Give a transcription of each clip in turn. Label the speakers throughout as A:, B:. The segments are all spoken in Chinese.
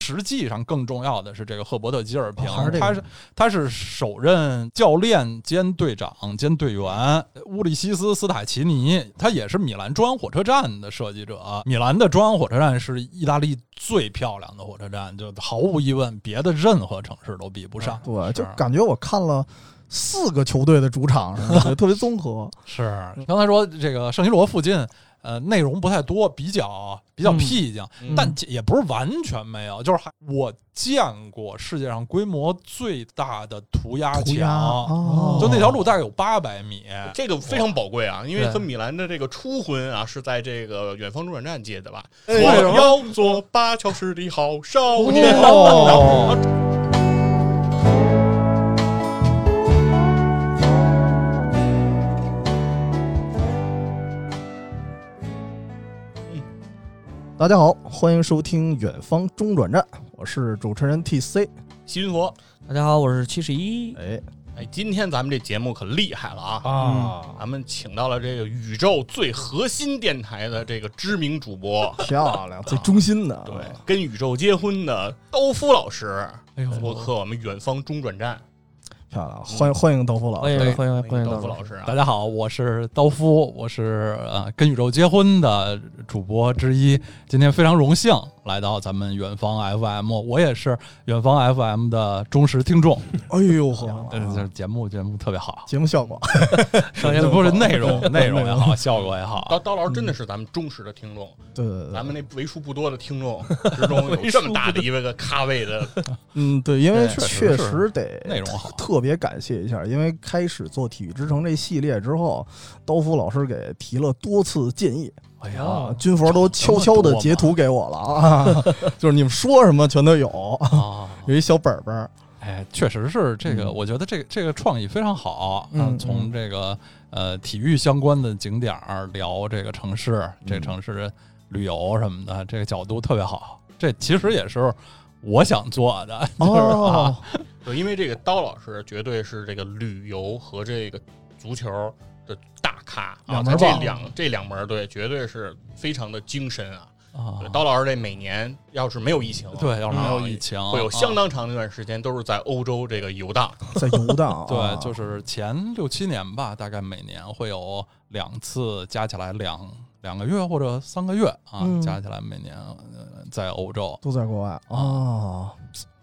A: 实际上更重要的是这个赫伯特·吉尔平，
B: 哦还是这个
A: 他是他是首任教练兼队长兼队员，乌利西斯·斯塔奇尼，他也是米兰中央火车站的设计者。米兰的中央火车站是意大利最漂亮的火车站，就毫无疑问，别的任何城市都比不上。
B: 对，就是感觉我看了四个球队的主场，感觉特别综合。
A: 是，刚才说这个圣西罗附近，呃，内容不太多，比较比较
B: 嗯
A: 僻静，
C: 嗯
A: 但也不是完全没有。就是还我见过世界上规模最大的涂鸦
B: 涂鸦
A: 墙，
B: 哦，
A: 就那条路大概有八百米。
C: 这个非常宝贵啊，因为
A: 对
C: 和米兰的这个初婚啊是在这个远方中转站接的吧？我
A: 哎呦
C: 要做八小时的好少年。
B: 哦
C: 然后
B: 大家好，欢迎收听《远方中转站》，我是主持人 TC。
C: 西云佛，
D: 大家好，我是七十一。
B: 哎，
C: 哎，今天咱们这节目可厉害了啊！
A: 啊，
C: 咱们请到了这个宇宙最核心电台的这个知名主播，
B: 漂亮，最中心的，
C: 对，跟宇宙结婚的刀夫老师
A: 哎呦，
C: 做客我们远方中转站。
B: 漂亮，欢迎欢迎豆腐老
D: 欢
B: 师。
D: 迎
A: 对
D: 哎欢迎欢迎
C: 刀
D: 到
C: 夫老师啊
A: 大，家好，我是刀夫，我是呃跟宇宙结婚的主播之一。今天非常荣幸来到咱们远方 FM，我也是远方 FM 的忠实听众。
B: 哎呦呵，
A: 但是节目节目特别好，
B: 节目效果，
D: 首先
A: 这不是内容内容也好，效果也好。
C: 刀刀老师真的是咱们忠实的听众，
B: 对对对，
C: 咱们那为数不多的听众之中有这么大的一个咖位的
B: 嗯，对，因为
A: 对
B: 确
A: 确实
B: 实得
A: 内容好
B: 特别感谢一下，因为开始做体育之城这系列之后，刀夫老师给提了多次建议
A: 哎
B: 啊
A: 呀，，
B: 军佛都悄悄的截图给我了啊， 就是你们说什么全都有，
A: 啊，
B: 有一小本本儿，
A: 哎，确实是这个，
B: 嗯
A: 我觉得这个这个创意非常好。
B: 嗯
A: 啊
B: 嗯
A: 从这个呃体育相关的景点儿聊这个城市，这个城市旅游什么的，这个角度特别好。这其实也是我想做的，就是啊
B: 哦，
C: 对，因为这个刀老师绝对是这个旅游和这个足球的大咖啊，
B: 两
C: 在
B: 门儿
C: 这
B: 棒
C: 两这两门儿对，绝对是非常的精深啊。
A: 啊
C: 对，刀老师这每年要是没有疫情，
A: 对，要是没有疫
C: 嗯
A: 情，
C: 会有相
A: 啊，
C: 当长的一段时间都是在欧洲这个游荡。
B: 在游荡啊
A: 对，就是是前六七年吧，大概每年会有两次，加起来两两个月或者三个月啊，
B: 嗯
A: 加起来每年呃在欧洲。
B: 都在国外啊，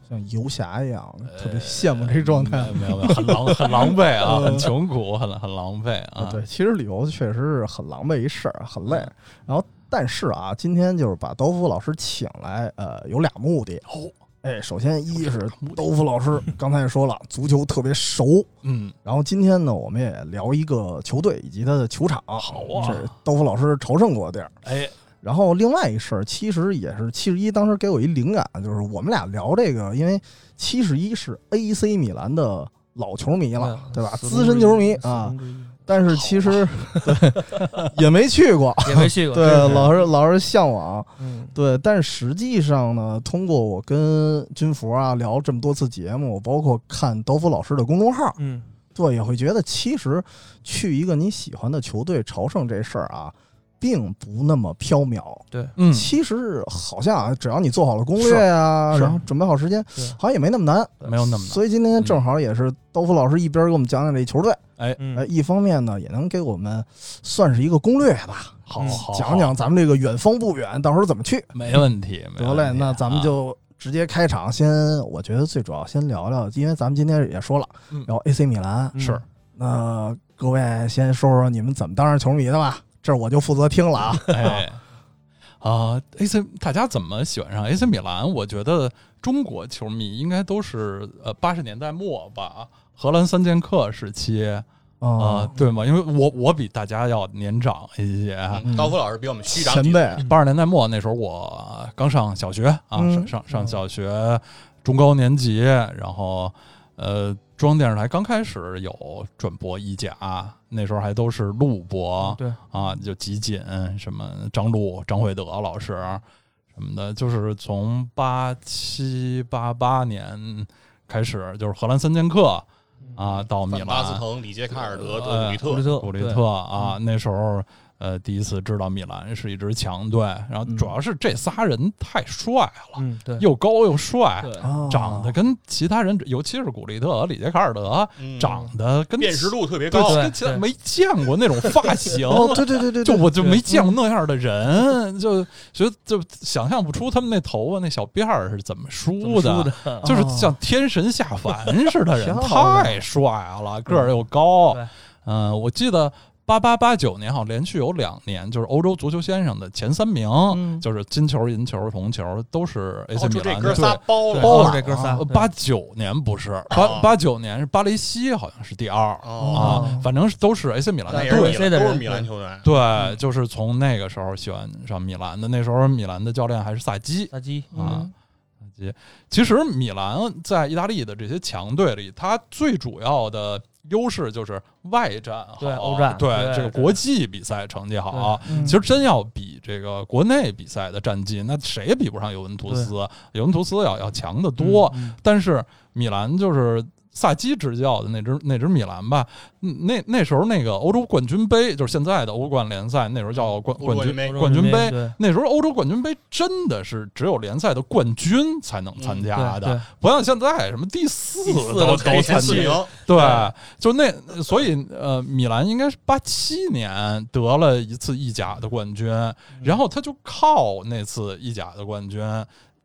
B: 像游侠一样，特别羡慕这状态。 啊
A: 没有没有，很狼很狼狈啊，
B: 嗯
A: 很穷苦，很很狼狈啊
B: 啊，。对，其实旅游确实是很狼狈一事儿，很
A: 嗯
B: 累。然后，但是啊，今天就是把刀夫老师请来，呃，有俩目的。哦，哎，首先
A: 哦
B: 一是刀夫老师刚才也说了，足球特别熟。
A: 嗯，
B: 然后今天呢，我们也聊一个球队以及他的球场。好
A: 啊
B: 这刀夫老师朝圣过的地儿。
A: 哎，
B: 然后另外一事儿，其实也是七十一当时给我一灵感，就是我们俩聊这个，因为七十一是 AC 米兰的老球迷
D: 哎
B: 了，对吧？资深球迷啊，，但是其实、 对也没去过，
D: 也没去
B: 啊
D: 过。
B: 对，
D: 真是
B: 老是老是向往，
D: 嗯
B: 对，但实际上呢，通过我跟军服啊聊这么多次节目，包括看刀夫老师的公众号，
D: 嗯，
B: 对，也会觉得其实去一个你喜欢的球队朝圣这事儿啊，并不那么缥缈。
D: 对，
A: 嗯，
B: 其实好像啊，只要你做好了攻略啊，
D: 是
B: 然后准备好时间
D: 对，
B: 好像也没那么难。
A: 没有那么难。
B: 所以今天正好也是刀夫老师一边给我们讲讲这球队，哎，
D: 嗯，
B: 一方面呢也能给我们算是一个攻略吧，
A: 好
D: 嗯
A: 好
B: 讲，讲咱们这个远方不远，到时候怎么去。
A: 没问题，没
B: 得
A: 问
B: 嘞，
A: 题
B: 那咱们
A: 啊
B: 就直接开场，先我觉得最主要先聊聊，因为咱们今天也说了
A: 嗯
B: 聊 AC 米兰，
D: 嗯
A: 是
B: 那各位先说说你们怎么当上球迷的吧，这我就负责听了啊。
A: 哎。啊，AC 大家怎么喜欢上 AC 米兰？我觉得中国球迷应该都是呃八十年代末吧，荷兰三剑客时期啊、
B: 啊，
A: 对吗？因为我我比大家要年长一些，啊
C: 嗯刀夫老师比我们虚长
B: 前
C: 几
B: 辈
C: 岁，
A: 八十年代末那时候，我刚上小学啊，
B: 嗯
A: 上上上小学，中高年级，然后呃，中央电视台刚开始有转播意甲，那时候还都是录播
D: 对，
A: 啊，就集锦什么张璐、张惠德老师什么的，就是从八七八八年开始，就是荷兰三剑客啊，到米
C: 反巴斯
A: 兰。
C: 滕、里杰卡尔德、
A: 呃
C: 德鲁伊
D: 布
C: 特
D: 雷，特，
A: 古利
D: 对
A: 特啊，那时候呃，第一次知道米兰是一支强队，然后
B: 嗯
A: 主要是这仨人太帅了，
D: 嗯，对，
A: 又高又帅，
D: 对，
B: 啊
A: 长得跟其他人，尤其是古利特、里杰卡尔德，
C: 嗯
A: 长得跟
C: 辨识度特别
A: 对
C: 高，哦
A: 跟其他没见过那种发型，
B: 哦，对对对对，
A: 就
B: 对
A: 我就
D: 对
A: 没见过那样的人，就就就想象不出他们那头发那小辫儿是怎么梳
D: 怎么
A: 的，
D: 梳的
A: 就是像天神下凡似的人，
B: 哦挺好的
A: 太帅了，个儿又高
D: 对。
A: 嗯、我记得八八八九年好像连续有两年，就是欧洲足球先生的前三名，
D: 啊
B: 嗯
A: 啊就是金球、银球、铜球都是 AC
C: 哦
A: 米
C: 就这
A: 兰
C: 哥
A: 的
C: 仨
A: 队。
C: 包了，哦
A: 包
D: 包
A: 了
D: 这哥仨
A: 呃，八九年不是八
C: 啊
A: 八九年是巴雷西，好像是第二、
C: 哦
A: 啊，反正是都是 AC 米兰
C: 那
A: 的
C: 也
A: 队
C: 是
A: 伍
C: 嗯米兰，
D: 对
C: 都是米兰球员，
A: 对，就是从那个时候喜欢上米兰的。那时候米兰的教练还是萨基
D: 大鸡，
A: 啊。萨基其实米兰在意大利的这些强队里，它最主要的优势就是外战好，啊
D: 对欧战
A: 对
D: 对
A: 这个
D: 对
A: 国际比赛成绩好。啊
D: 嗯
A: 其实真要比这个国内比赛的战绩，那谁也比不上尤文图斯，啊尤文图斯要要强得多。
D: 嗯
A: 但是米兰就是萨基执教的那支那支米兰吧，嗯那那时候那个欧洲冠军杯就是现在的欧冠联赛，那时候叫冠
C: 欧
A: 冠
C: 冠
A: 军。
C: 没
D: 嗯
A: 冠军杯
D: 对
A: 那时候欧洲冠军杯真的是只有联赛的冠军才能参加
D: 嗯对
A: 的，
D: 对，
A: 不像现在什么第四
D: 第四
A: 都
D: 都
A: 都参
C: 前
A: 加
C: 四。名，
A: 对，就那所以呃，米兰应该是八七年得了一次意甲的冠军，然后他就靠那次意甲的冠军。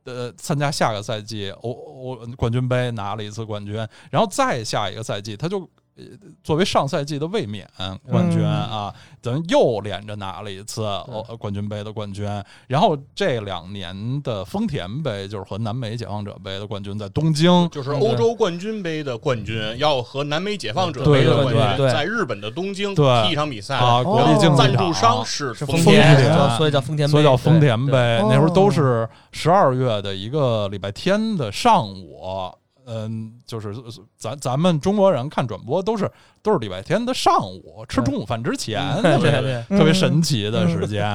A: 呃，参加下个赛季欧欧冠军杯拿了一次冠军，然后再下一个赛季他就呃作为上赛季的卫冕冠军
B: 嗯
A: 啊，等于又连着拿了一次欧冠军杯的冠军。然后这两年的丰田杯就是和南美解放者杯的冠军在东京，
C: 就是欧洲冠军杯的冠军要和南美解放者
A: 对
C: 杯的
A: 对
C: 冠军
D: 对
C: 在日本的东京
A: 对
C: 踢一场比赛，
A: 啊，国立
B: 哦
A: 竞技
C: 赞
A: 场啊
C: 助商是
D: 是
C: 丰
D: 丰
A: 田啊
D: 田，叫所以叫丰田杯，
A: 所以叫丰
D: 对
A: 田杯。
D: 对
B: 对哦
A: 那时候都是十二月的一个礼拜天的上午，嗯，就是咱咱们中国人看转播都是都是礼拜天的上午，吃
B: 嗯
D: 对
A: 中午饭之前
D: 对
A: 那
D: 对
A: 个
D: 对，
A: 特别神奇的时间，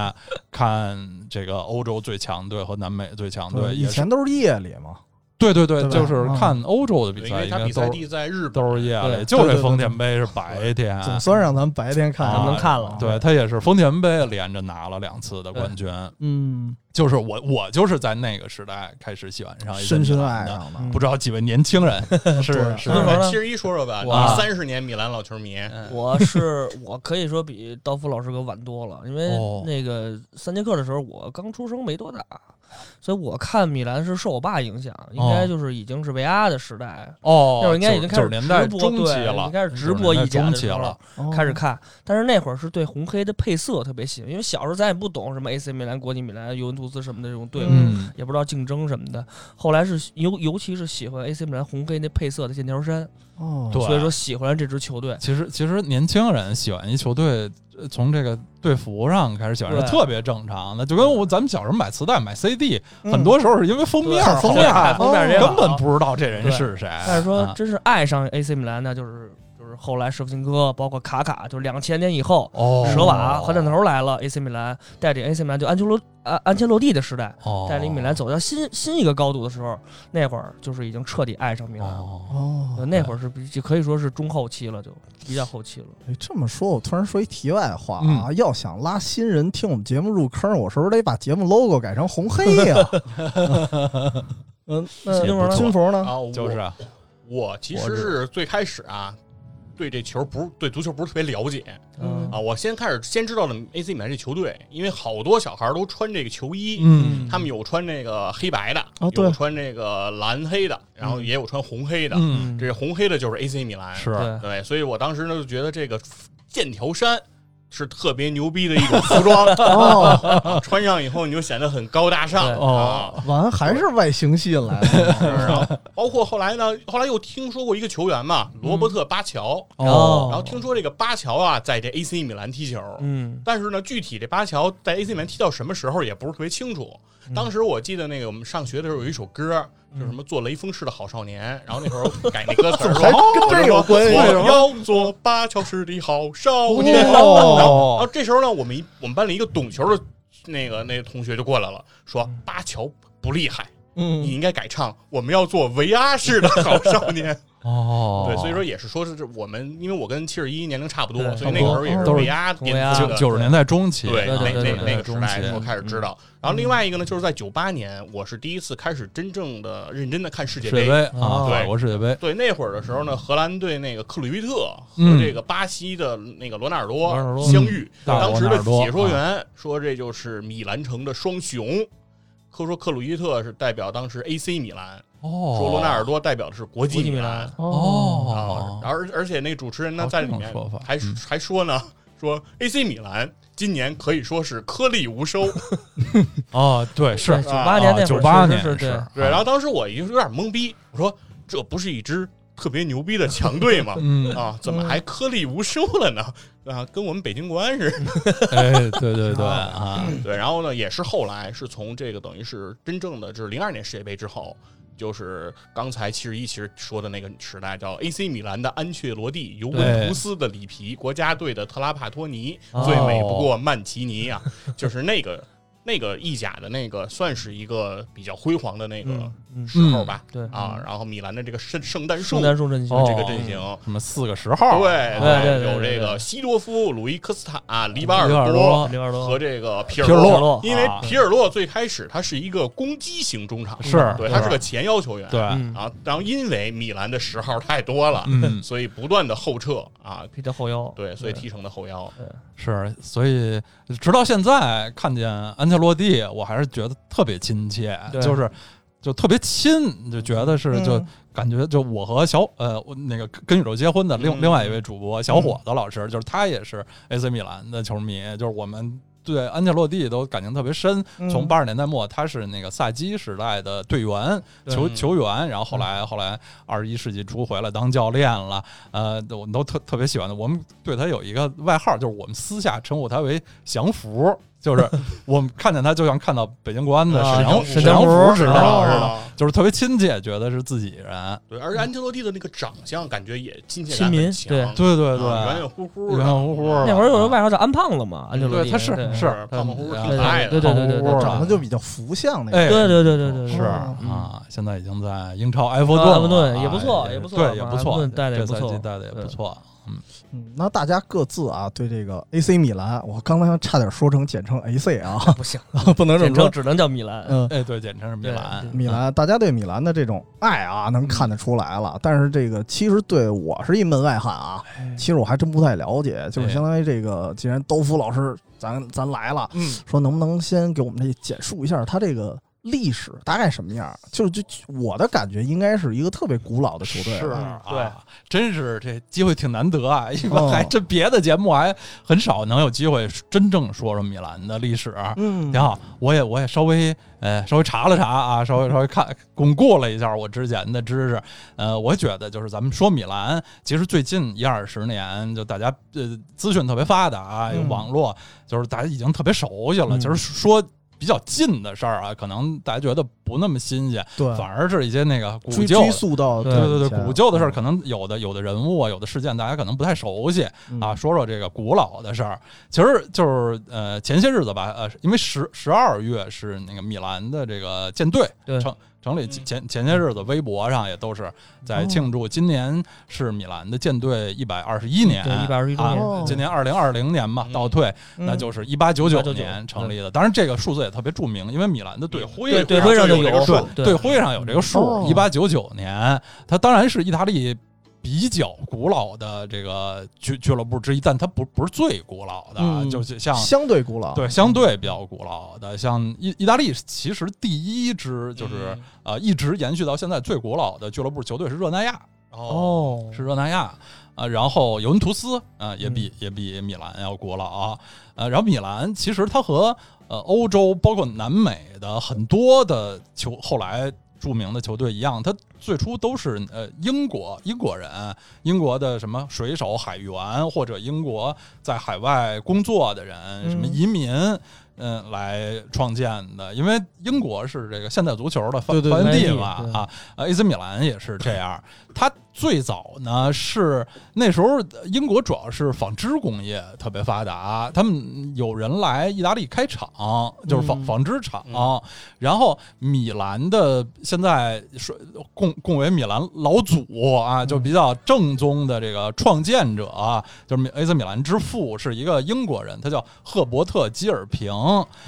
A: 看这个欧洲最强队和南美最强队，
B: 以
A: 也是
B: 前都是夜里嘛，
A: 对对对，
B: 对吧
A: 就是
B: 嗯
A: 看欧洲的比
C: 因
A: 赛
C: 为
A: 应
C: 他
A: 该
C: 比赛
A: 都是
C: 地在日本，
A: 都是夜里，
D: 对
A: 就
B: 对
A: 这
B: 对
A: 丰
B: 对
A: 田杯是白天，
B: 总算让咱们白天看
A: 啊
D: 咱们能看了，
A: 对，他也是丰田杯连着拿了两次的冠军，
D: 嗯，
A: 就是我，我就是在那个时代开始喜欢上一个
B: 深深
A: 米兰
B: 爱
A: 的。
B: 上的。
D: 嗯
A: 不知道几位年轻人是
B: 对
A: 是
C: 那
D: 嗯
C: 么七十一说说吧，
A: 哇
C: 你三十年米兰老球迷，
A: 嗯
D: 我是我可以说比刀夫老师可晚多了，因为
A: 哦
D: 那个三节课的时候我刚出生没多大，所以我看米兰是受我爸影响，应该就是已经是维阿的时代，
A: 哦
D: 那会儿应该已经开
A: 九十
D: 始
A: 年代
D: 直播，
A: 中期
D: 对，已
A: 了
D: 经，开始直播意
A: 90年代
D: 甲
A: 中
D: 的
A: 期
D: 时候
A: 了，
B: 哦
D: 开始看，但是那会儿是对红黑的配色特别喜欢，因为小时候咱也不懂什么 AC 米兰、国际米兰、尤文图斯什么的这种队伍，
A: 嗯
D: 也不知道竞争什么的。后来是尤尤其是喜欢 AC 米兰红黑那配色的线条衫，
B: 哦，
A: 对，
D: 所以说喜欢这支球队。
A: 其实其实年轻人喜欢一球队，呃从这个队服上开始喜欢是
D: 对
A: 特别正常的，就跟我咱们小时候买磁带买 CD，
B: 嗯
A: 很多时候是因为封面
D: 对
A: 好
D: 封面
A: 看
D: 封面也好
A: 根本不知道这人是谁，
D: 但是说
A: 啊
D: 真是爱上 AC 米兰呢，就是就是后来舍甫琴科，包括卡卡，就两千年以后，
A: 哦，
D: 舍瓦核弹头来了，AC 米兰带领 AC 米兰就安切洛安安切洛蒂的时代，
A: 哦
D: 带领米兰走到新新一个高度的时候，那会儿就是已经彻底爱上米兰了。
A: 哦，
B: 哦
D: 呃，那会儿是比就可以说是中后期了，就比较后期了。
B: 哎，这么说，我突然说一题外话
A: 嗯
B: 啊，要想拉新人听我们节目入坑，我是不是得把节目 logo 改成红黑 呀、嗯，那
A: 也不错
B: 军服呢？
C: 啊，我
A: 就是啊
C: 我其
A: 我知
C: 实
A: 道
C: 是最开始啊，对这球不是对足球不是特别了解
A: 哦
B: 嗯
C: 啊，我先开始先知道了 AC 米兰这球队，因为好多小孩儿都穿这个球衣，
A: 嗯
C: 他们有穿这个黑白的，
B: 哦对
C: 有穿这个蓝黑的，然后也有穿红黑的，
A: 嗯
C: 这红黑的就是 AC 米兰，
A: 是
D: 对，嗯
C: 对，所以我当时呢就觉得这个剑条衫。是特别牛逼的一种服装，
B: 哦，
C: 啊 穿上以后你就显得很高大上
D: 对
A: 哦
C: 啊。
B: 完还是外形吸 引来的。
C: 包括后来呢，后来又听说过一个球员嘛，罗伯特巴乔，
A: 哦
C: 然后听说这个巴乔啊，在这 AC 米兰踢球，
D: 嗯，
C: 但是呢，具体这巴乔在 AC 米兰踢到什么时候也不是特别清楚。当时我记得那个我们上学的时候有一首歌，就是什么做雷锋式的好少年，然后那时候改那歌词儿说
B: 还跟这有关系
C: 我要做巴乔式的好少年。然后然
A: 哦
C: 后这时候呢，我们一我们班里一个懂球的那个那个同学就过来了，说巴乔不厉害，
B: 嗯
C: 你应该改唱我们要做维阿式的好少年。
A: 哦，
C: 对，所以说也是说是我们，因为我跟七十一年龄差不多
D: 对，
C: 所以那个时候也
A: 差不
C: 是
A: 多
C: 维亚
D: 从
C: 点
D: 维亚
C: 这
A: 九
C: 个
A: 啊九十年代中期，
C: 对，
D: 对
C: 那
D: 对
C: 那
D: 对
C: 那个
A: 中
C: 时代
A: 期
C: 我开始知道。然后另外一个呢，就是在九八年，我是第一次开始真正的认真的看世界
A: 世界杯啊，
D: 哦
A: 法国世界杯，
C: 对，那会儿的时候呢，荷兰队那个克鲁伊特
A: 嗯
C: 和这个巴西的那个罗纳尔多
A: 罗纳尔多
C: 相遇，
A: 嗯大
C: 当
A: 罗
C: 时
A: 纳
C: 的
A: 尔多
C: 解说员说这就是米兰城的双雄。科说克鲁伊特是代表当时 AC 米兰，
A: 哦，
C: 说罗纳尔多代表的是国际
D: 国际米
C: 兰
D: 兰。
A: 哦
C: 啊，而而且那主持人呢
A: 哦
C: 在里
A: 这
C: 面
A: 种说法
C: 还
A: 嗯
C: 还说呢，说 AC 米兰今年可以说是颗粒无收，
A: 哦，对，是哦
D: 九八年那会儿
A: 九八
D: 确
A: 年
D: 实是对，
C: 对， 然后当时我已经有点懵逼，我说这不是一支特别牛逼的强 队吗？
A: 嗯，
C: 啊，怎么还颗粒无收了呢？啊，跟我们北京国安似的。
A: 哎，对对对啊，
C: 对，然后呢，也是后来是从这个等于是真正的就是零二年世界杯之后，就是刚才七十一其实说的那个时代，叫 AC 米兰的安切罗蒂、尤文图斯的里皮、国家队的特拉帕托尼，
A: 哦
C: 最美不过曼奇尼啊，就是那个那个意甲的那个算是一个比较辉煌的那个
D: 嗯嗯，
C: 时候吧。
D: 对
C: 啊，然后米兰的这个圣圣诞树
D: 嗯圣诞树阵型，
A: 哦
C: 这个阵型，
A: 什么四个十号，
C: 对
D: 对对对
C: 有
D: 对
C: 这
D: 对
C: 个西多夫、鲁伊科斯塔、里巴
A: 里瓦尔
C: 尔
A: 多
D: 里瓦尔多
C: 和这个皮
A: 皮尔洛
D: 洛
C: 因为
A: 啊
C: 皮尔洛最开始他是一个攻击型中场，
A: 是
C: 对
A: 是
C: 他是个前腰球员，
A: 对，
D: 嗯，
C: 啊，然后因为米兰的十号太多了，
A: 嗯，
C: 所以不断的后撤啊，
D: 比较后腰，
C: 对，所以踢成的后腰，
A: 是，所以直到现在看见安切洛蒂，我还是觉得特别亲切，
D: 对
A: 就是就特别亲，就觉得是就
B: 嗯
A: 感觉就我和小呃我那个跟宇宙结婚的另
C: 嗯
A: 另外一位主播小伙子老师，就是他也是 AC 米兰的球迷，就是我们。对安切洛蒂都感情特别深，
B: 嗯
A: 从八十年代末，他是那个萨基时代的队员、
D: 对
A: 球球员，然后后来后来二十一世纪初回来当教练了，呃，我们都特特别喜欢的。我们对他有一个外号，就是我们私下称呼他为“祥符”，就是 我们看见他就像看到北京国安的
C: 啊
A: 沈阳
C: 沈
A: 沈阳
D: 阳
A: 符
D: 符
A: 似
C: 知
A: 的，
C: 道
A: 是
C: 知
A: 吧？
C: 道，
A: 就是特别亲切，觉得是自己人。
C: 啊对，而且安切洛蒂的那个长相感觉也亲切
D: 亲
C: 感
D: 民
C: 很强，
A: 对对
C: 啊圆
A: 对，
C: 圆乎乎
A: 圆
C: 的，啊
A: 圆乎乎的。
D: 那会儿有个外号叫安胖子嘛，安切洛
A: 对，
D: 蒂，
A: 他是
D: 对
A: 是
C: 胖胖乎乎
A: 嗯
C: 挺可爱的
D: 对对对
A: 胖
D: 对对
A: 乎乎的
B: 哦长得就比较福相那
A: 哎
B: 个，
D: 对对对对对，
A: 是
B: 嗯
A: 啊，现在已经在英超埃弗
D: 啊
A: 顿了，
D: 埃弗顿
A: 啊
D: 也不错
A: 是
D: 也不错
A: 对，也不
D: 埃弗
A: 错，
D: 顿带得也
A: 这
D: 不
A: 赛
D: 错
A: 季带的也不
D: 对
A: 错，嗯，
B: 嗯，那大家各自啊，对这个 AC 米兰，我刚才差点说成简称 AC 啊，
D: 不行，
B: 不能这
D: 简
B: 么
D: 称
B: 说。
D: 只能叫米兰，
B: 嗯，
A: 哎，对，简称是米兰
D: 对，
B: 米兰，大家对米兰的这种爱
A: 嗯
B: 啊，能看得出来了。但是这个其实对我是一门外汉啊，其实我还真不太了解。就是
A: 哎
B: 相当于这个，既然刀夫老师咱咱来了，
C: 嗯，
B: 说能不能先给我们这简述一下他这个历史大概什么样？就是就我的感觉，应该是一个特别古老的球队
A: 是
B: 了。
A: 啊，
D: 对，
A: 真是这机会挺难得 啊！一般
B: 哦
A: 还真别的节目还很少能有机会真正说说米兰的历史。啊
B: 嗯
A: 挺好，我也我也稍微呃稍微查了查啊，稍微稍微看巩固了一下我之前的知识。呃，我觉得就是咱们说米兰，其实最近一二十年就大家呃资讯特别发达啊，有
B: 嗯
A: 网络，就是大家已经特别熟悉了。
D: 嗯
A: 就是说比较近的事儿啊，可能大家觉得不那么新鲜，
B: 对，
A: 反而是一些那个古
B: 追
A: 旧
B: 追。溯到
D: 对
A: 对对
B: 以前
A: 对，古旧的事儿，可能有的有的人物啊，有的事件，大家可能不太熟悉。
B: 嗯
A: 啊，，说说这个古老的事儿，其实就是呃前些日子吧，呃，因为十十二月是那个米兰的这个舰队
D: 对
A: 成成立前前前些日子，微博上也都是在庆祝，今年是米兰的舰队一百二十一年，
D: 对121周
B: 年
A: 啊今年二零二零年嘛
C: 嗯
A: 倒退，
B: 嗯
A: 那就是一八九九
D: 1899
A: 年成立的。当然，这个数字也特别著名，因为米兰的队徽
D: 对
C: 队
D: 徽上
C: 就
D: 就
C: 这个
D: 有
C: 数
D: 对
A: 队徽上有这个数，
B: 哦
A: 一八九九年，它当然是意大利比较古老的这个俱俱乐部之一，但它不不是最古老的，
B: 嗯
A: 就是像
B: 相对古老，
A: 对相对比较古老的，像意意大利其实第一支就是、
C: 嗯
A: 呃一直延续到现在最古老的俱乐部球队是热那亚，
C: 哦，
D: 哦，
A: 是热那亚啊，然后尤文图斯啊，也比也比米兰要古老啊。呃，然后米兰其实它和呃欧洲包括南美的很多的球后来著名的球队一样，它最初都是呃英国英国人，英国的什么水手、海员或者英国在海外工作的人，什么移民。嗯来创建的，因为英国是这个现代足球的发
B: 对对
A: 发源地
D: 对
A: 嘛
D: 对
A: 啊，呃，AC 米兰也是这样。它最早呢是那时候英国主要是纺织工业特别发达，他们有人来意大利开厂，就是纺
D: 嗯
A: 纺织厂
C: 嗯，
A: 然后米兰的现在说共共为米兰老祖啊，就比较正宗的这个创建者啊、就是米 AC 米兰之父是一个英国人，他叫赫伯特基尔平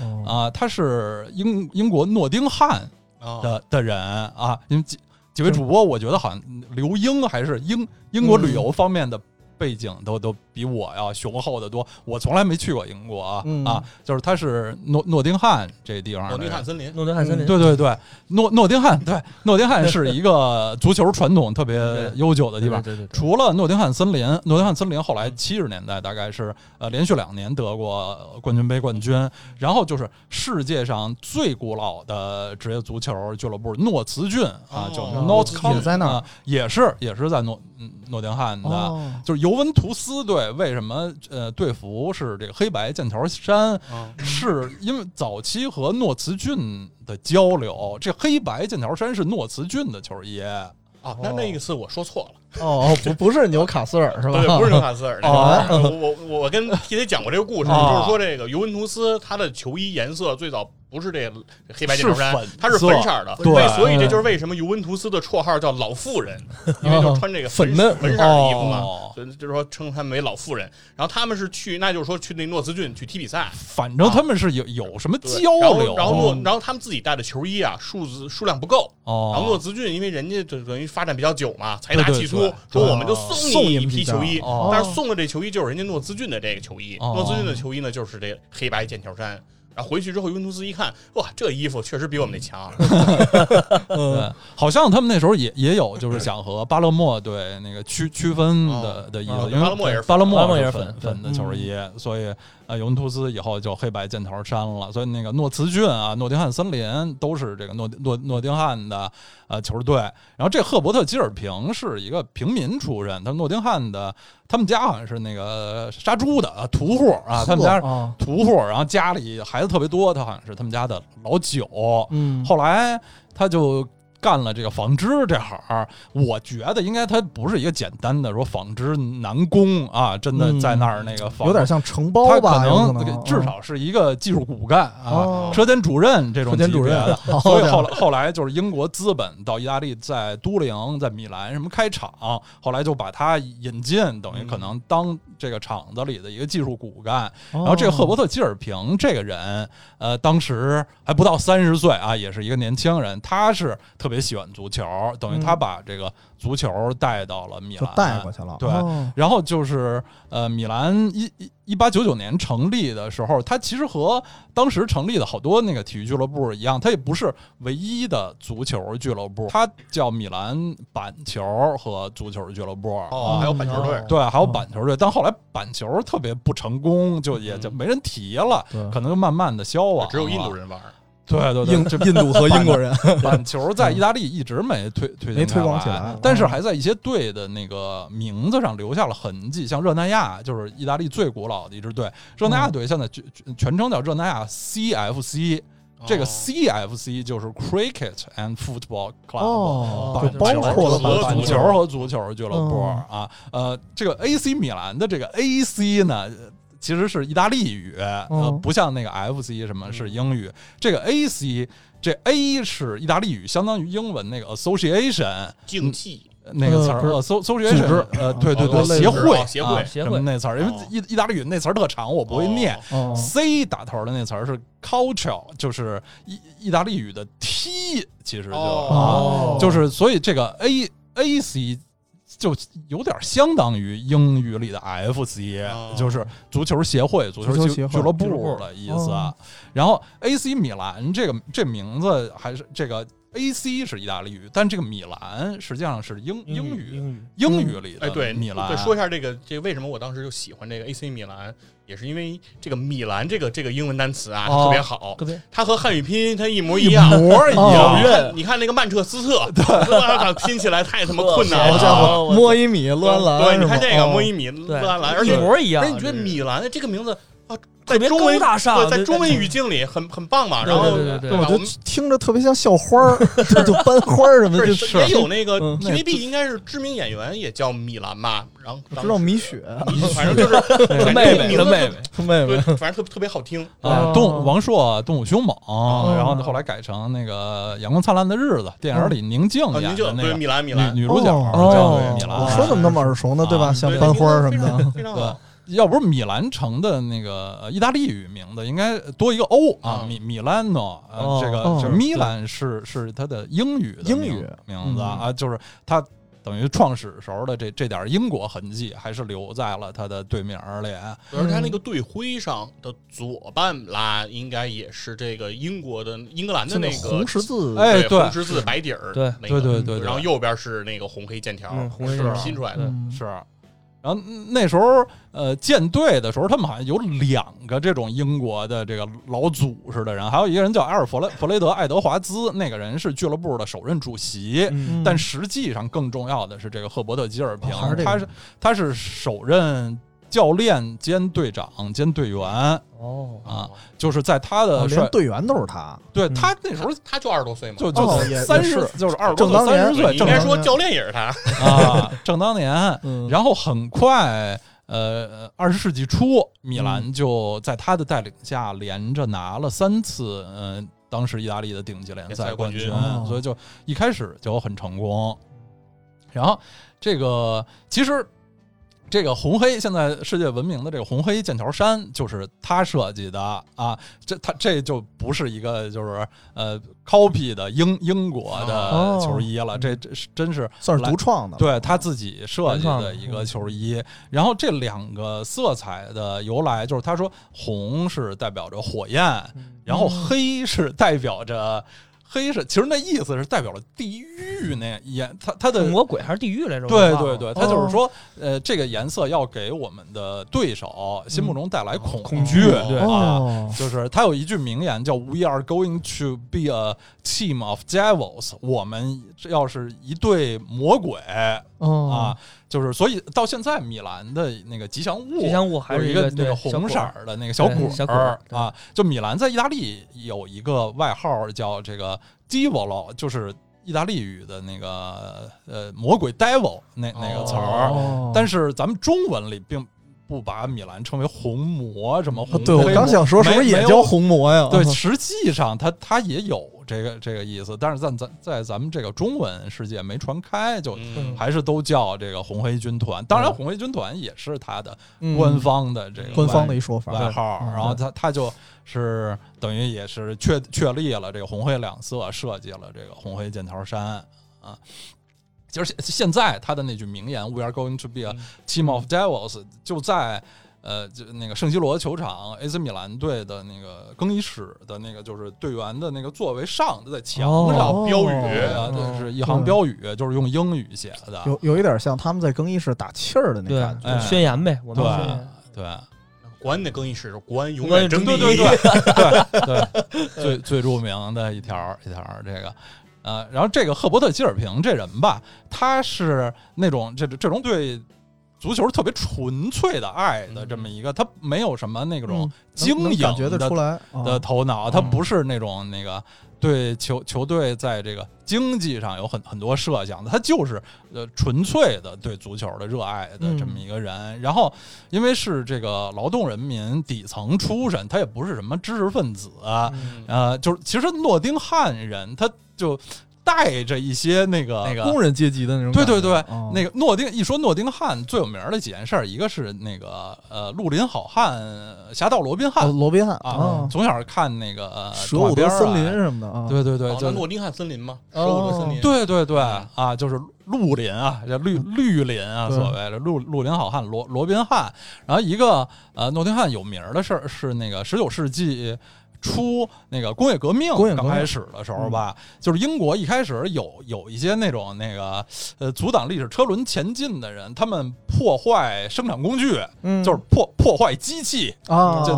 B: 哦
A: 啊，他是英英国诺丁汉
C: 啊，
A: 的的人啊，因为几几位主播，我觉得好像留英啊还是英英国旅
B: 嗯
A: 游方面的背景都都比我要雄厚的多。我从来没去过英国啊，
B: 嗯
A: 啊就是他是诺诺丁汉这地方的
C: 诺
A: 人，
C: 丁汉森林，
D: 诺丁汉森林，
A: 嗯对对对，诺诺丁汉，对诺丁汉是一个足球传统特别悠久的地方。
D: 对对对，
A: 除了诺丁汉森林，诺丁汉森林后来七十年代大概是呃连续两年得过冠军杯冠军，然后就是世界上最古老的职业足球俱乐部诺茨郡啊
C: 哦，
A: 叫
C: 哦
A: North County，
B: 也在那儿
A: 啊也是也是在诺嗯诺丁汉的，
B: 哦
A: 就是尤文图斯队为什么呃队服是这个黑白剑条衫？
C: 啊
A: 是因为早期和诺茨郡的交流，这黑白剑条衫是诺茨郡的球衣，
C: 啊，那那一次我说错了，
B: 哦，不不是纽卡斯尔是吧？
C: 对，不是纽卡斯尔那
A: 哦
C: 个，呃我我我我跟 TJ 讲过这个故事，
A: 哦
C: 就是说这个尤文图斯他的球衣颜色最早。不是这黑白
A: 是
C: 剑条衫
A: 粉，
C: 它是粉
A: 色
C: 色儿的，
A: 对
C: 为所以这就是为什么尤文图斯的绰号叫老妇人，因为就穿这个粉
B: 粉嫩
C: 粉色儿的衣服嘛，
A: 哦
C: 所以就是说称他们为老妇人。然后他们是去，那就是说去那诺茨郡去踢比赛，
A: 反正他们是有有什么
C: 啊对
A: 交
C: 然后
A: 流，嗯
C: 然后诺，然后他们自己带的球衣啊，数字数量不够。然后诺
A: 哦，
C: 兹郡因为人家就等于发展比较久嘛，财
A: 对
C: 大
A: 对
C: 气粗
A: 对，
C: 说
A: 对
C: 我们就
B: 送
C: 你
B: 你
C: 一
B: 们
C: 批
B: 一件
C: 球衣
A: 哦，
C: 但是送的这球衣就是人家诺兹郡的这个球衣，
A: 哦
C: 诺兹郡的球衣呢就是这黑白剑条衫。然后回去之后，尤文图斯一看，哇，这衣服确实比我们那强。
A: 哦对，好像他们那时候也也有就是想和巴勒莫对那个区区分的、的意思，
C: 哦
A: 因为
C: 巴勒莫也是粉嗯
A: 巴勒
D: 巴勒莫也
A: 是
D: 是
A: 粉
D: 粉
A: 粉的球衣，所以呃尤文图斯以后就黑白剑条衫了，所以那个诺茨郡啊、诺丁汉森林都是这个诺诺诺丁汉的呃球队，然后这赫伯特基尔平是一个平民出身，他诺丁汉的，他们家好像是那个杀猪的啊屠户啊，他们家是
B: 啊，
A: 屠户，然后家里孩子特别多，他好像是他们家的老九，
B: 嗯，
A: 后来他就干了这个纺织这行儿，我觉得应该他不是一个简单的说纺织男工啊，真的
B: 嗯
A: 在那儿那个纺，
B: 有点像承包
A: 他
B: 吧，
A: 可
B: 有啊
A: 能至少是一个技术骨干啊。
B: 哦
A: 车间主任这种
B: 车间主任哦
A: 级别的
B: 好
A: 所以
B: 家伙
A: 后来后来就是英国资本到意大利，在都灵、在米兰什么开厂，后来就把他引进，等于
B: 嗯
A: 可能当这个厂子里的一个技术骨干。
B: 然
A: 然后这个赫
B: 哦
A: 伯特基尔平这个人，呃，当时还不到三十岁啊，也是一个年轻人，他是特别喜欢足球，等于他把这个足球带到了米
B: 嗯就
A: 兰，
B: 带过去了，
A: 对
B: 哦
A: 然后就是呃，米兰一一一八九九年成立的时候，它其实和当时成立的好多那个体育俱乐部一样，它也不是唯一的足球俱乐部，它叫米兰板球和足球俱乐部。 啊
C: 哦，还有板球队
D: 哦，
A: 对，还有板球队，但后来板球特别不成功，就
B: 嗯
A: 也就没人提了，
B: 对
A: 可能就慢慢的消亡。
C: 只有印度，人玩。
A: 对对对，
B: 印
A: 这
B: 印度和英国人，
A: 板球在意大利一直没推推
B: 没推
A: 广
B: 广起来嗯
A: 但是还在一些队的那个名字上留下了痕迹，像热那亚就是意大利最古老的一支队，热那亚
B: 嗯
A: 队现在全全称叫热那亚 CFC，这个
C: 哦
A: CFC 就是 Cricket and Football Club。
B: 哦，
A: 板
B: 就包
A: 球
B: 括了
C: 和
A: 板
B: 板
C: 足
A: 球
C: 球
A: 和足球俱乐部
B: 嗯
A: 啊，呃，这个 AC 米兰的这个 AC 呢，呃其实是意大利语，呃
B: 嗯，
A: 不像那个 FC 什么
C: 嗯
A: 是英语，这个 AC 这 A 是意大利语，相当于英文那个 association
C: 竞技
A: 那个词儿
B: 呃不是
A: 呃，so- association，呃，对对对，
C: 哦
A: 协会
C: 哦协会
A: 啊
D: 协
A: 什么
D: 会
A: 那词儿，因为
C: 哦
A: 意意大利语那词儿特长，我不会念。
B: 哦
A: C 打头的那词儿是 culture，就是意意大利语的 T，其实就是啊
B: 哦
A: 就是所以这个 A A C 就有点相当于英语里的 F C，、
C: 哦
A: 就是足球协会、足
B: 足
A: 球
B: 球
A: 俱
B: 协会
A: 俱乐
B: 俱乐部
A: 部的意思。啊
B: 哦
A: 然后 A C 米兰这个这名字还是这个 A C 是意大利语，但这个米兰实际上是英英语
D: 英语
A: 英语里的
C: 哎，对，
A: 米兰。
C: 对，说一下这个，这个为什么我当时就喜欢这个 AC 米兰，也是因为这个米兰这个这个英文单词啊、
A: 哦
C: 特别好，
D: 个别
C: 它和汉语拼音它一模一样。
A: 一模一
B: 哦
A: 样
C: 你。看，你看那个曼彻斯特，哇拼起来太他妈困难
B: 好
C: 了。
B: 家
D: 哦
B: 伙，
D: 我
B: 摸一米勒
C: 对，
B: 兰，
C: 你看这个
B: 摸
C: 莫伊米勒
D: 对
C: 兰，而且
D: 一模一样
C: 而且你觉得米兰这个名字啊在
D: 别
C: 中文
D: 高大上
C: 对在
D: 对
C: 中文
D: 对
C: 语境里很很棒嘛。
D: 对
C: 然后
D: 对对对
C: 吧
B: 我
C: 我
B: 就
C: 们
B: 听着特别像校花 儿，就就班花儿什么的，就是
C: 也有那个
B: 嗯
C: TVB 应该是知名演员也叫米兰吧，然后
B: 我知道米雪啊
C: 米反正就是
D: 他
C: 反正
D: 妹
C: 这个
D: 妹，
C: 名
D: 他
C: 字
D: 妹妹，
B: 妹
C: 对
B: 妹，，
C: 反正特特别好听。
A: 啊，
B: 哦
A: 动王朔《动物凶猛》，然后
D: 哦
A: 后来改成那个《阳光灿烂的日子》，电影里宁静
C: 啊，
A: 演
C: 您
A: 的
C: 就
A: 那
C: 对
A: 个
C: 米兰米兰
A: 女女主角
B: 哦
A: 叫米
B: 我
A: 兰。
B: 说怎么那么耳熟呢？对吧？
A: 啊
B: 像
C: 对
B: 班花儿什么
C: 非
B: 的
C: 常，非常
A: 对
C: 好。，
A: 要不是米兰城的那个呃意大利语名字，应该多一个 O 啊，
C: 嗯
A: 米米兰诺，呃
D: 哦
A: 这个
B: 哦
A: 这米兰是是它的英语的
B: 英
A: 名
B: 语嗯
A: 名字啊，就是它等于创始时候的这这点英国痕迹还是留在了它的队名儿里。啊
C: 而他
A: 嗯
C: 那个队徽上的左半拉应该也是这个英国的英格兰的
B: 就
C: 那个
B: 红十字，
A: 哎对
C: 红十字白底儿，
D: 对
C: 那
A: 对
C: 个嗯
A: 对对对
C: 然后右边是那个红黑线条，
D: 嗯红黑
C: 是
D: 线条
C: 拼出来的。啊
B: 嗯
A: 是。然后那时候，呃，建队的时候，他们好像有两个这种英国的这个老祖似的人，还有一个人叫埃尔弗雷弗雷德·爱德华兹，那个人是俱乐部的首任主席。
D: 嗯
B: 嗯
A: 但实际上，更重要的是这个赫伯特·吉尔平，
B: 哦还是这个
A: 他是他是首任教练兼队长兼队员
D: 哦，
A: 啊，就是在他
B: 哦
A: 的
B: 连
A: 呃帅，
B: 队员都是他，
A: 对
D: 嗯
A: 他那时
C: 他
A: 候
C: 他就二十多岁嘛，
A: 就
B: 哦
A: 就
B: 也
A: 三
B: 也
A: 十
B: 是
A: 就是二十
B: 正当
A: 多
B: 年
A: 三十
C: 对
A: 岁，
C: 你
A: 正
C: 应该
A: 当
C: 说教练也是他，
A: 啊，正当年。
B: 嗯，
A: 然后很快，呃，二十世纪初，米兰就在他的带领下，连着拿了三次，呃，当时意大利的顶级联
C: 联赛
A: 赛冠
C: 冠
A: 军，
C: 军
B: 哦
A: 所以就一开始就很成功。然后这个其实。这个红黑现在世界闻名的这个红黑剑条衫就是他设计的啊，这他这就不是一个就是呃 copy 的英英国的
D: 哦
A: 球衣了，这这是真是
B: 算是独创的，
A: 对他自己设计
D: 原创
A: 的
D: 的嗯
A: 一个球衣。然后这两个色彩的由来，就是他说红是代表着火焰，然后
D: 嗯
A: 黑是代表着。黑是，其实那意思是代表了地狱那颜，它它的
D: 是魔鬼还是地狱来着？
A: 对
D: 我忘
A: 对
D: 了，
A: 对，它
D: 哦
A: 就是说，呃，这个颜色要给我们的对手心目中带来恐
D: 嗯哦恐
A: 惧
D: 惧对
A: 啊，
B: 哦，
A: 就是他有一句名言叫 “We are going to be a team of devils”，我们要是一队魔鬼，
B: 哦
D: 嗯
A: 啊，，就是所以到现在米兰的那个吉祥物，
D: 吉祥物还
A: 有
D: 是
A: 一
D: 个
A: 那
D: 对
A: 个
D: 小
A: 红
D: 果
A: 色儿的那个小
D: 对
A: 鼓
D: 小鼓
A: 儿
D: 儿
A: 啊，就米兰在意大利有一个外号叫这个 “Diavolo”，就是意大利语的那个呃魔鬼 “devil” 那那个词儿，
B: 哦
A: 但是咱们中文里并不把米兰称为红魔什么
B: 啊
A: 红
B: 对我
A: 黑
B: 刚
A: 魔
B: 想说，是不是
A: 没
B: 也
A: 没
B: 叫
A: 有
B: 红啊魔呀？
A: 对，实际上它它也有这个这个意思，但是在咱在咱们这个中文世界没传开，就
C: 嗯
A: 还是都叫这个红黑军团。当然，红黑军团也是它的
B: 嗯
A: 官方的这个
B: 官方的一
A: 外
B: 说法，
A: 外号，
B: 嗯
A: 然后它它就是等于也是确确立了这个红黑两色，设计了这个红黑剑条衫啊。其实现现在他的那句名言 “We are going to be a
B: 嗯
A: team of devils” 就在呃，就那个圣西罗球场 AC 米兰队的那个更衣室的那个就是队员的那个座位上，就在墙上
B: 哦
C: 标语
A: 对啊，这是一行标语，就是用英语写的。
B: 有有一点像他们在更衣室打气儿的那
D: 对
B: 感，觉，
A: 哎
D: 就宣言呗，我们宣
A: 对
D: 言
A: 对
C: 国安的更衣室，国安永
D: 国
C: 远
D: 安
C: 争第
A: 对
C: 一。啊
A: 对对对对，最最著名的一条一条这个。呃，然后这个赫伯特·吉尔平这人吧，他是那种这这种对足球特别纯粹的爱的这么一个，他没有什么那种
B: 嗯
A: 经
B: 能能
A: 营
B: 感觉得
A: 的
B: 出来
A: 的
B: 啊
A: 头脑，他不是那种那个对球球队在这个经济上有很很多设想的，他就是呃纯粹的对足球的热爱的这么一个人。然后因为是这个劳动人民底层出身，他也不是什么知识分子，
C: 嗯
A: 呃，就是其实诺丁汉人他就带着一些那个那个
B: 工人阶级的那种
A: 对
B: 感
A: 对
B: 觉，
A: 对，
B: 哦
A: 那个诺丁一说诺丁汉最有名儿的几件事儿，一个是那个呃绿林好汉、呃侠盗罗宾汉、
B: 哦罗宾汉
A: 啊，
B: 啊，
A: 从小看那个呃
B: 蛇
A: 动画
B: 舞
A: 片
B: 的
A: 儿
B: 森林
A: 啊，
B: 什么的啊，
A: 对对对，
C: 哦，
A: 就
C: 那
A: 是
C: 诺丁汉森林嘛，十五个森林，
A: 对对对
C: 嗯
A: 啊，就是绿林啊，这绿绿林啊，
B: 嗯对
A: 所谓的绿绿林好汉罗罗宾汉。然后一个呃，诺丁汉有名儿的事儿是那个十九世纪出那个工业革命
B: 工业革
A: 刚
B: 命嗯
A: 开始的时候吧，就是英国一开始有有一些那种那个呃阻挡历史车轮前进的人，他们破坏生产工具，
B: 嗯
A: 就是破破坏机器，
B: 啊，
A: 就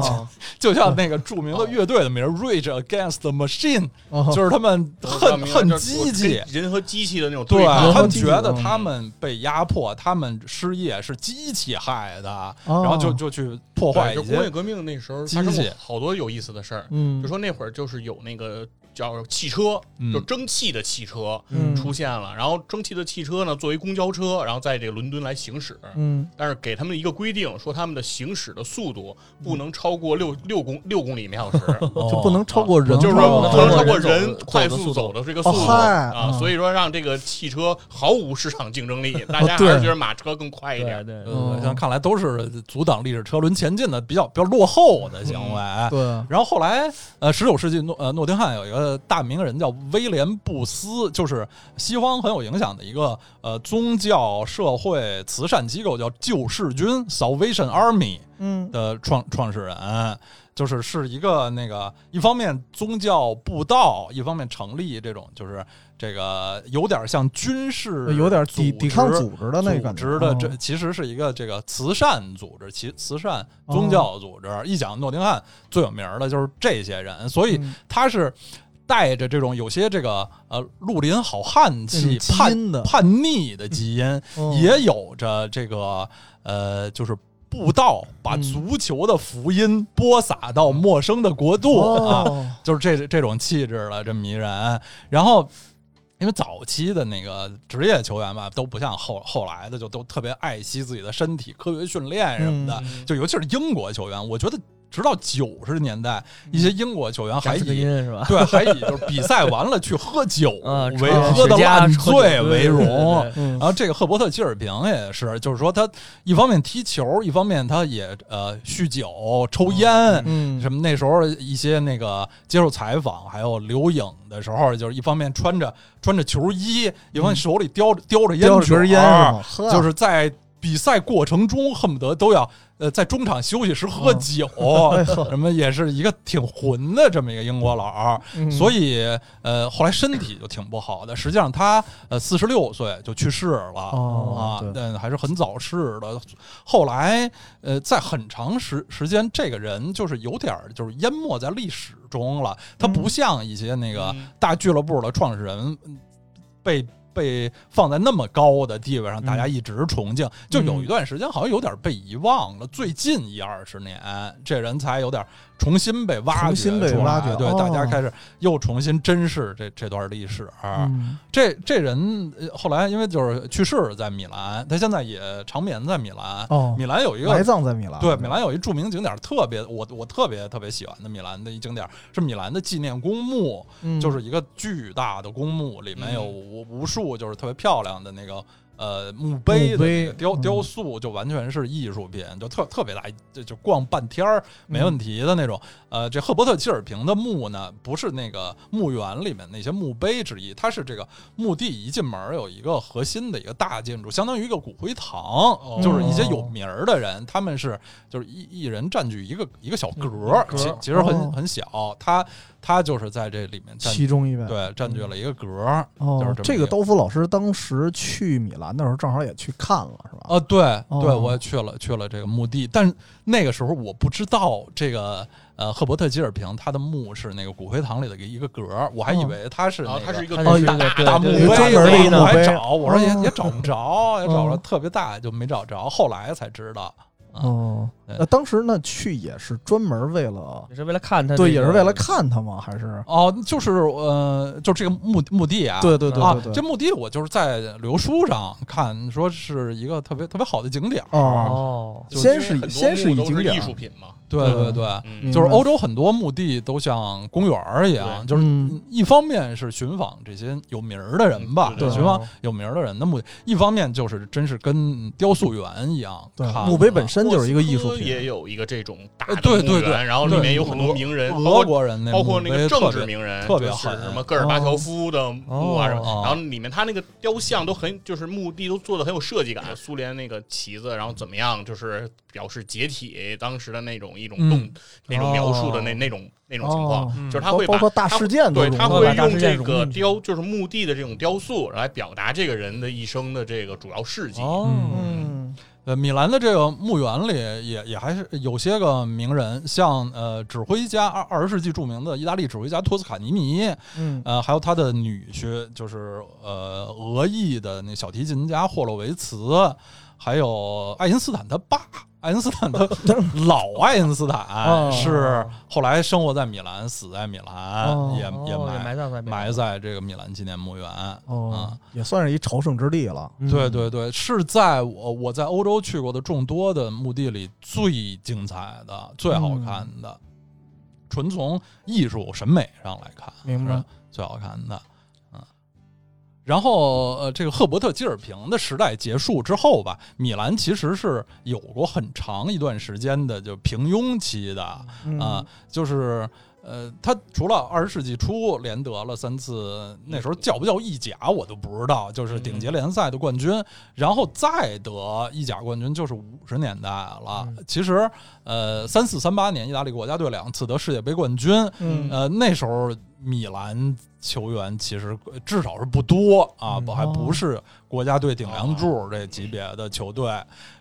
A: 就像那个著名的乐队的名儿《Rage Against the Machine》，
B: 哦
A: 就是他们
C: 我
A: 恨
C: 明白
A: 恨
C: 就是
A: 机器
C: 我。跟人和机器的那种
A: 对
C: 抗
A: 他
B: 人和
A: 们
B: 机器
A: 觉得
B: 嗯
A: 他们被压迫，他们失业是机器害的，
B: 哦
A: 然后就就去破坏
C: 对，就
A: 一
C: 工业
A: 些
C: 革命那时候
A: 机
C: 发生过
A: 械
C: 好多有意思的事儿。
B: 嗯，
C: 就说那会儿就是有那个叫汽车，
A: 嗯
C: 就蒸汽的汽车
B: 嗯
C: 出现了，然后蒸汽的汽车呢作为公交车，然后在这个伦敦来行驶。
B: 嗯
C: 但是给他们一个规定，说他们的行驶的速度不能超过六六公六公里每小时，
A: 哦
B: 就不嗯能超过人，啊
C: 就是
A: 不能
C: 说不能超
D: 超过
C: 过
D: 人
C: 人
D: 走的
C: 快
D: 速
C: 速
D: 度
C: 走的这个速
B: 哦
C: 度
B: 嗨
C: 啊
B: 嗯，
C: 所以说让这个汽车毫无市场竞 争力，大家
B: 对
C: 还是觉得马车更快一
D: 对
C: 点。
D: 对，
A: 呃，像看来都是阻挡历史车轮前进的比较比较落后的行为。
B: 对，
A: 然后后来，呃，十九世纪诺呃诺丁汉有一个大名人叫威廉布斯，就是西方很有影响的一个呃宗教社会慈善机构，叫救世军 （Salvation Army）。
B: 嗯
A: 的创创始人，就是是一个那个一方面宗教布道，一方面成立这种就是这个有点像军事，
B: 有点抵抵抗
A: 组
B: 组织啊的那个感觉，
A: 织的这其实是一个这个慈善组织，其慈善
B: 哦
A: 宗教组织。一讲诺丁汉最有名儿的就是这些人，所以
B: 嗯
A: 他是。带着这种有些这个呃绿林好汉气、
B: 那种基因
A: 叛
B: 的
A: 叛逆的基因，
B: 嗯
A: 也有着这个呃，就是布道，把
B: 嗯
A: 足球的福音播撒到陌生的国度、啊，
B: 哦
A: 就是这这种气质了，这迷人。然后。因为早期的那个职业球员吧，都不像后后来的，就都特别爱惜自己的身体、科学训练什么的。
C: 嗯
A: 就尤其是英国球员，我觉得直到九十年代，一些英国球员还
D: 还是个
A: 以
D: 音是吧？
A: 对还以就是比赛完了去喝酒
D: 啊
A: 为
D: 抽
A: 喝的
D: 雪茄
A: 烂
D: 抽酒
A: 醉为
D: 对对对
A: 荣
D: 对，
B: 嗯
A: 然后这个赫伯特·基尔平也是，就是说他一方面踢球，一方面他也呃酗酒、抽烟。
B: 嗯
A: 什么？那时候一些那个接受采访，还有留影的时候，就是一方面穿着穿着球衣，一方面手里叼着叼着烟
B: 嗯叼着
A: 卷
B: 卷
A: 儿
B: 烟是吗？呵
A: 就是在比赛过程中恨不得都要呃在中场休息时
B: 嗯
A: 喝 酒，
B: 哎
A: 什么也是一个挺混的这么一个英国佬儿。
B: 嗯
A: 所以呃，后来身体就挺不好的。实际上他呃四十六岁就去世了、
B: 哦
A: 啊
B: 对，
A: 但还是很早逝的。后来呃，在很长时时间，这个人就是有点儿就是淹没在历史中了。他
B: 嗯
A: 不像一些那个
C: 嗯
A: 大俱乐部的创始人嗯被。被放在那么高的地位上，大家
B: 嗯
A: 一直崇敬，就有一段时间好像有点被遗忘了。最近一二十年，这人才有点重新被挖掘出来，
B: 重新被挖掘
A: 对，
B: 哦
A: 大家开始又重新珍视这这段历史、啊
B: 嗯
A: 这这人呃后来因为就是去世在米兰，他现在也长眠在米兰。
B: 哦，
A: 米兰有一
B: 埋
A: 个
B: 葬在米兰，
A: 对米兰有一著名景点，特别我我特别特别喜欢的米兰的一景点是米兰的纪念公墓，
B: 嗯
A: 就是一个巨大的公墓，里面有无无数就是特别漂亮的那个呃墓碑的
B: 墓
A: 那
B: 碑
A: 个雕
B: 嗯
A: 雕塑，就完全是艺术品，就特特别大，就就逛半天儿没问题的那种。呃，这赫伯特·基尔平的墓呢，不是那个墓园里面那些墓碑之一，它是这个墓地一进门儿有一个核心的一个大建筑，相当于一个骨灰堂，就是一些有名儿的人，他们是就是一一人占据一个一个小格儿，
D: 格儿
A: 其其实很、
B: 哦
A: 很小，他他就是在这里面占据
B: 其中一位。
A: 对，占据了一个格儿。就是
B: 哦，
A: 这么
B: 这
A: 一
B: 个
A: 个
B: 刀夫老师当时去米兰的时候，正好也去看了，是吧？
A: 啊，对对，
B: 哦
A: 我也去了去了这个墓地，但是那个时候我不知道这个呃赫伯特·吉尔平他的墓是那个骨灰堂里的一个格儿，我还以
B: 哦
A: 为他是
C: 然
A: 那
C: 后它是
A: 个
C: 一个
D: 它是
C: 大
D: 一个对
A: 大墓碑
D: 对对
B: 专门的一个
A: 我
B: 墓
A: 还
B: 碑
A: 找，我说也
B: 哦
A: 也找不着，也找不着，
B: 嗯
A: 特别大就没找着，后来才知道。
B: 哦，
A: 对
B: 那当时呢去也是专门为了，
D: 也是为了看他这个，
B: 对，也是为了看他吗？还是？
A: 哦，就是呃，就这个墓墓地啊，
B: 对对对
A: 啊
B: 对，对，
A: 这墓地我就是在旅游书上看，说是一个特别特别好的景点儿
B: 哦
D: 哦，
A: 就
B: 先
C: 因为
B: 是
C: 很多
B: 先是
C: 墓
B: 以
C: 都
B: 景点
C: 艺
B: 儿
C: 术品嘛，
A: 对
B: 嗯
A: 对对，
C: 嗯
B: 嗯
A: 就是欧洲很多墓地都像公园儿一样，
C: 对
A: 就是
B: 嗯
A: 一方面是寻访这些有名儿的人吧
C: 嗯，对
A: 寻访有名儿的人的墓地；一方面就是真是跟雕塑园一样
B: 对
A: 看，啊
B: 墓碑本身就是一个艺术
C: 莫斯科也有一个这种大
A: 呃
C: 的
A: 对对
C: 墓
A: 对
C: 园，然后里面有很多名人，包
A: 俄
C: 括
A: 国人那
C: 包括
A: 墓
C: 那个
A: 碑
C: 政
A: 特
C: 治
A: 别
C: 名人，
A: 特别
C: 就是
A: 好
C: 什么戈尔巴乔夫的墓啊什么，
A: 哦
C: 然后里面他那个雕像都很就是墓地都做的很有设计感，苏联那个旗子，然后怎么样，就是表示解体当时的那种一种动、
A: 嗯
C: 那种描述的那、
D: 哦
C: 那种那种情况，
B: 哦
C: 就是他
B: 包
C: 会
B: 包
C: 把
B: 括大事件都
C: 对，
B: 融
C: 他
B: 合
A: 啊
C: 会
D: 把大
C: 用
D: 事件
C: 这
D: 融
C: 个
D: 进去
C: 雕，就是墓地的这种雕塑来表达这个人的一生的这个主要事迹。
D: 哦，
B: 嗯
A: 呃，米兰的这个墓园里也也还是有些个名人，像呃指挥家二二十世纪著名的意大利指挥家托斯卡尼尼，
D: 嗯
A: 呃，还有他的女婿就是呃俄裔的那小提琴家霍洛维茨，还有爱因斯坦他爸。爱因斯坦 的老爱因斯坦
D: 哦
A: 是后来生活在米兰，死在米兰，
B: 哦
A: 也也
D: 哦
A: 埋
D: 埋葬在
A: 埋在这个米兰纪念墓园。
B: 哦，也算是一朝圣之地了。
A: 对，
D: 嗯
A: 对对，是在我我在欧洲去过的众多的墓地里最精彩的、最好看的，
B: 嗯
A: 纯从艺术审美上来看，
B: 明白
A: 是最好看的。嗯，然后呃，这个赫伯特·基尔平的时代结束之后吧，米兰其实是有过很长一段时间的就平庸期的，
B: 嗯
A: 啊，就是呃，他除了二十世纪初连得了三次，那时候叫不叫意甲我都不知道，就是顶级联赛的冠军，然后再得意甲冠军就是五十年代了。其实呃，三四三八年意大利国家队两次得世界杯冠军，
B: 嗯
A: 呃，那时候米兰球员其实呃至少是不多啊，
D: 嗯
A: 不还不是国家队顶梁柱这级别的球队。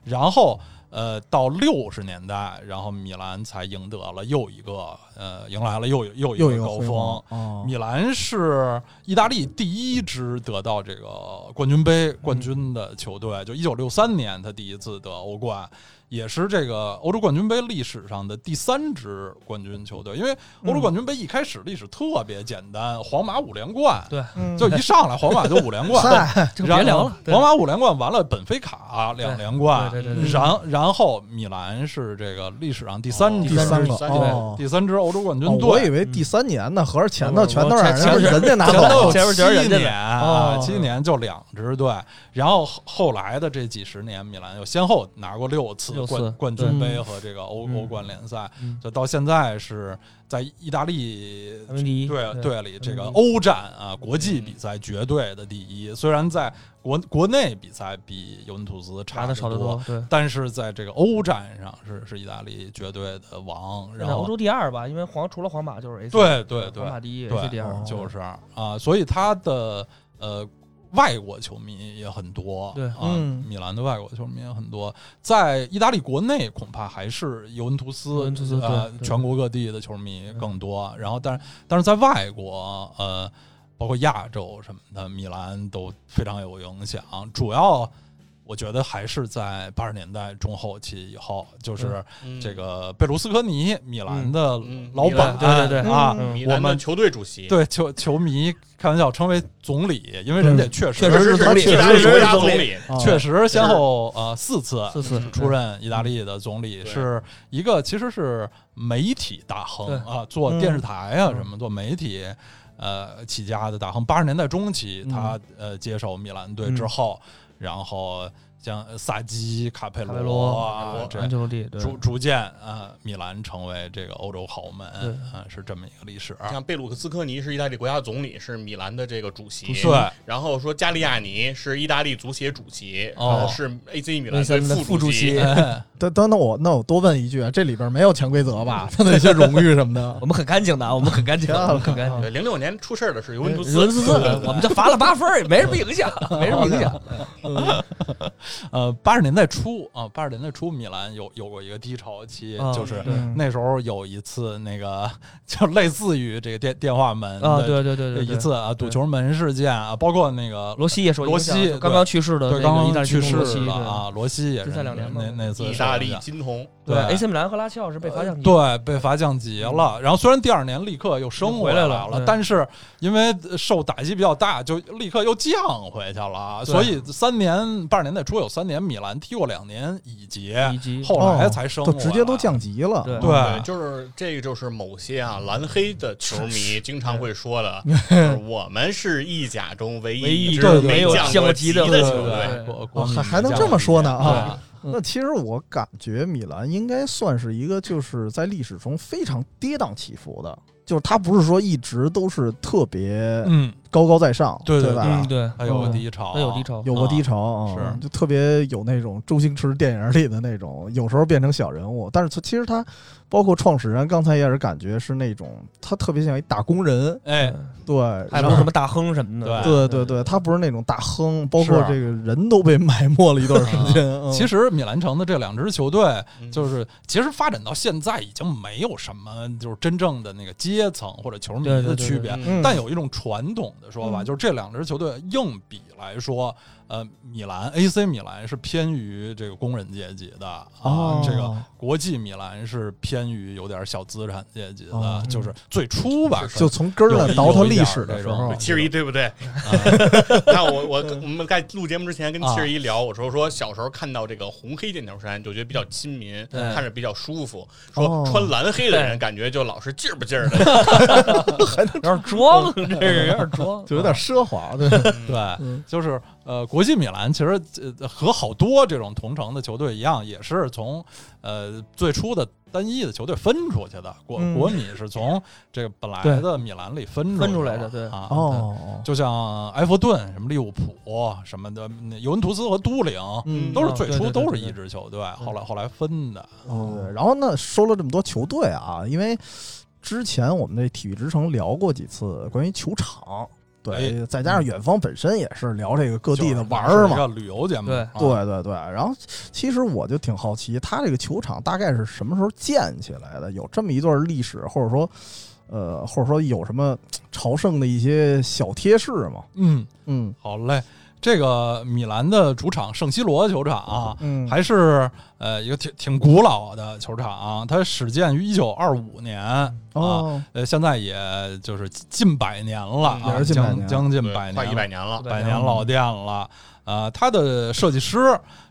A: 然后呃，到六十年代，然后米兰才赢得了又一个呃，迎来了又又
B: 又
A: 一
B: 一
A: 个
B: 个
A: 高
B: 辉
A: 峰啊
B: 煌。哦，
A: 米兰是意大利第一支得到这个冠军杯冠军的球
B: 嗯
A: 队，就一九六三年他第一次得欧冠，也是这个欧洲冠军杯历史上的第三支冠军球队。因为欧
B: 嗯
A: 洲冠军杯一开始历史特别简单，皇马五连冠，
D: 对，
B: 嗯
A: 就一上来皇马就五连 冠，
B: 嗨，
D: 这个
A: 然
D: 别
A: 后
D: 聊了，对
A: 皇马五连冠完了，本菲卡两连冠，
D: 对对对对
A: 然然后米兰是这个历史上第三
C: 哦
A: 支
B: 第三个
C: 第三
B: 哦。
A: 第三支欧洲冠军
B: 哦
A: 队。
B: 我以为第三年呢，合着前头全都让人
A: 嗯前前
B: 人家拿
A: 前
B: 走
A: 头
B: 了。
D: 前面
A: 七
D: 全是人家的
A: 年啊，
D: 哦
A: 七年就两支队，然后后后来的这几十年，米兰又先后拿过六次
D: 六次
A: 冠冠
D: 对
A: 军杯和这个欧
D: 嗯
A: 欧冠联赛，
D: 嗯
A: 就到现在是在意大利
D: 排名第一，
A: 对队里这个
D: 嗯
A: 欧战啊国际比赛绝对的第一，虽然在国国内比赛比尤文图斯
D: 查
A: 差得
D: 的少得
A: 多
D: 多，，对。
A: 但是在这个欧战上是是意大利绝对的王，然
D: 在欧
A: 后
D: 洲第二吧，因为皇除了皇马就是 AC，
A: 对对对
D: 皇，马第一
A: 对
D: ，AC 第二，
A: 就是啊，所以他的呃外国球迷也很多，
D: 对
A: 啊，
B: 嗯
A: 米兰的外国球迷也很多，在意大利国内恐怕还是尤文图斯、
D: 尤文图斯
A: 呃
D: 对对
A: 全国各地的球迷更多，然后但是但是在外国呃。包括亚洲什么的，米兰都非常有影响。主要，我觉得还是在八十年代中后期以后，就是
C: 嗯
A: 这个贝卢斯科尼，米兰的
C: 嗯
A: 老
C: 米
A: 板
C: 兰，
D: 对对对
A: 啊，
D: 嗯
C: 米
A: 我
C: 兰的
A: 们
C: 球队主席，
A: 对球球迷开玩笑称为总理，因为人家确实、
D: 确
C: 确
D: 实
C: 实
D: 是总理
C: 意大
D: 确
C: 利
D: 实
C: 国
D: 是
C: 家
D: 总
C: 总
D: 理
C: 理，
B: 啊哦
A: 确实先后呃四次
D: 四次
A: 出任意大利的总理，
C: 对
A: 是一个其实是媒体大亨
D: 对
A: 啊，做电视台啊什么做媒体。呃，起家的大亨，八十年代中期，
D: 嗯
A: 他呃接手米兰队之后，然后像萨基、卡佩
D: 卡梅
A: 罗
D: 罗
A: 啊，这
D: 安切洛蒂，对
A: 逐逐渐啊，米兰成为这个欧洲豪门
D: 对
A: 啊，是这么一个历史。啊
C: 像贝鲁克斯科尼是意大利国家总理，是米兰的这个主席。
A: 主席
C: 然后说加利亚尼是意大利足协主席，
A: 哦
C: 然后是 AC 米兰队
D: AC 的副
C: 主
D: 主
C: 席
D: 席。
B: 等等，那我那我多问一句，啊这里边没有潜规则吧？他那些荣誉什么的
D: 我，们很干净的啊，我们很干净的，我们很干净。
C: 对，零六年出事儿的是尤文
D: 文
C: 图斯。
D: 斯斯，我们就罚了八分儿，也没什么影响，没什么影响。
A: 呃，八十年代初啊，八十年代初米兰有有过一个低潮期，
D: 啊
A: 就是
D: 对
A: 那时候有一次那个就类似于这个电电话门
D: 啊，
A: 的
D: 对对对对，对
A: 一次啊赌球门事件啊，包括那个
D: 罗西也受
A: 罗
D: 影响
A: 西
D: 就刚刚去世的那
A: 对
D: 个
A: 刚
D: 意大
A: 刚
D: 利
A: 去
D: 中
A: 世
D: 国罗西
A: 了啊，罗西也
D: 禁
A: 是
D: 赛两年
A: 那
D: 嘛
A: 那次
C: 意大
A: 受
C: 利
A: 影响
C: 金童，
D: 对
A: 对呃
D: AC 米兰和拉齐奥是被罚降级，
A: 对被罚降级了，然后虽然第二年立刻又升
D: 又
A: 回
D: 回来
A: 了
D: 了嗯对
A: 但是因为受打击比较大，就立刻又降回去了。啊
D: 对
A: 所以三年八十年代初有三年米兰踢过两年乙级，
D: 以及
A: 后来才升
B: 就
A: 过来，
B: 直接哦都降级了。
D: 对
A: 对
C: 对，就是这个，就是某些啊蓝黑的球迷经常会说 的，就是我们是意甲中唯
D: 唯
C: 一一
D: 一一
C: 支
D: 支
C: 没
D: 没有
C: 降
D: 降
C: 过
D: 过
C: 级
D: 级
C: 的
D: 的
A: 对对
C: 球
A: 对
C: 队。
A: 对国国
B: 哦
A: 民
B: 还还能
A: 降
B: 这么
A: 级
B: 说呢啊
D: 嗯
B: 那其实我感觉米兰应该算是一个，就是在历史中非常跌宕起伏的，就是它不是说一直都是特别
A: 嗯，
B: 高高在上，
A: 对对
B: 对
D: 嗯
B: 吧？
D: 对，
A: 还有
D: 嗯
A: 低潮，
D: 它有低，潮，
B: 有过低潮啊，
A: 是
B: 就特别有那种周星驰电影里的那种，有时候变成小人物，但是其实他包括创始人，刚才也是感觉是那种他特别像一打工人，
A: 哎，
D: 嗯
B: 对，
D: 还
B: 然
D: 有
B: 后
D: 什么大亨什么的，
B: 对对对，他不是那种大亨，包
A: 是啊
B: 括这个人都被埋没了一段时间。嗯
A: 其实米兰城的这两支球队，
C: 嗯
A: 就是其实发展到现在已经没有什么就是真正的那个阶层或者球迷
D: 对对
A: 的
D: 对对
A: 区别，
B: 嗯
A: 但有一种传统的说法，
B: 嗯
A: 就是这两支球队硬比来说，呃，米兰 AC 米兰是偏于这个工人阶级的啊，
B: 哦
A: 这个国际米兰是偏于有点小资产阶级的，
D: 嗯
B: 哦
A: 就是最初吧，
B: 就从根儿
A: 有
B: 上
A: 一
B: 倒腾
A: 有一
B: 历
A: 点
B: 史
A: 儿
B: 的
A: 这
B: 时
A: 种
B: 候
A: 对，
C: 七十一对不对？ 那我我我们在录节目之前跟
A: 啊
C: 七十一聊，我说说小时候看到这个红黑剑条衫，就觉得比较亲民，
A: 对
C: 看着比较舒服。
B: 哦
C: 说穿蓝黑的人，
D: 对
C: 感觉就老是劲儿不劲 儿的。
D: 有点装，这是有点 装，啊
B: 就有点奢华，对，
A: 对，
B: 嗯
A: 就是呃，国际米兰其实呃和好多这种同城的球队一样，也是从呃最初的单一的球队分出去的。国、
B: 嗯
A: 国米是从这个本来
D: 对
A: 的米兰里分
D: 分
A: 出
D: 出
A: 去
D: 来的对
A: 啊，
B: 哦
A: 对，，就像埃弗顿、什么利物浦什么的，嗯那尤文图斯和都灵。
B: 嗯，
A: 都是
D: 嗯
A: 最
D: 对
A: 初
D: 对对
A: 都
D: 对
A: 是一
D: 对嗯
A: 支球队，后来后来分的。
B: 对。然后呢，说了这么多球队啊，因为之前我们这体育之城聊过几次关于球场，对，再加上远方本身也是聊这个各地的玩儿嘛
A: 哎嗯就是一，个旅游节目，
D: 对
A: 啊
B: 对对对，然后其实我就挺好奇，它这个球场大概是什么时候建起来的？有这么一段历史，或者说，呃，或者说有什么朝圣的一些小贴士吗？
A: 嗯，
B: 嗯
A: 好嘞。这个米兰的主场圣西罗球场啊，
B: 嗯，
A: 还是呃一个挺挺古老的球场啊、它始建于一九二五年啊、
B: 哦，
A: 呃，现在也就是近百年了啊，
B: 也是近百年
A: 将将近
C: 对
A: 百年，
C: 快一百年了。嗯
A: 百年老店了。啊、它的设计师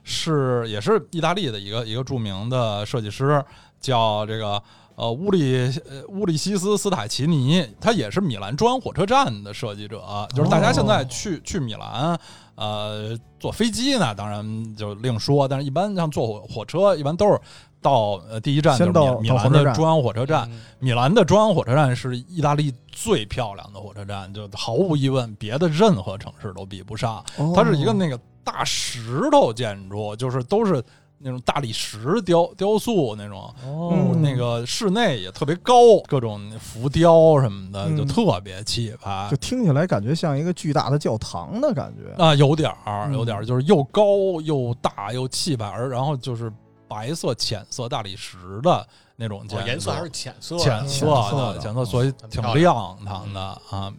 A: 是也是意大利的一个一个著名的设计师，叫这个呃乌里呃乌里西斯斯塔奇尼，他也是米兰中央火车站的设计者。就是大家现
B: 哦
A: 在去、去米兰，呃，坐飞机呢，当然就另说，但是一般像坐火火车，一般都是到呃第一站就
B: 先
A: 是
B: 到
A: 米米
B: 到
A: 兰
B: 火车
A: 的
B: 站
A: 中央火车站，
C: 嗯
A: 米兰的中央火车站是意大利最漂亮的火车站，就毫无疑问，别的任何城市都比不上。啊
B: 哦
A: 它是一个那个大石头建筑，就是都是那种大理石雕雕塑那种。
D: 哦，
B: 嗯
A: 那个室内也特别高，各种浮雕什么的，
D: 嗯
A: 就特别气派
B: 就。听起来感觉像一个巨大的教堂的感觉。
A: 啊，有点儿，
B: 嗯
A: 有点儿，就是又高又大又气派，而然后就是白色、浅色大理石的那种建
C: 哦
A: 筑，
C: 颜色还是浅色的，啊嗯
A: 浅
D: 浅
A: 色
B: 色
A: 的，
B: 的
A: 浅色，所以
C: 很
A: 挺
C: 漂
A: 亮堂的啊。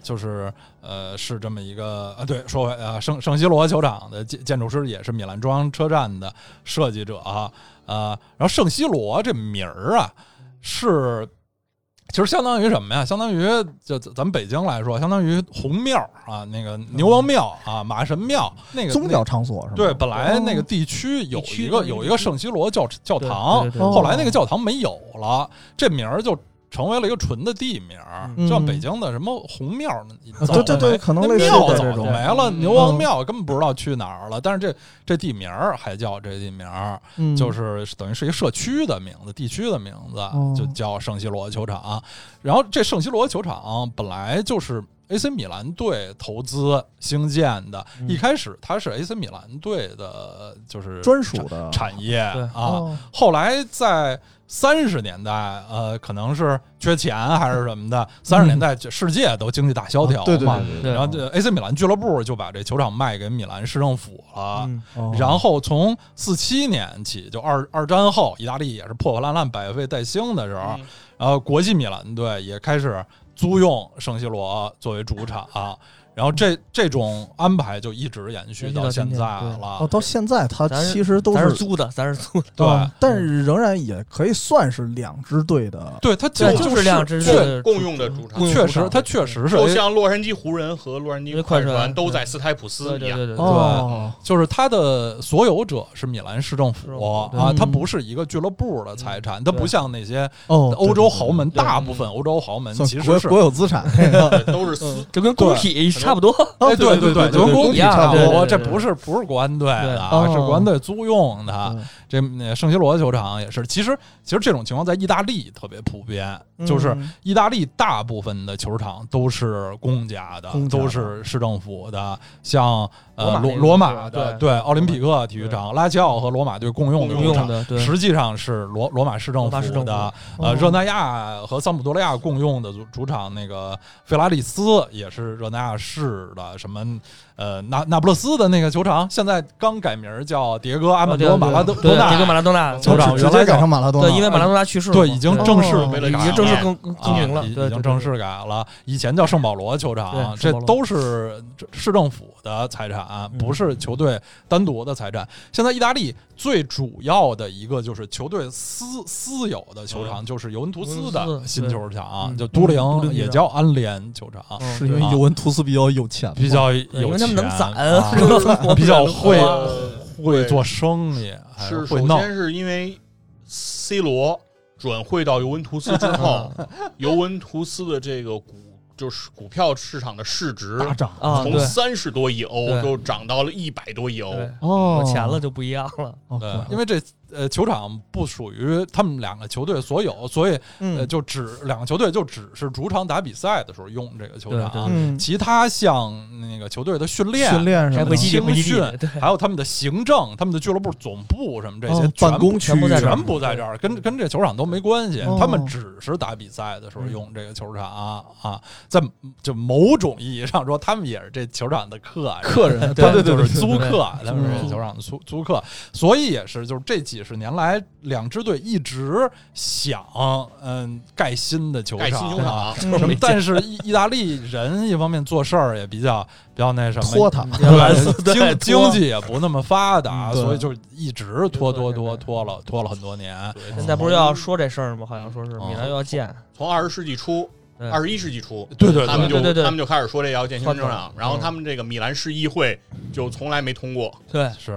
A: 就是呃，是这么一个啊，对，说回啊，圣圣西罗球场的建建筑师也是米兰中央车站的设计者啊，呃，然后圣西罗这名儿啊，是其实相当于什么呀？相当于就咱咱们北京来说，相当于红庙啊，那个牛王庙啊，马神庙那个
B: 宗
A: 那
B: 教场所是吗？
A: 对，本来那个
B: 哦
A: 地区有
D: 地区
A: 一个
D: 的那个
A: 有
D: 地
A: 一个
D: 区
A: 圣西罗教教
D: 对
A: 堂
D: 对，对
B: 哦
A: 后来那个教堂没有了，这名儿就成为了一个纯的地名儿，
B: 嗯
A: 就像北京的什么红庙，早
B: 对对
A: 就没
B: 对可能
A: 那
B: 类似
A: 庙
B: 的
A: 早
B: 这
A: 就
B: 种
A: 没了，
C: 嗯
A: 牛王庙根本不知道去哪儿了。但是这这地名儿还叫这地名儿，
B: 嗯
A: 就是等于是一个社区的名字、地区的名字
B: 哦，
A: 就叫圣西罗球场。然后这圣西罗球场本来就是。AC 米兰队投资兴建的，
D: 嗯
A: 一开始它是 AC 米兰队的，就是
B: 专属的
A: 产产业
D: 对
A: 啊。
B: 哦
A: 后来在三十年代，呃，可能是缺钱还是什么的，三十年代世界都经济大萧条嘛，
B: 嗯啊对对对
D: 哦对嗯
A: 然后这 AC 米兰俱乐部就把这球场卖给米兰市政府了。
D: 嗯
B: 哦
A: 然后从四七年起，就二二战后，意大利也是破破烂烂、百废待兴的时候，
C: 嗯
A: 然后国际米兰队也开始租用圣西罗作为主场、然后这这种安排就一直延续
D: 延续到
A: 现
D: 今
A: 在
D: 天
A: 了。
B: 哦，到现在它
D: 咱是
B: 其实都
D: 咱
B: 是
D: 是租的，咱是租的，
A: 对
B: 哦但是仍然也可以算是两支队的
A: 对，它
D: 对，
A: 就是
D: 两支
A: 确
D: 队
C: 共用的主场
D: 共用
A: 确
D: 主
A: 实，
D: 场
A: 它确实是，
C: 就像洛杉矶湖人和洛杉矶快
D: 快
C: 船
D: 船
C: 都在斯台普
D: 对
C: 斯一
A: 啊
D: 对
C: 样。
D: 对对对，
B: 哦，
A: 就是它的所有者是米兰市政
D: 市
A: 府
D: 政府对
A: 啊，它
B: 嗯
A: 不是一个俱乐部的财产，它
D: 对
A: 不像那些
B: 哦，
A: 欧洲豪门，
D: 对对
A: 大部分欧洲豪门
B: 对对对
A: 其
B: 算
A: 实是
B: 国国有资产，
A: 嗯
C: 都是私
D: 就跟工体一
C: 可
D: 差不多，
A: 哎，对
B: 对
A: 对，就跟工
B: 工
D: 体
A: 体
D: 差
A: 差
D: 不
A: 不
D: 多
A: 多，这
D: 对对对
A: 不是不是国安队的啊，
B: 对
A: 是国安队租用的。
B: 啊，
A: 这呃圣西罗球场也是，其实其实这种情况在意大利特别普遍，就是
B: 嗯
A: 意大利大部分的球场都是公家的，
B: 公家的
A: 都是市政府的，像呃罗
D: 罗
A: 罗
D: 马那
A: 马
D: 个是吧
A: 的
D: 对
A: 对奥林匹克体育场，拉齐奥和罗马队共用的
D: 公
A: 球
D: 用
A: 场。
D: 的，对，
A: 实际上是罗罗马市政
D: 罗马市政
A: 府
D: 府
A: 的，
B: 哦
A: 呃，热那亚和桑普多利亚共用的主主场，那个费拉里斯也是热那亚市的，什么呃那那不勒斯的那个球场，现在刚改名儿叫迭戈阿曼多马拉多
D: 哦对，
A: 多纳
D: 迭戈马拉多纳
A: 球场
B: 直
A: 原
B: 接
A: 来
B: 改
A: 叫
B: 成马拉多纳，
D: 对，因为马拉多纳去世了嘛，
A: 对，已经正式
B: 哦
C: 为了
D: 已
C: 改
D: 经正式
C: 名
D: 更更更名了，
A: 啊、已
D: 对
A: 已
D: 对
A: 经
D: 对
A: 正
D: 对
A: 式改了。以前叫圣保罗球场，
D: 对圣
A: 这
D: 保罗嗯
A: 都是市政府的财产，不是球队单独的财产。现在意大利最主要的一个就是球队私私有的球场，就是尤文图斯
D: 嗯尤文
A: 的
D: 图斯
A: 新
D: 对
A: 球场，
D: 嗯
A: 就都
B: 都
A: 灵
B: 灵
A: 也
B: 球
A: 叫安联球场，
D: 嗯
B: 是因为
A: 啊
B: 尤文图斯比较有钱嘛，
A: 比较
D: 对因
A: 有
D: 为
A: 钱，
D: 他们能攒
A: 啊比较会会做生意，还
C: 是
A: 会
C: 首
A: 弄。
C: 先是因为 C 罗转会到尤文图斯 之
B: 哦
C: 后，尤文图斯的这个股就是股票市场的市值
B: 大涨
D: 啊，
C: 从
D: 对，
C: 三十多亿欧
D: 对
C: 就涨到了一百多亿欧。
D: 对
B: 哦
D: 有钱了就不一样 了，
B: 哦
A: 对，因为这呃球场不属于他们两个球队所有，所以呃，
B: 嗯
A: 就只两个球队就只是主场打比赛的时候用这个球场
D: 对
A: 啊，
D: 对
B: 嗯，
A: 其他像那个球队的训练、啊
B: 训练什
D: 开
B: 么的
D: 会基地
A: 青
D: 会基地，
A: 训
D: 对，
A: 还有他们的行政、他们的俱乐部总部什么这些，
B: 哦
A: 全
B: 办公区
D: 全部在这儿
A: 全部在这儿，跟跟这球场都没关系，
B: 哦嗯
A: 他们只是打比赛的时候用这个球场啊，啊在就某种意义上说，他们也是这球场的客啊人。
B: 客人，
A: 他们
B: 对
A: 就是
B: 对
A: 租客，啊他们
B: 嗯
A: 是球场的租租客，所以也是就是这几十年来，两支队一直想嗯盖新的球
C: 盖新球
A: 啊
C: 场，
B: 嗯
A: 什么但是意意大利人一方面做事儿也比较比较那什么，
B: 拖沓，
A: 对
D: 对
A: 经经济也不那么发达，
B: 嗯对
A: 所以就一直拖拖拖
D: 对对对
A: 拖了拖了很多年。
C: 对
D: 现在不是要说这事儿吗？好像说是米兰又要建，
C: 从二十世纪初、
D: 对
C: 哦二十一世纪初，
A: 对对
C: 他们
A: 对，
C: 就
D: 对对对
C: 他们就开始说这要建新球
D: 传
C: 场，啊然后
D: 嗯
C: 他们这个米兰市议会就从来没通过。
D: 对，
A: 是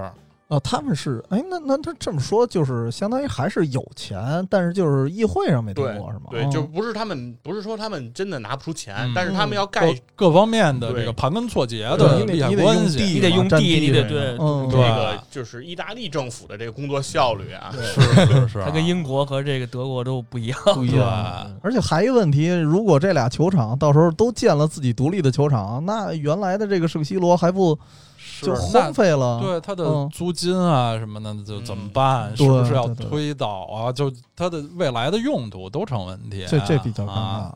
B: 啊，他们是哎，那那他这么说就是相当于还是有钱，但是就是议会上没通
C: 对
B: 过是吗？
D: 哦
C: 对，就不是他们，不是说他们真的拿不出
D: 嗯
C: 钱，但是他们要盖
A: 各各方面的这
C: 对
A: 个盘根错节
B: 啊对
A: 的
B: 你得
A: 利害
B: 你得
A: 关
B: 用
C: 啊
A: 系
B: 地
D: 你得用
B: 占
D: 地，
B: 地
D: 你得
B: 什么
D: 对
B: 的，嗯
C: 这
A: 对
C: 个，就是意大利政府的这个工作效率啊，
A: 是是是，
D: 它跟英国和这个德国都不一样，
B: 不一
A: 对
B: 样。嗯而且还有一个问题，如果这俩球场到时候都建了自己独立的球场，那原来的这个圣西罗还不
A: 是
B: 就
A: 那
B: 荒废了？
A: 对它的
B: 嗯
A: 租金啊什么的，就怎么办？
B: 嗯
A: 是不是要
B: 对对对
A: 推倒啊？就它的未来的用途都成问题，
B: 这这比较尴
A: 啊。
B: 尬。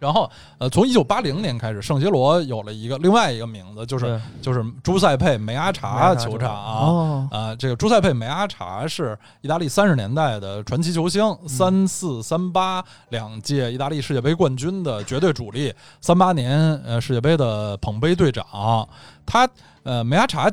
A: 然后，呃，从一九八零年开始，圣杰罗有了一个另外一个名字，就是
D: 对
A: 就是朱塞佩梅阿
D: 梅阿
A: 查
D: 查
A: 球
D: 球
A: 场
D: 场
A: 啊。
B: 哦，
A: 啊，这个朱塞佩·梅阿查是意大利三十年代的传奇球星，
B: 嗯
A: 三四三八两届意大利世界杯冠军的绝对主力，三八年呃世界杯的捧杯队长。他呃梅阿查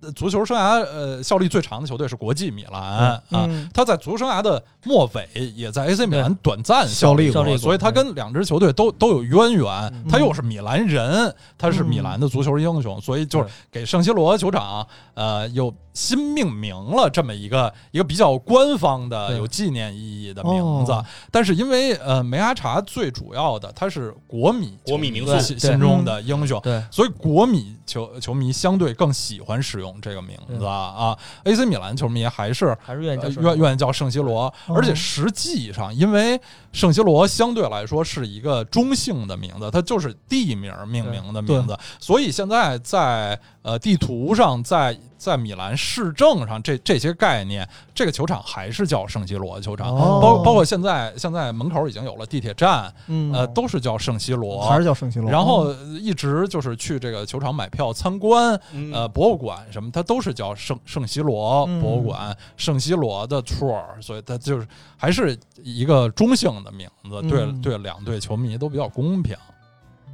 A: 呃足球生涯呃效力最长的球队是国际米兰、啊。
B: 嗯
A: 他在足球生涯的末尾，也在 AC 米兰短暂
B: 效力嗯
A: 过，
D: 过
A: 所以他跟两支球队都都有渊源。他又是米兰人，他是米兰的足球英雄，所以就是给圣西罗球场呃又新命名了这么一个一个比较官方的
D: 对
A: 有纪念意义的名字。
B: 哦
A: 但是因为呃梅阿查最主要的他是国米
C: 国米名
A: 球迷
C: 宿
A: 心心中的英
B: 嗯
A: 雄，
D: 对
A: 所以国米球球迷相对更喜欢使用这个名字啊。AC 米兰球迷还是
D: 还是愿意
A: 呃
D: 叫
A: 愿愿意叫圣西
B: 哦
A: 罗，而且实际上，因为圣西罗相对来说是一个中性的名字，它就是地名命名的名字，所以现在在呃地图上，在在米兰市政上，这这些概念，这个球场还是叫圣西罗球场，
B: 哦
A: 包包括现在现在门口已经有了地铁站，
B: 嗯
A: 呃，都是叫圣西罗，
B: 还是叫圣西罗。哦
A: 然后呃一直就是去这个球场买票参观，
C: 嗯
A: 呃，博物馆什么，它都是叫圣圣西罗
B: 嗯
A: 博物馆、圣西罗的 tour，所以它就是还是一个中性的名字，对
B: 嗯
A: 对，两队球迷都比较公平。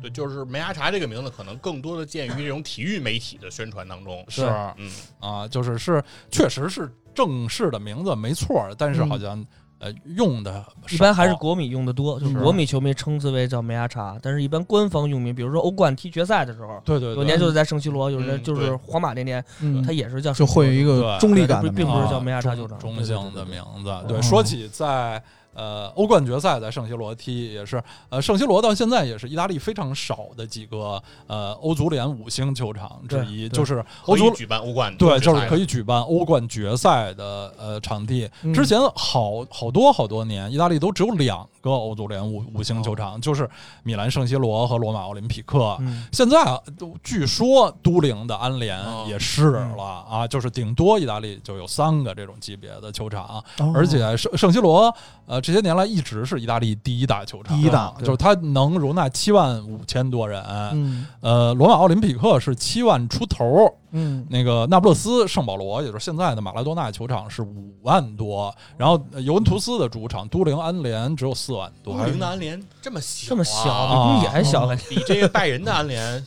C: 对，就是梅阿查这个名字，可能更多的见于这种体育媒体的宣传当中。
A: 是
D: 对
A: 啊，
C: 嗯，
A: 就是是确实是正式的名字没错儿，但是
B: 嗯
A: 好像、呃用的
D: 一般还是
A: 少
D: 国米用的多，就是
B: 是
D: 国米球迷称之为叫梅阿查，但是一般官方用名，比如说欧冠踢决赛的时候，
A: 对对
D: 有
A: 对，
D: 年就是在圣西罗，有人
C: 嗯
D: 就是
C: 对
D: 皇马那年，
B: 嗯
D: 他也是叫
B: 就会有一
D: 个
B: 个
A: 对
B: 中立感的
D: 对并
B: 名
D: 不
B: 字
D: 是叫梅亚查
A: 啊中
D: 球场
A: 中
D: 对对
A: 性
D: 对
A: 的
D: 对
A: 名字。对，嗯
B: 哦
A: 说起在呃，欧冠决赛在圣西罗踢，也是呃，圣西罗到现在也是意大利非常少的几个呃欧足联五星球场之一，
D: 对对
A: 就是
C: 可
A: 欧足
C: 以举办欧冠的
A: 对，
C: 决赛
A: 就是可以举办欧冠决赛的呃场地。
B: 嗯
A: 之前好好多好多年，意大利都只有两个欧足联五五星球场，就是米兰圣西罗和罗马奥林匹克。
D: 嗯，
A: 现在啊，都据说都灵的安联
C: 哦
A: 也是了啊，就是顶多意大利就有三个这种级别的球场，
B: 哦
A: 而且圣圣西罗呃这些年来一直是意大利第一大球场，啊
B: 第一大
A: 就是它能容纳七万五千多人，
B: 嗯
A: 呃，罗马奥林匹克是七万出头，
B: 嗯
A: 那个那不勒斯圣保罗，也就是现在的马拉多纳球场是五万多，然后呃尤文图斯的主场都灵安联只有四万多，
C: 都灵的安联这么小、啊，
D: 这么小，
A: 啊
D: 比你还
B: 哦
D: 小，感觉
C: 比这个拜仁的安联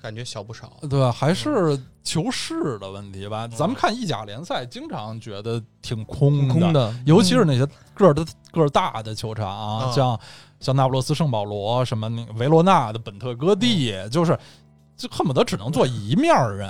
C: 感觉小不少。
A: 对，还是球市的问题吧。
C: 哦
A: 咱们看意甲联赛，经常觉得挺空的，
D: 空的。
A: 尤其是那些个儿的个儿大的球场啊，
C: 嗯
A: 像像那不勒斯圣保罗、什么那个维罗纳的本特戈地，
C: 嗯
A: 就是就恨不得只能坐一面儿人。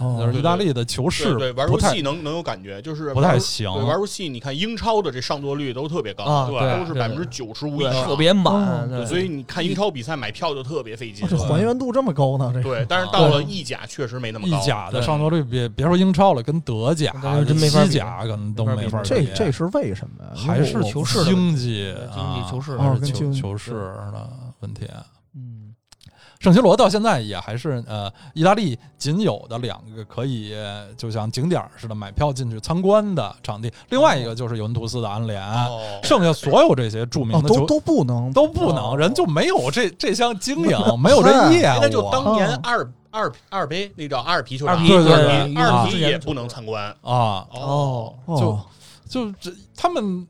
B: 哦
A: 就是意大利的球
C: 对
A: 市
C: 对，玩
A: 不
C: 游
A: 太
C: 戏能能有感觉，就是
A: 不太
C: 玩
A: 行
C: 对，玩游戏你看英超的这上座率都特别高，
D: 啊
C: 对
D: 对
C: 吧，都是
D: 对
C: 百分之九十五以上，
D: 特别
B: 哦
D: 满，
C: 对
D: 对
C: 所以你看英超比赛买票就特别费劲
B: 哦。这还原度这么高呢？这个
C: 对，但是到了意甲确实没那么
A: 意
C: 高。
A: 甲的
D: 对
A: 上座率别别说英超了，跟德甲
D: 那、真没法
A: 西
D: 比
A: 甲可能都没法比。啊
B: 这这是为什么呀？
A: 还是
B: 我
A: 球
D: 市的
A: 经济
D: 对经济
A: 啊，
D: 球市
A: 还
B: 哦
A: 是
B: 跟
A: 球
B: 经济
A: 球市的问题。啊
B: 嗯
A: 圣西罗到现在也还是呃，意大利仅有的两个可以呃就像景点儿似的买票进去参观的场地，另外一个就是尤文图斯的安联，
C: 哦，
A: 剩下所有这些著名
B: 哦，
A: 的球、
B: 都都不能
A: 都不能，
D: 哦
A: 人就没有这这项经营，没有这业务啊，
C: 哎那就当年
B: 哦
C: 阿尔阿尔阿尔卑那叫阿尔皮球场，
D: 阿尔
A: 皮对对对
C: 阿尔
A: 啊
C: 皮也不能参观。
A: 啊，
C: 哦，
B: 哦
A: 就就这他们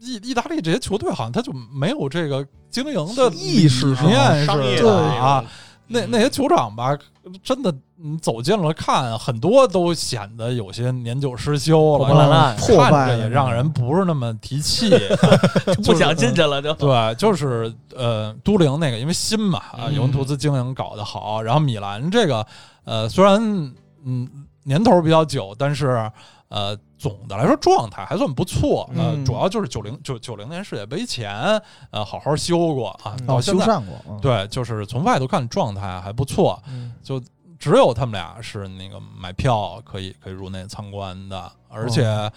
A: 意意大利这些球队好像他就没有这个经营的
B: 意识
A: 理念
C: 商业
A: 是
C: 的
A: 吧
C: 那
A: 啊
C: 种，
A: 那
C: 嗯
A: 那些球场吧，真的你走近了看，很多都显得有些年久失修了，
D: 破破烂烂
B: 破败
A: 看着也让人不是那么提 气，就是
D: 不想进去哦了就。
A: 对，就是呃，都灵那个因为新嘛，啊，
C: 嗯
A: 尤文图斯经营搞得好，然后米兰这个呃，虽然嗯年头比较久，但是呃，总的来说状态还算不错。呃，
B: 嗯
A: 主要就是九零九九零年世界杯前呃好好修过啊，
D: 嗯
A: 到
B: 哦
A: 现
B: 修
A: 在、
B: 缮过，嗯，
A: 对，就是从外头看状态还不错，
D: 嗯
A: 就只有他们俩是那个买票可以可以入内参观的，而且，
B: 哦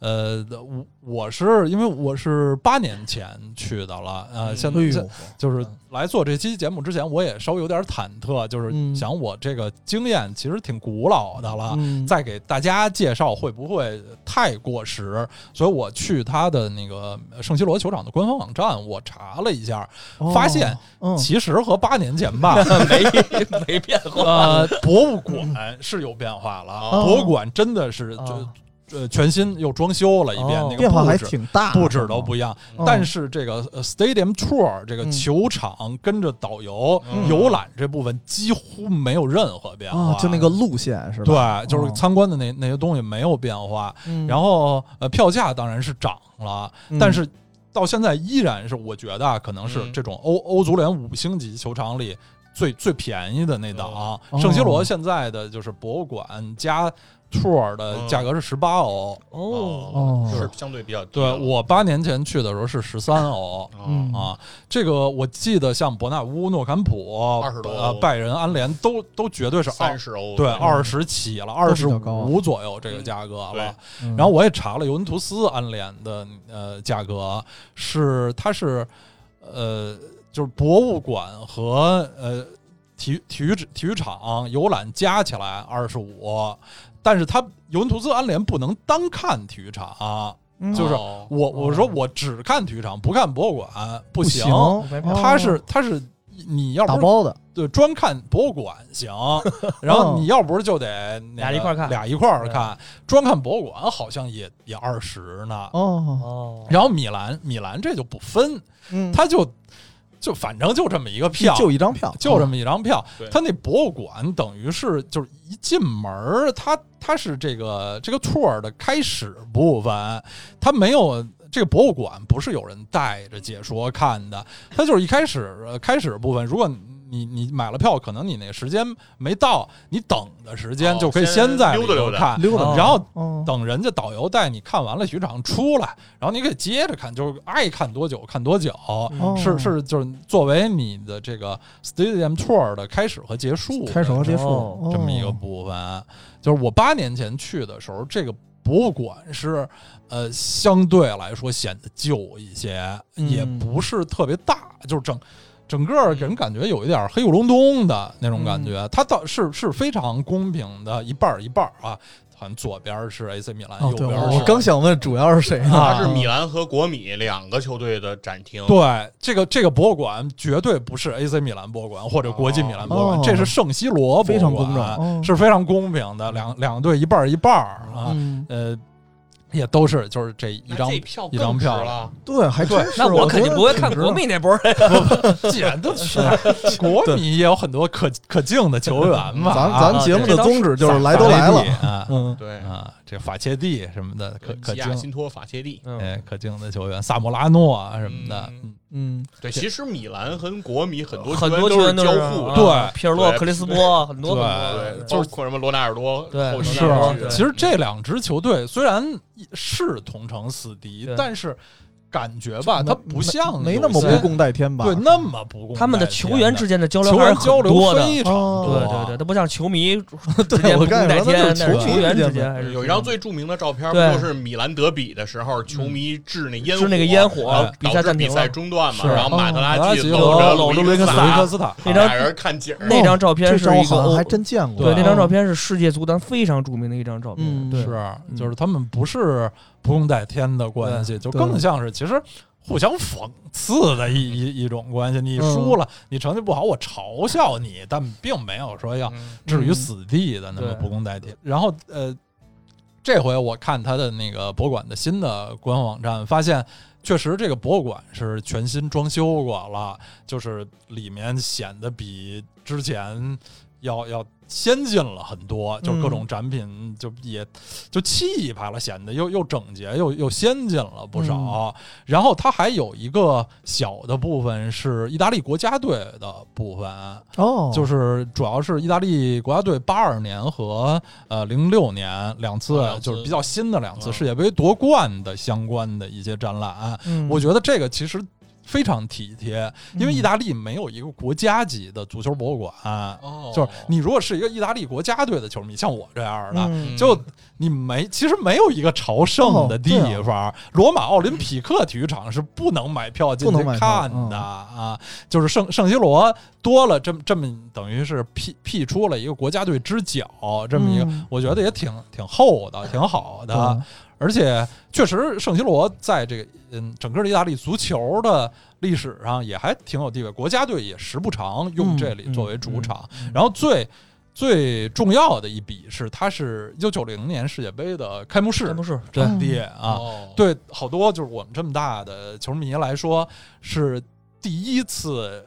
A: 呃，我我是因为我是八年前去的了，呃，
C: 嗯
A: 现
B: 哎
A: 在
B: 呦，
A: 就是来做这期节目之前，我也稍微有点忐忑，就是
B: 嗯
A: 想我这个经验其实挺古老的了，
B: 嗯
A: 再给大家介绍会不会太过时？所以我去他的那个圣西罗球场的官方网站，我查了一下，
B: 哦
A: 发现
B: 嗯
A: 其实和八年前 吧，
D: 没 没变化，
A: 呃， 博物馆是有变化了，啊，
B: 哦
A: 博物馆真的是
D: 哦
A: 就呃全新又装修了一遍，
D: 哦
A: 那个
B: 变化还
A: 布置
B: 挺大，
A: 布置都不一样。
B: 嗯
A: 但是这个呃 Stadium Tour 这个
B: 嗯
A: 球场跟着导游
C: 嗯
A: 游览这部分几乎没有任何变化
B: 啊，，就那个路线是吧？
A: 对，就是
B: 哦嗯
A: 参观的那那些东西没有变化。
B: 对
A: 然后呃，票价当然是涨了，但是。到现在依然是，我觉得啊，可能是
C: 嗯
A: 这种欧欧足联五星级球场里最最便宜的那档啊
C: 哦。
A: 圣西罗现在的就是博物馆加 tour
C: 嗯
A: 的价格是十八欧，
B: 哦
C: 是相对比较低
A: 对
C: 了
A: 我八年前去的时候是十三欧。
C: 哦
A: 啊，这个我记得，像伯纳乌、诺坎普、
C: 20多
A: 呃拜仁、安联都都绝对是二
C: 三十欧
A: 对二十起了，二十
B: 比较高啊
A: 五左右这个价格
C: 对
A: 了。
B: 嗯，
A: 然后我也查了尤文图斯安联的呃价格是它是呃就是博物馆和呃体育体育体育场游览加起来二十五，但是它尤文图斯安联不能单看体育场。
B: 嗯
A: 就是
C: 哦
A: 我我说我只看体育场，不看博物馆不
B: 不
A: 行。
D: 没
B: 哦
A: 它是它是你要
B: 打
A: 不是
B: 包的，
A: 对专看博物馆行，然
B: 哦
A: 后你要不是就得那个
D: 俩一块儿看
A: 俩一块儿看，专看博物馆好像也也二十呢。
B: 哦，
D: 哦，
A: 然后米兰，米兰这就不分，
B: 嗯，
A: 他就就反正就这么一个票，
B: 就一张票，
A: 就这么一张票
C: 啊对。
A: 他那博物馆等于是就是一进门儿，它它是这个这个 tour 的开始部分，它没有。这个博物馆不是有人带着解说看的，它就是一开始呃开始部分。如果你你买了票，可能你那时间没到，你等的时间
C: 哦
A: 就可以
C: 先
A: 在
C: 溜达
A: 里头
C: 溜达
A: 看，
B: 溜达
D: 哦
A: 然后
B: 哦，
A: 等人家导游带你看完了雪场出来，然后你可以接着看，就是爱看多久看多久。
B: 哦
A: 嗯是是，就是作为你的这个 stadium tour 的开始和结束的，
B: 开始和结束
D: 哦
A: 这么一个部分。就是我八年前去的时候，这个博物馆是呃相对来说显得旧一些，
D: 嗯
A: 也不是特别大，就是整。整
B: 嗯
A: 个给人感觉有一点黑咕隆咚的那种感觉，它倒是是非常公平的，一半儿一半儿啊，好像左边儿是 AC 米兰，
B: 哦
A: 右
B: 对，
A: 边
B: 我
A: 儿
B: 我
A: 是
B: 刚想问主要是谁呢？
A: 啊
C: 它是米兰和国米两个球队的展厅，
A: 对，这个这个博物馆绝对不是 AC 米兰博物馆或者国际米兰博物馆，
B: 哦
A: 这是圣西罗博物馆，嗯
B: 非常公正哦
A: 啊是非常公平的，两两队一半儿一半儿啊，
B: 嗯，
A: 呃，也都是就是这一
C: 那
A: 张
C: 这，票
A: 一张
C: 更值
A: 票
C: 了，
B: 对，还真是。
D: 那我肯定不会
B: 觉得
D: 看
B: 挺值
D: 国
B: 的
D: 米那波人，
A: 既然都去 了，国米也有很多可可敬的球员嘛，
B: 咱
A: 啊
B: 咱节目
D: 这
B: 的
D: 倒
B: 宗旨就是来都
A: 法
B: 来
A: 雷
B: 了
A: 蒂，啊
B: 嗯，
C: 对，
A: 啊，这法切蒂什么的可可
C: 吉嗯亚
A: 敬，
C: 辛托法切利。
D: 嗯
A: 哎，可敬的球员，萨莫拉诺啊什么的，
C: 嗯
A: 嗯
B: 嗯，
C: 对，其实米兰和国米很多
D: 很
C: 球员
D: 多球员
C: 都
D: 都
C: 是交
D: 是啊
C: 互的，
A: 对
D: 皮尔洛、
C: 对
D: 克里斯波，很多
A: 啊对
D: 很
C: 对，
D: 多，
C: 包括什么罗纳尔多，
D: 对
C: 后期
A: 是啊
D: 罗纳尔多
C: 的
D: 对
A: 其实这两支球队虽然是同城死敌
D: 对，
A: 但是感觉吧，
B: 没
A: 它不像
B: 没那么
A: 有些
B: 不共戴天吧？
A: 对那么不公。
D: 他们的球员之
A: 间
D: 间的交流
A: 球
D: 还是
A: 员
D: 很
A: 交流
D: 多的。
A: 非常
B: 哦
A: 多
D: 对
A: 啊
D: 对对，，他不像球迷之
B: 对，
D: 间
B: 我
D: 不
B: 刚才
D: 共戴
B: 也说那就是
D: 天，但是
B: 球
D: 球
B: 迷
D: 员之
B: 间
D: 间还是
C: 有一张最著名的照片，不
D: 对
C: 就是米兰德比的时候，球迷掷那烟火，
D: 是那个烟火
C: 然后
D: 比
C: 导
D: 赛
C: 致
D: 暂
C: 比
D: 停
C: 赛
D: 了。
C: 中断嘛，
A: 是哦
C: 然后马德
A: 马德拉
C: 吉
A: 吉
C: 搂
A: 和
C: 鲁
A: 鲁
C: 伊
A: 伊
C: 斯
A: 斯
C: 塔
A: 科，斯塔，
D: 那张
C: 俩人看景儿，
D: 那张照片
B: 这
D: 是
B: 招
D: 一个
B: 好像
D: 欧
B: 还真见过。
D: 对，那张照
B: 片
D: 片是世界足坛非常著名的一张照片
B: 嗯，
D: 对，
A: 是
D: 嗯
A: 就是他们不是不共戴天的关系，就更像是其实。互相讽刺的一一一种关系，你输了，你成绩不好，我嘲笑你，但并没有说要
C: 嗯
A: 置于死地的那么
D: 对
A: 不共戴天。然后呃，这回我看他的那个博物馆的新的官方网站，发现确实这个博物馆是全新装修过了，就是里面显得比之前要要。先进了很多，就是各种展品就也、就气派了，显得又又整洁又又先进了不少。
D: 嗯
A: 然后它还有一个小的部分是意大利国家队的部分，
B: 哦，
A: 就是是主要是意大利国家队八二年和呃零六年两次
C: 啊两次
A: 就是比较新的两次
C: 嗯
A: 世界杯夺冠的相关的一些展览，
D: 嗯
A: 我觉得这个其实非常体贴，因为
D: 嗯
A: 意大利没有一个国家级的足球博物馆，
C: 哦
A: 就是你如果是一个意大利国家队的球迷，像我这样的，
D: 嗯
C: 嗯
A: 就你没，其实没有一个朝圣的地
B: 哦
A: 方。罗马奥林匹克体育场是不能买票进
B: 不
A: 去
B: 能买票嗯
A: 看的、啊，就是圣圣西罗多了这么这么等于是辟辟出了一个国家队之角，这么一个，
B: 嗯哦
A: 我觉得也挺挺厚的，挺好的。而且确实，圣西罗在这个嗯整个的意大利足球的历史上也还挺有地位，国家队也时不常用这里作为主场。然后最最重要的一笔是，它是一九九零年世界杯的开幕式
D: 真不是对
A: 场地啊，
C: 哦，
A: 对好多就是我们这么大的球迷来说，是第一次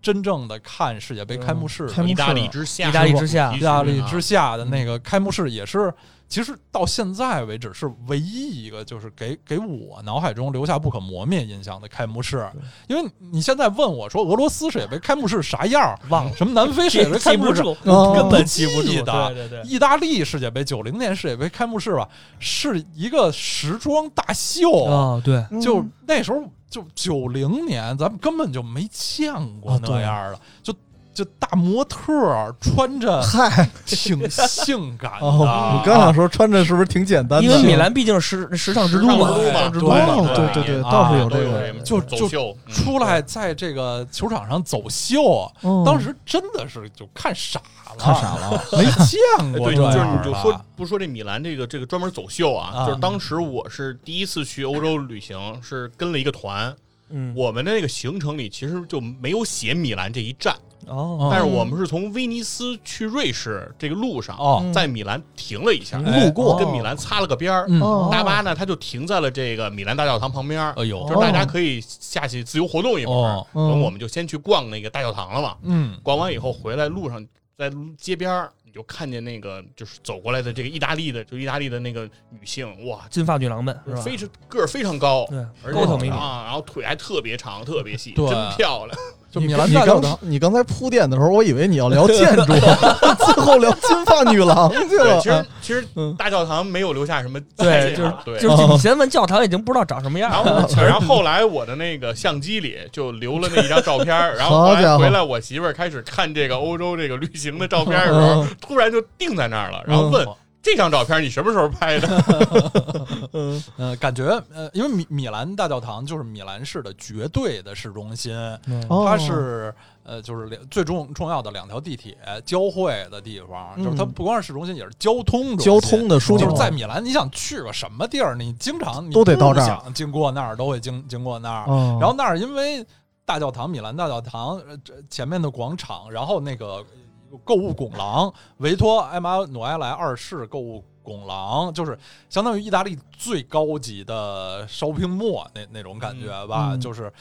A: 真正的看世界杯开幕式的
B: 开幕
C: 意大
B: 式
C: 利之下，
D: 意大利之下
A: 意大利之
C: 下，
A: 下的那
D: 嗯
A: 个开幕式也是，其实到现在为止是唯一一个就是给给我脑海中留下不可磨灭印象的开幕式。因为你现在问我说俄罗斯世界杯开幕式啥样儿，
D: 忘了
A: 什么南 非世界杯开
D: 嗯记
A: 幕
D: 不
A: 式，
D: 住，
B: 哦
A: 根
D: 本
A: 本
D: 记不住，
A: 记得
D: 对对对，
A: 意大利世界杯九零年世界杯开幕式吧，是一个时装大秀，
D: 哦对，
B: 嗯
A: 就那时候就九零年，咱们根本就没见过
B: 啊
A: 那
B: 对
A: 样儿的，就就大模特儿穿 着。
B: 嗨，
A: 挺性感的。啊
B: 哦，我刚想说穿着是不是挺简单的？
D: 因为米兰毕竟是时尚之都嘛，
A: 时尚之
D: 之
A: 都
D: 都
A: 嘛
D: 嘛，
B: 哦，对对对，
A: 啊
B: 倒是
C: 有
B: 有这
C: 有
B: 个，
C: 这
A: 就
C: 走
A: 就
C: 秀嗯
A: 出来在这个球场上走秀，啊
D: 哦
B: 嗯
A: 当时真的是就看傻了，
B: 看傻了，
A: 没见过
C: 哎对，
A: 这
C: 就
A: 样的
C: 是你就说不说这米兰这个这个专门走秀啊？
A: 啊
C: 就是当时我是第一次去欧洲旅行，是跟了一个团，
D: 嗯，
C: 我们那个行程里其实就没有写米兰这一站，
D: 哦，
C: 但是我们是从威尼斯去瑞士这个路上，
A: 哦
C: 在米兰停了一下，
A: 哎路
B: 过
C: 跟米兰擦了个边儿。
A: 嗯
B: 哦
C: 大巴呢，它就停在了这个米兰大教堂旁边儿，
A: 哎呦
C: 就是大家可以下去自由活动一会儿
A: 哦。
B: 嗯
C: 等我们就先去逛那个大教堂了嘛。
A: 嗯
C: 逛完以后回来路上，在街边儿你就看见那个就是走过来的这个意大利的，就意大利的那个女性，哇，
D: 金发女郎们是吧？
C: 非常个儿非常高，
D: 对
C: 而且
D: 高挑美女
C: 啊，然后腿还特别长，特别细，
A: 对
C: 真漂亮。
A: 就米兰
B: 你
A: 大教
B: 刚
A: 堂。
B: 你刚才铺垫的时候，我以为你要聊建筑，最后聊金发女郎去
C: 对，
B: 了。
C: 其实其实
B: 嗯
C: 大教堂没有留下什么
D: 对，
C: 概念
D: 就是
C: 啊对。
D: 就是你先问教堂已经不知道长什么样
C: 然
D: 了，
C: 后，然后后来我的那个相机里就留了那一张照片儿，然后后
B: 好
C: 来
B: 家伙
C: 回来，我媳妇儿开始看这个欧洲这个旅行的照片儿的时候，
D: 嗯
C: 突然就定在那儿了，然后问
A: 嗯
C: 这张照片你什么时候拍的？
B: 嗯，
A: 呃，感觉呃，因为米米兰大教堂就是米兰市的绝对的市中心，
D: 嗯
B: 哦
A: 它是呃，就是两最重重要的两条地铁交汇的地方，就是它
B: 嗯
A: 不光是市中心，也是交通中心
B: 交通的枢
A: 就是
B: 纽
A: 在米兰，你想去个什么地儿，你经常你
B: 都得
A: 不
B: 到这儿哦
A: 想经过那儿都会经经过那儿。
B: 啊然
A: 然后那儿因为大教堂，米兰大教堂呃这前面的广场，然后那个购物拱廊，维托埃马努埃莱二世购物拱廊，就是相当于意大利最高级的 shopping mall 那那种感觉吧，
B: 嗯
A: 就是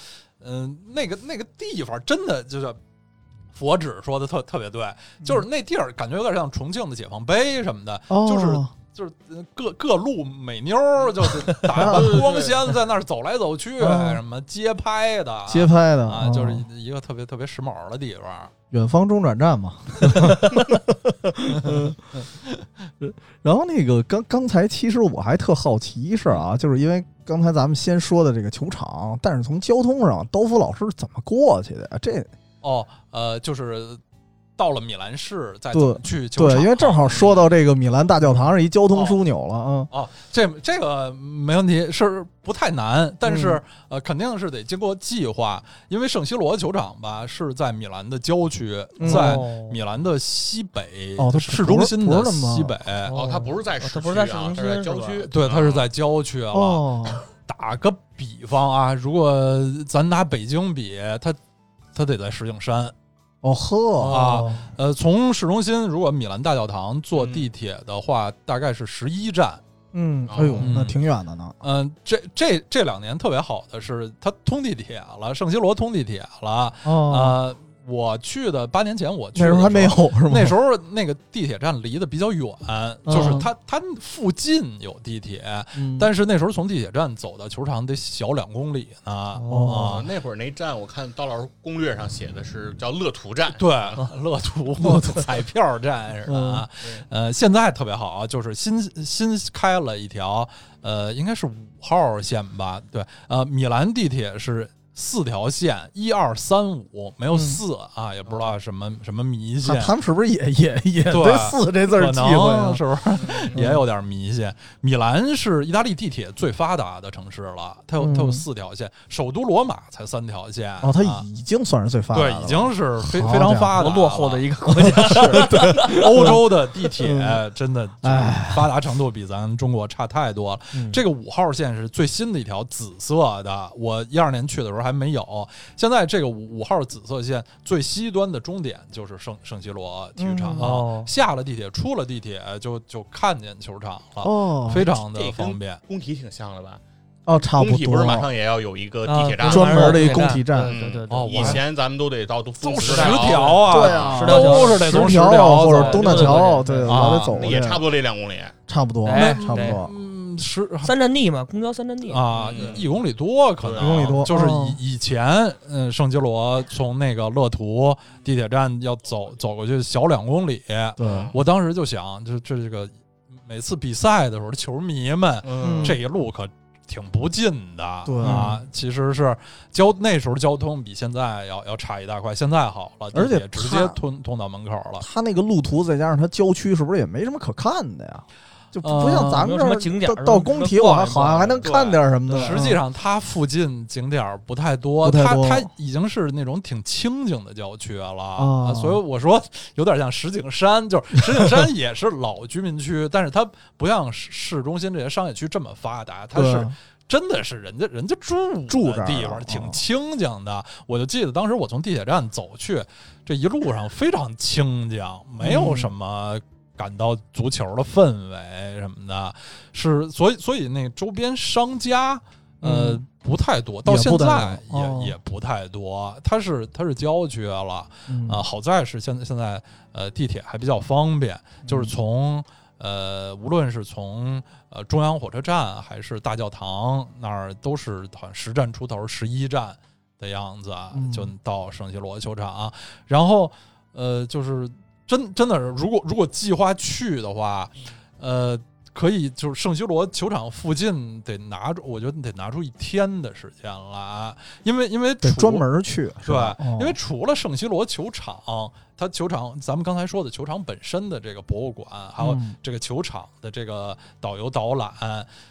A: 嗯、那个那个地方真的就是。佛指说的特特别对，就是那地儿感觉有点像重庆的解放碑什么的，就是就是呃各各路美妞儿，
B: 嗯
A: 就是 打扮光鲜，在那儿走来走去，
B: 啊
A: 什么街拍的，
B: 街拍哦的
A: 啊，就是一个特别特别时髦的地方。
B: 远方中转 站嘛。然后那个刚刚才，其实我还特好奇一事儿啊，就是因为刚才咱们先说的这个球场，但是从交通上，刀夫老师怎么过去的呀？这
A: 哦，呃，就是到了米兰市再走
B: 对
A: 去球
B: 对，
A: 场嗯
B: 因为正好说到这个米兰大教堂是一交通枢纽了啊。
A: 哦，这这个没问题，是不太难，但
B: 嗯
A: 是、呃，肯定是得经过计划，因为圣西罗球场吧是在米兰的郊区，
B: 嗯
A: 在
D: 哦
A: 米兰的西北，
B: 哦它不是
A: 市中心的
B: 不是那么
A: 西北。
C: 哦，它不是在
D: 哦
C: 市区
D: 它
C: 啊，
D: 不是在市
C: 它
D: 中心
C: 是在
D: 是
C: 郊
D: 吧嗯
C: 区，
A: 对，它是在郊区了。
B: 哦，
A: 打个比方啊，如果咱拿北京比，它它得在石景山。
B: 哦呵
A: 啊，呃，从市中心如果米兰大教堂坐地铁的话，大概是十一站。
B: 嗯，哎呦
A: 嗯，
B: 那挺远的呢。
A: 嗯、这这这两年特别好的是，它通地铁了，圣西罗通地铁了。
B: 哦，
A: 呃，我去的八年前我去
B: 那
A: 的
B: 时候还没有。是吗？
A: 那时候那个地铁站离得比较远，就是它它附近有地铁，
B: 嗯，
A: 但是那时候从地铁站走到球场得小两公里呢。
B: 哦
A: 啊
C: 啊，那会儿那站我看刀老师攻略上写的是叫乐图站，
A: 对， 乐图乐图彩票站似的
B: 嗯
A: 啊。
D: 嗯
A: 呃，现在特别好啊，就是新新开了一条，呃，应该是五号线吧？对，呃，米兰地铁是。四条线，一二三五，没有四、啊，也不知道什么什么迷信
B: 嗯啊他，他们是不是也也也
A: 对啊
B: 四这字
A: 可
B: 儿忌讳啊
A: 能？是不是也有点迷信？米兰是意大利地铁最发达的城市了，它有它有
B: 嗯
A: 四条线，首都罗马才三条线
B: 哦，它
A: 啊
B: 已经算是最发达
A: 对
B: 的了，
A: 已经是非
B: 好
A: 非常
B: 家伙
A: 发达
D: 落后
A: 了
D: 的一个国 家，
A: 欧洲的地铁真的
B: 嗯唉
A: 发达程度比咱中国差太多了。
B: 嗯
A: 这个五号线是最新的一条紫色的，我一二年去的时候还没有。现在这个五五号紫色线最西端的终点就是圣圣西罗体育场啊
B: 嗯
D: 哦
A: 下了地铁，出了地铁就就看见球场了，
B: 哦
A: 非常
C: 这
A: 的
C: 跟
A: 方便。
C: 工体挺像的吧？
B: 哦，差
C: 工
B: 不
C: 体不
B: 多
C: 是马上也要有一个地铁站
D: 啊
C: 吗？
B: 专门的一工体站
D: 对对对对，
A: 哦我
C: 以前咱们都得到都
A: 走
C: 时
A: 十
C: 代
A: 条啊，
B: 对啊
D: 十条桥
A: 都是得从
B: 石
A: 十条
B: 桥或者
A: 走
B: 东大
D: 对对
B: 桥，
D: 对
B: 对，
A: 对
B: 老
A: 啊
B: 得走
C: 那
B: 过
C: 也
B: 去，
C: 差不多这两公里。
B: 差不多，
D: 哎
B: 差不多。
A: 嗯，十
D: 三站地嘛，公交三站地，
A: 啊，
C: 嗯
A: 一一公里多可能
C: 一公里
B: 多
A: 啊就是
B: 哦
A: 以以前，嗯，圣基罗从那个乐图地铁站要走走过去小两公里，
B: 对，
A: 我当时就想，就这这个每次比赛的时候，球迷们
C: 嗯
A: 这一路可。挺不近的，
B: 对嗯
A: 啊，其实是交那时候交通比现在要要差一大块，现在好了，
B: 而
A: 地
B: 且
A: 铁直接
B: 它
A: 通通到门口了。
B: 它那个路途再加上它郊区，是不是也没什么可看的呀？就不不像咱
D: 没
B: 们
D: 有
B: 这
D: 什么
B: 儿
D: 景点
B: 到
D: 儿
B: 到
D: 什么
B: 工
D: 的
B: 体，我
D: 逛
B: 还
D: 一
B: 好像
D: 逛
B: 还能
A: 对
B: 看点儿什么的。
A: 实际上，它附近景点儿不太多，
B: 嗯不太多
A: 它它已经是那种挺清静的郊区了、
B: 啊
A: 所以我说有点像石景山，就是石景 山也是老居民区，但是它不像市市中心这些商业区这么发达，它
B: 嗯
A: 是真的是人家人家住
B: 住这
A: 的
B: 儿
A: 地方
B: 啊
A: 挺清静的。我就记得当时我从地铁站走去，这一路上非常清静，没
B: 嗯
A: 有什么感到足球的氛围什么的，是所以所以那周边商家。呃，
B: 嗯
A: 不太多，到现
B: 不太
A: 在也
B: 多哦
A: 也不太多。它是它是郊区了
B: 嗯
A: 啊，好在是现在现在呃地铁还比较方便，
B: 嗯
A: 就是从呃，无论是从呃中央火车站还是大教堂那儿，都是好像十站出头，十一站的样子啊
B: 嗯，
A: 就到圣西罗球场、啊然后呃，就是真真的是，如果如果计划去的话，呃，可以就是圣西罗球场附近得拿出，我觉得得拿出一天的时间来，因为因为
B: 得
A: 除
B: 专门去，是
A: 对
B: 吧？哦
A: 因为除了圣西罗球场，它球场咱们刚才说的球场本身的这个博物馆，还有
B: 嗯
A: 这个球场的这个导游导览，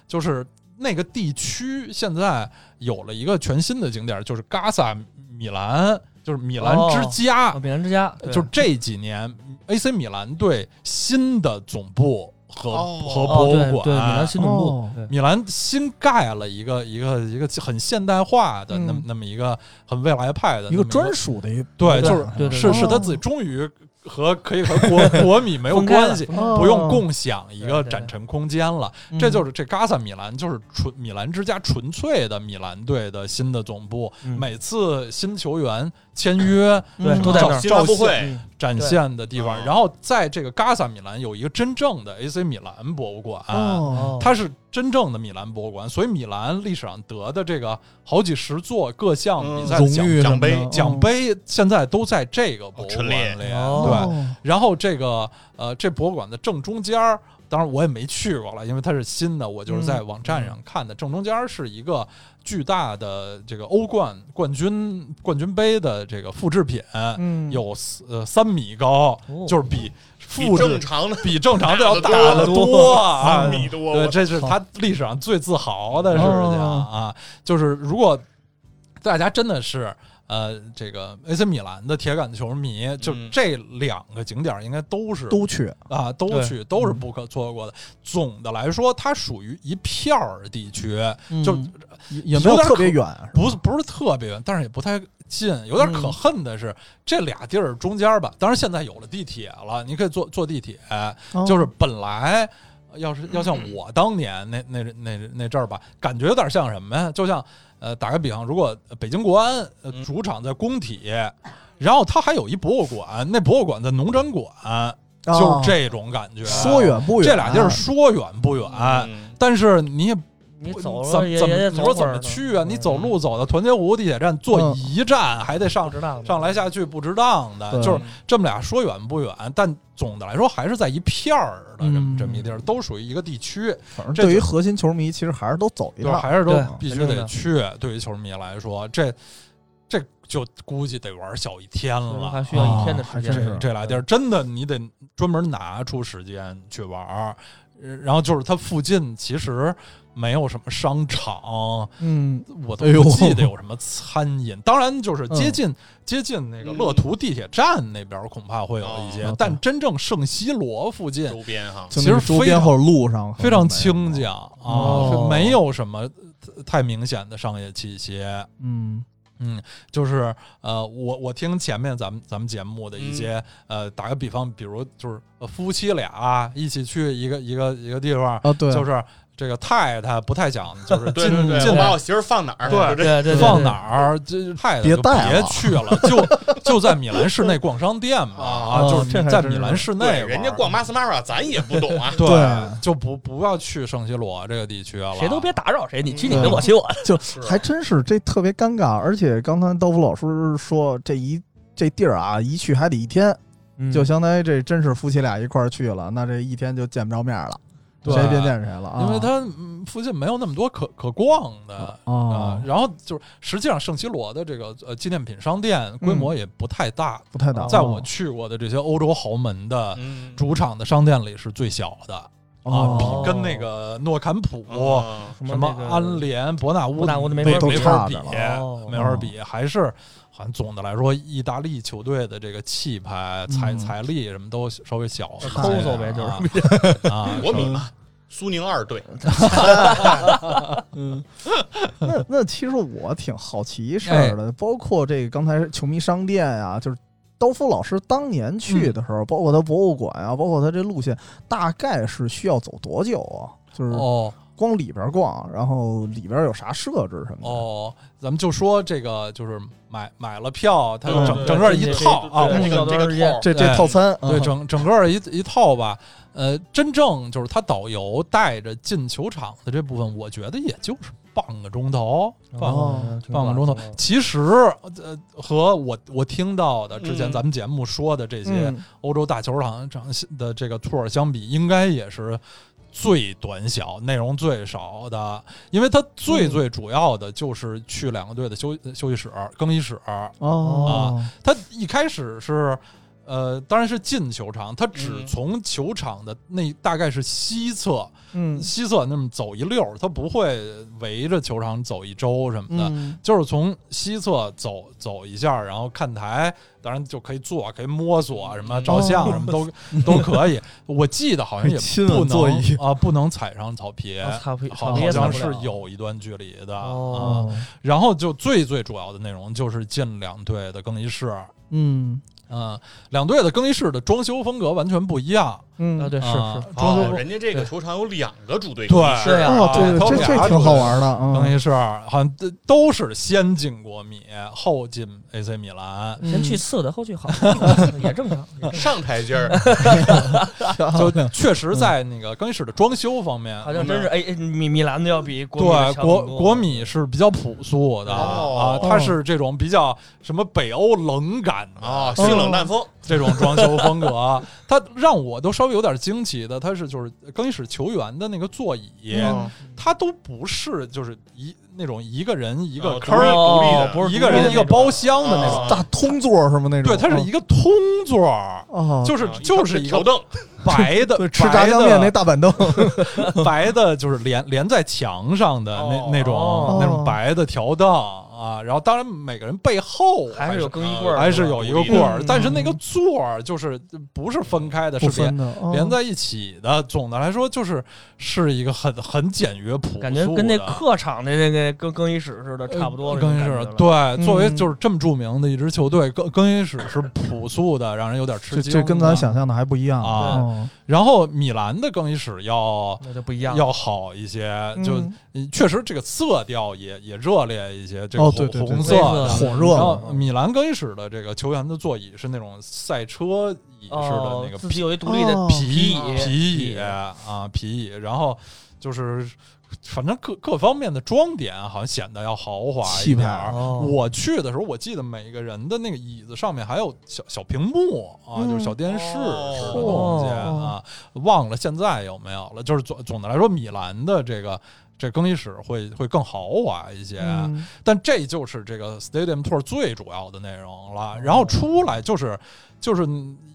A: 就是那个地区现在有了一个全新的景点，就是嘎萨米兰，就是米兰之家，
D: 啊米兰之家，对
A: 就是这几年 AC 米兰队新的总部和、
C: 哦
A: 和博
D: 哦，
A: 物
D: 对
A: 馆。
D: 对，米兰新总部
B: 哦，
D: 对
A: 米兰新盖了一个一个一个很现代化的那么、
B: 嗯
A: 那么一个很未来派的那
B: 一个
A: 么
B: 专属的一
A: 对，就是
D: 对对
A: 是是他
B: 哦
A: 自己终于和可以和 国国米没有关系，
D: 分开了嗯
A: 不用共享一
D: 对
A: 个
D: 对嗯
A: 展陈空间了。这就是这嘎萨米兰，就是纯米兰之家纯粹的米兰队的新的总部。
D: 嗯
A: 每次新球员签约，
D: 对
A: 嗯啊
D: 都在这
A: 照照
C: 新发
D: 儿
C: 布
A: 相
C: 会，
A: 展
D: 对嗯
A: 现的地方
C: 哦。
A: 然后在这个嘎萨米兰有一个真正的 AC 米兰博物馆。
B: 哦，
A: 它是真正的米兰博物馆，所以米兰历史上得的这个好几十座各项比赛
C: 嗯
B: 荣
A: 奖
B: 誉
C: 奖
B: 什么的
C: 杯
A: 奖杯现在都在这个博物
C: 陈
A: 馆
C: 列
A: 里。
D: 哦
A: 对，然后这个呃，这博物馆的正中间儿，当然我也没去过了，因为它是新的，
D: 嗯
A: 我就是在网站上看的。正中间儿是一个巨大的这个欧冠冠军冠军杯的这个复制品，
B: 嗯
A: 有四呃三米高，
D: 哦
A: 就是比
C: 比
A: 复
C: 正
A: 制
C: 常的
A: 比正常的要大
C: 大
A: 得
C: 得
A: 多 啊
C: 三！米多，
A: 对，
C: 我
A: 这是他历史上最自豪的事情啊！就是如果大家真的是呃，这个 AC 米兰的铁杆球迷，就
C: 嗯
A: 这两个景点应该都是
B: 都去，
A: 啊，都去都是不可错过的。总的来说，它属于一片儿地区，就
B: 嗯也没有
A: 点
B: 特别
A: 可
B: 远，
A: 不是不是特别远，但是也不太近。有点可恨的是，这俩地儿中间吧，当然现在有了地铁了，你可以坐坐地铁。
B: 哦
A: 就是本来呃要是要像
D: 嗯
A: 我当年那那那那阵儿吧，感觉有点像什么呀？就像呃，打个比方，如果呃北京国安、呃、
C: 嗯
A: 主场在工体，然后它还有一博物馆，那博物馆在农展馆，就是
B: 哦
A: 这种感觉。
B: 说远不远，啊
A: 这俩地
D: 啊
A: 儿说远不远，
C: 嗯
A: 但是你也
D: 你走
A: 怎
D: 了
A: 么
D: 也
A: 怎么
D: 也得
A: 你说
D: 走会
A: 怎
D: 儿
A: 么
D: 呢
A: 去啊？你
D: 嗯嗯
A: 走路走到团结湖地铁站，坐
B: 嗯
A: 一站还得上
D: 不知道呢
A: 上来下去不值当的，
B: 对
A: 就是这么俩说远不远，但总的来说还是在一片儿的这么
B: 嗯
A: 这么一地儿，都属于一个地区，
B: 反正
A: 这
B: 对于
A: 就
B: 核心球迷，其实还是都走一
A: 就是
B: 趟，
A: 还是都
D: 对
A: 必须
D: 肯定
A: 得
D: 的
A: 去。对于球迷来说，这这就估计得玩小一天了，
D: 嗯
A: 哦
D: 还需要一天的
B: 啊还
D: 时
B: 真
D: 间
B: 是。
A: 这俩地儿真的你得专门拿出时间去玩儿。呃然后就是它附近其实没有什么商场，
B: 嗯，
A: 我
B: 哎
A: 都
B: 呦嗯
A: 不记得 有什么餐饮。当然，就是接近、接近那个
C: 嗯
A: 乐图地铁站那边，恐怕会有一些，
B: 哦
A: 但真正圣西罗附近
C: 嗯周边哈，
B: 就
A: 其实
B: 那周
A: 非
B: 边
A: 常
B: 或者路上可能
A: 非常
B: 没
A: 清
B: 有，
A: 静啊，
D: 哦
A: 是没有什么太明显的商业气息。
B: 嗯，
A: 嗯，就是呃，我我听前面咱们咱们节目的一
B: 嗯
A: 些、呃，打个比方，比如就是呃夫妻俩、一起去一个一个一个地方，
B: 啊，对，
A: 就是这个太太不太想就是
C: 对
A: 进
C: 对对，
A: 进
C: 我把我媳妇儿放哪儿？
A: 对
C: 就这
D: 对对，
A: 放
D: 对
A: 哪？儿，这太太
B: 别
A: 就
B: 带
A: 别
B: 了
A: 去了，就就在米兰市内逛商店吧，啊，
B: 哦
A: 就是
B: 这还
A: 在
B: 真
A: 米
B: 是
A: 兰市内玩
C: 对，
A: 儿，。
C: 人家逛 Mas Mara，咱也不懂啊
A: 对，
B: 对
A: 就不不要去圣西罗这个地区了，
D: 谁都别打扰谁，你去你
B: 嗯
D: 的，我去我的。
B: 就是
C: 啊
B: 还真是这特别尴尬，而且刚才刀夫老师说这一这地儿啊，一去还得一天，
D: 嗯
A: 嗯
B: 就相当于这真是夫妻俩一块儿去了，那这一天就见不着面了，
A: 对
B: 谁也别见谁了啊，
A: 因为它嗯附近没有那么多可可逛的啊、
B: 哦
A: 然后就是，实际上圣西罗的这个呃纪念品商店规模也不太大，
B: 不太啊大，
A: 在我去过的这些欧洲豪门的
C: 嗯，
A: 主场的商店里是最小的、啊，
B: 哦
A: 比跟那个诺坎普、
C: 嗯
A: 什么
D: 那个
A: 安联、博纳乌
D: 博纳乌都没
A: 没
D: 法比
A: 没法比，
B: 都差
D: 着了哦
A: 没法比，还是。好像总的来说，意大利球队的这个气派、财、
B: 嗯
A: 财力什么都稍微小一些啊，
D: 抠搜呗，就是
A: 啊，
C: 国米嘛，苏宁二队，
B: 那那其实我挺好奇一事儿的，包括这个刚才球迷商店啊，就是刀夫老师当年去的时候，包括他博物馆啊，包括他这路线，大概是需要走多久啊？
D: 嗯
B: 就是
A: 哦，
B: 光里边逛，然后里边有啥设置什么的？
A: 哦，咱们就说这个，就是买买了票，它
B: 嗯
A: 整
B: 对
A: 整个一
D: 对
A: 套啊，
D: 对
A: 我
D: 对
C: 这
D: 对
C: 个这
D: 这
B: 这
C: 个套
D: 个
B: 这
A: 哎
B: 套餐，
A: 对
B: 嗯
A: 整整个一一套吧。呃，真正就是他导游带着进球场的这部分，我觉得也就是半个钟头，半个
D: 哦，
A: 半个钟头
D: 挺晚了
A: 其实，呃，和我我听到的之前
C: 嗯
A: 咱们节目说的这些
B: 嗯
A: 欧洲大球场场的这个 tour 相比，应该也是最短小、内容最少的，因为它最
D: 嗯
A: 最主要的就是去两个队的休呃休息室、更衣室。
B: 哦，
A: 它一开始是。呃，当然是进球场，它只
C: 嗯
A: 从球场的那大概是西侧，
B: 嗯
A: 西侧那么走一溜儿，它不会围着球场走一周什么的，
B: 嗯
A: 就是从西侧走走一下，然后看台，当然就可以坐，可以摸索什
D: 嗯
A: 么，照相什么
D: 哦
A: 都、都可以。我记得好 像也
B: 亲
A: 不
B: 吻座
A: 能
B: 椅
A: 啊、不能踩上草皮，
D: 啊草皮
A: 哎好
D: 草皮也
A: 像
D: 踩不
A: 是
D: 了
A: 有一段距离的、
D: 哦
A: 啊。然后就最最主要的内容就是进两队的更衣室，
B: 嗯
A: 嗯，两队的更衣室的装修风格完全不一样，
B: 嗯
D: 啊，对，是
A: 啊
D: 是，
A: 装
C: 哦
A: 修，
C: 人家这个球场有两个主队
A: 对
C: 更衣室
D: 对啊
B: 哦，对，
A: 他
B: 对
A: 们
B: 这
A: 俩
B: 这挺好玩的，
A: 更
B: 嗯
A: 衣室好像都都是先进国米，后进 AC 米兰，
B: 嗯
D: 先去次的，后去好 的，也正常，也正常
C: 上台 阶儿，
A: 就确实在那个更衣室的装修方面，
D: 好像真是哎，哎米米兰的要比国米的
A: 嗯对
D: 强
A: 国
D: 很多
A: 国米是比较朴素的、
C: 哦
A: 啊，它是这种比较什么北欧冷感的、
C: 啊，性冷淡风，
A: 这种装修风格，它让我都稍微有点惊奇的，它是就是更衣室球员的那个座椅，
B: 嗯
A: 它都不是就是一那种一个人一个
C: 哦
A: 坑儿、
D: 哦
C: 独立的
D: 不是
A: 一个人一个包厢的那种，
C: 啊
B: 大通座是吗？那种啊
A: 对，它是一个通座儿。
B: 哦，
A: 就
B: 就是
C: 啊
A: 就是一
C: 条
A: 个
C: 凳，
A: 白的
B: 对吃炸酱面那大板凳，
A: 白的，就是连连在墙上的
C: 哦
A: 那那种
D: 哦
A: 那种白的条凳啊。然后当然每个人背后
D: 还是有更衣棍
C: 是
D: 儿，
A: 还是有一个棍儿
B: 嗯，
A: 但是那个座儿就是不是分开的，是
B: 不
A: 连
B: 分的，哦
A: 连在一起的。总的来说，就是是一个很很简约朴素的，
D: 感觉跟那客场的那个更更衣室似的，差不多
A: 呃
D: 那种
A: 更衣
D: 感觉
A: 室
D: 了。
A: 对，作为
B: 嗯
A: 就是这么著名的一支球队，更更衣室是朴素的，让人有点吃
B: 这
A: 惊。
B: 这跟咱，想象的还不一样
A: 啊
B: 哦
A: 然后米兰的更衣室要。
D: 那就不一样了。
A: 要好一些，就
B: 嗯
A: 确实这个色调也也热烈一些，这个
B: 哦
A: 红
B: 对对对
A: 红
B: 对
A: 色的
D: 黑色
B: 火热
A: 然后
B: 了，
A: 米兰更衣室的这个球员的座椅是那种赛车椅式的
D: 哦
A: 那个
D: 自
A: 皮
D: 己有一独立的
B: 哦
A: 皮
D: 皮椅
A: 皮
D: 皮
A: 椅
D: 椅
A: 啊皮椅，然后就是反正各各方面的装点啊好像显得要豪华一
B: 气
A: 点
B: 派
A: 儿。
D: 哦
A: 我去的时候，我记得每个人的那个椅子上面还有小小屏幕啊，
B: 嗯
A: 就是小电视
C: 哦
A: 似的东西啊
B: 哦，
A: 忘了现在有没有了。就是总总的来说，米兰的这个这更衣室会会更豪华一些。啊
B: 嗯
A: 但这就是这个 Stadium Tour 最主要的内容了。然后出来就是就是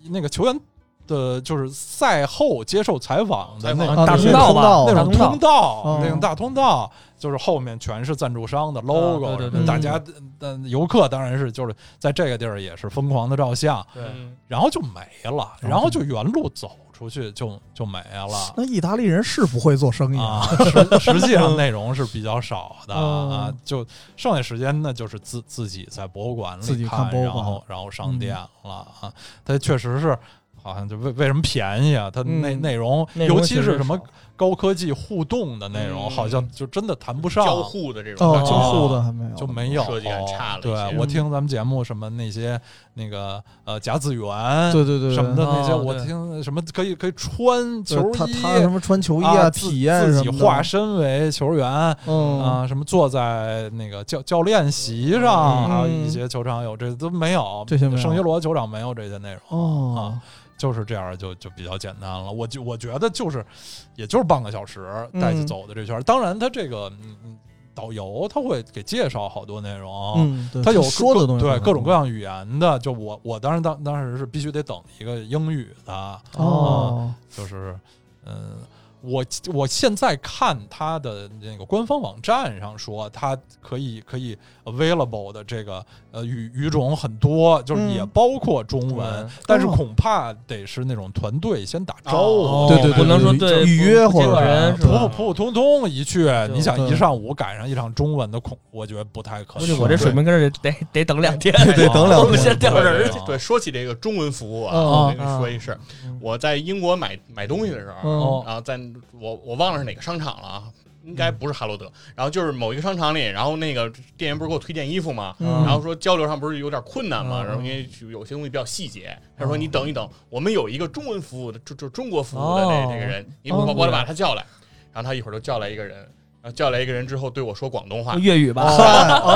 A: 那个球员的，就是赛后接受采访的那
C: 采
A: 种
B: 啊
D: 访
B: 那
D: 大通
B: 个
D: 道吧
A: 那
D: 大
A: 种
D: 哦通道哦
A: 通道，
B: 嗯
A: 那种大通道，就是后面全是赞助商的 logo，、
D: 对对对
A: 大家呃游客当然是就是在这个地儿也是疯狂的照相，
D: 对，
C: 嗯
A: 然后就没了，然
D: 哦
A: 后就原路走出去就就没了。
B: 那意大利人是不会做生意
A: 啊，实实际上内容是比较少的
B: 嗯
A: 啊，就剩下时间呢，就是自自己在博物馆
B: 自
A: 里
B: 己看博物
A: 然
B: 馆嗯
A: 后然后上店了啊。它确实是，好像就为为什么便宜啊？它内
B: 嗯
A: 内容，
D: 内容
A: 尤其
D: 确实
A: 是什么
D: 少
A: 高科技互动的内容，
C: 嗯
A: 好像就真的谈不上，
C: 交互的这种
B: 哦
C: 感，觉
B: 交互的还没有，
A: 就没有哦
C: 设计还差了一
A: 对
C: 些
A: 我
B: 嗯
A: 听咱们节目什么那些那个呃甲子园
B: 对对对对
A: 什么的那些，
D: 哦
A: 我
D: 对
A: 听什么可以可以穿
B: 对
A: 球
B: 他
A: 衣。
B: 他什么穿球衣
A: 啊，自
B: 体验
A: 自
B: 什
A: 己
B: 么的
A: 化身为球员，
B: 嗯
A: 啊，什么坐在那个教教练席上，
B: 嗯
A: 还有一些球场有，这都没有。
B: 这些没有
A: 圣杰罗球场没有这些内容，啊
B: 哦
A: 就是这样就就比较简单了。我就我觉得就是，也就是半个小时
B: 嗯
A: 带去走的这圈儿。当然，他这个嗯嗯导游他会给介绍好多内容。
B: 嗯，对
A: 啊他有
B: 说
A: 各
B: 的东西，
A: 对各种各样语言的，就我我当时当当时是必须得等一个英语的，
B: 哦，
A: 就是，嗯，我我现在看它的那个官方网站上说，它可以可以 available 的这个呃语语种很多，就是也
B: 嗯
A: 包括中文，
D: 嗯
A: 但是
B: 哦
A: 恐怕得是那种团队先打招呼，
C: 哦
B: 对对对，
D: 不能说
B: 对
D: 对
B: 预约
D: 不不
B: 或
D: 接
B: 者
D: 个人
B: 是
D: 是
A: 普
B: 吧
A: 普
D: 吧？
A: 普通通一去，你想一
B: 对
A: 上午赶上一场中文的恐，我觉得不太可
D: 估计
A: 能。
D: 我这水平跟着得得得等两 天。
B: 对等两
D: 哦 我们先调
C: 对
D: 人儿
C: 对对对，说起这个中文服务啊，
B: 嗯
C: 我跟你说一事儿
D: 嗯，
C: 我在英国买买东西的时
B: 嗯
C: 候，
A: 哦
C: 然后在我我忘了是哪个商场了啊，应
D: 嗯
C: 该不是哈罗德，然后就是某一个商场里，然后那个店员不是给我推荐衣服吗？
B: 嗯
A: 啊
C: 然后说交流上不是有点困难嘛，
D: 嗯
C: 然后因为有些东西比较细节，他说你等一等，我们有一个中文服务的，就就中国服务的
D: 哦
C: 那那个人，你我我得把他叫来，然后他一会儿就叫来一个人，然后叫来一个人之后对我说广东话，
D: 粤语吧？
A: 哦
B: 哦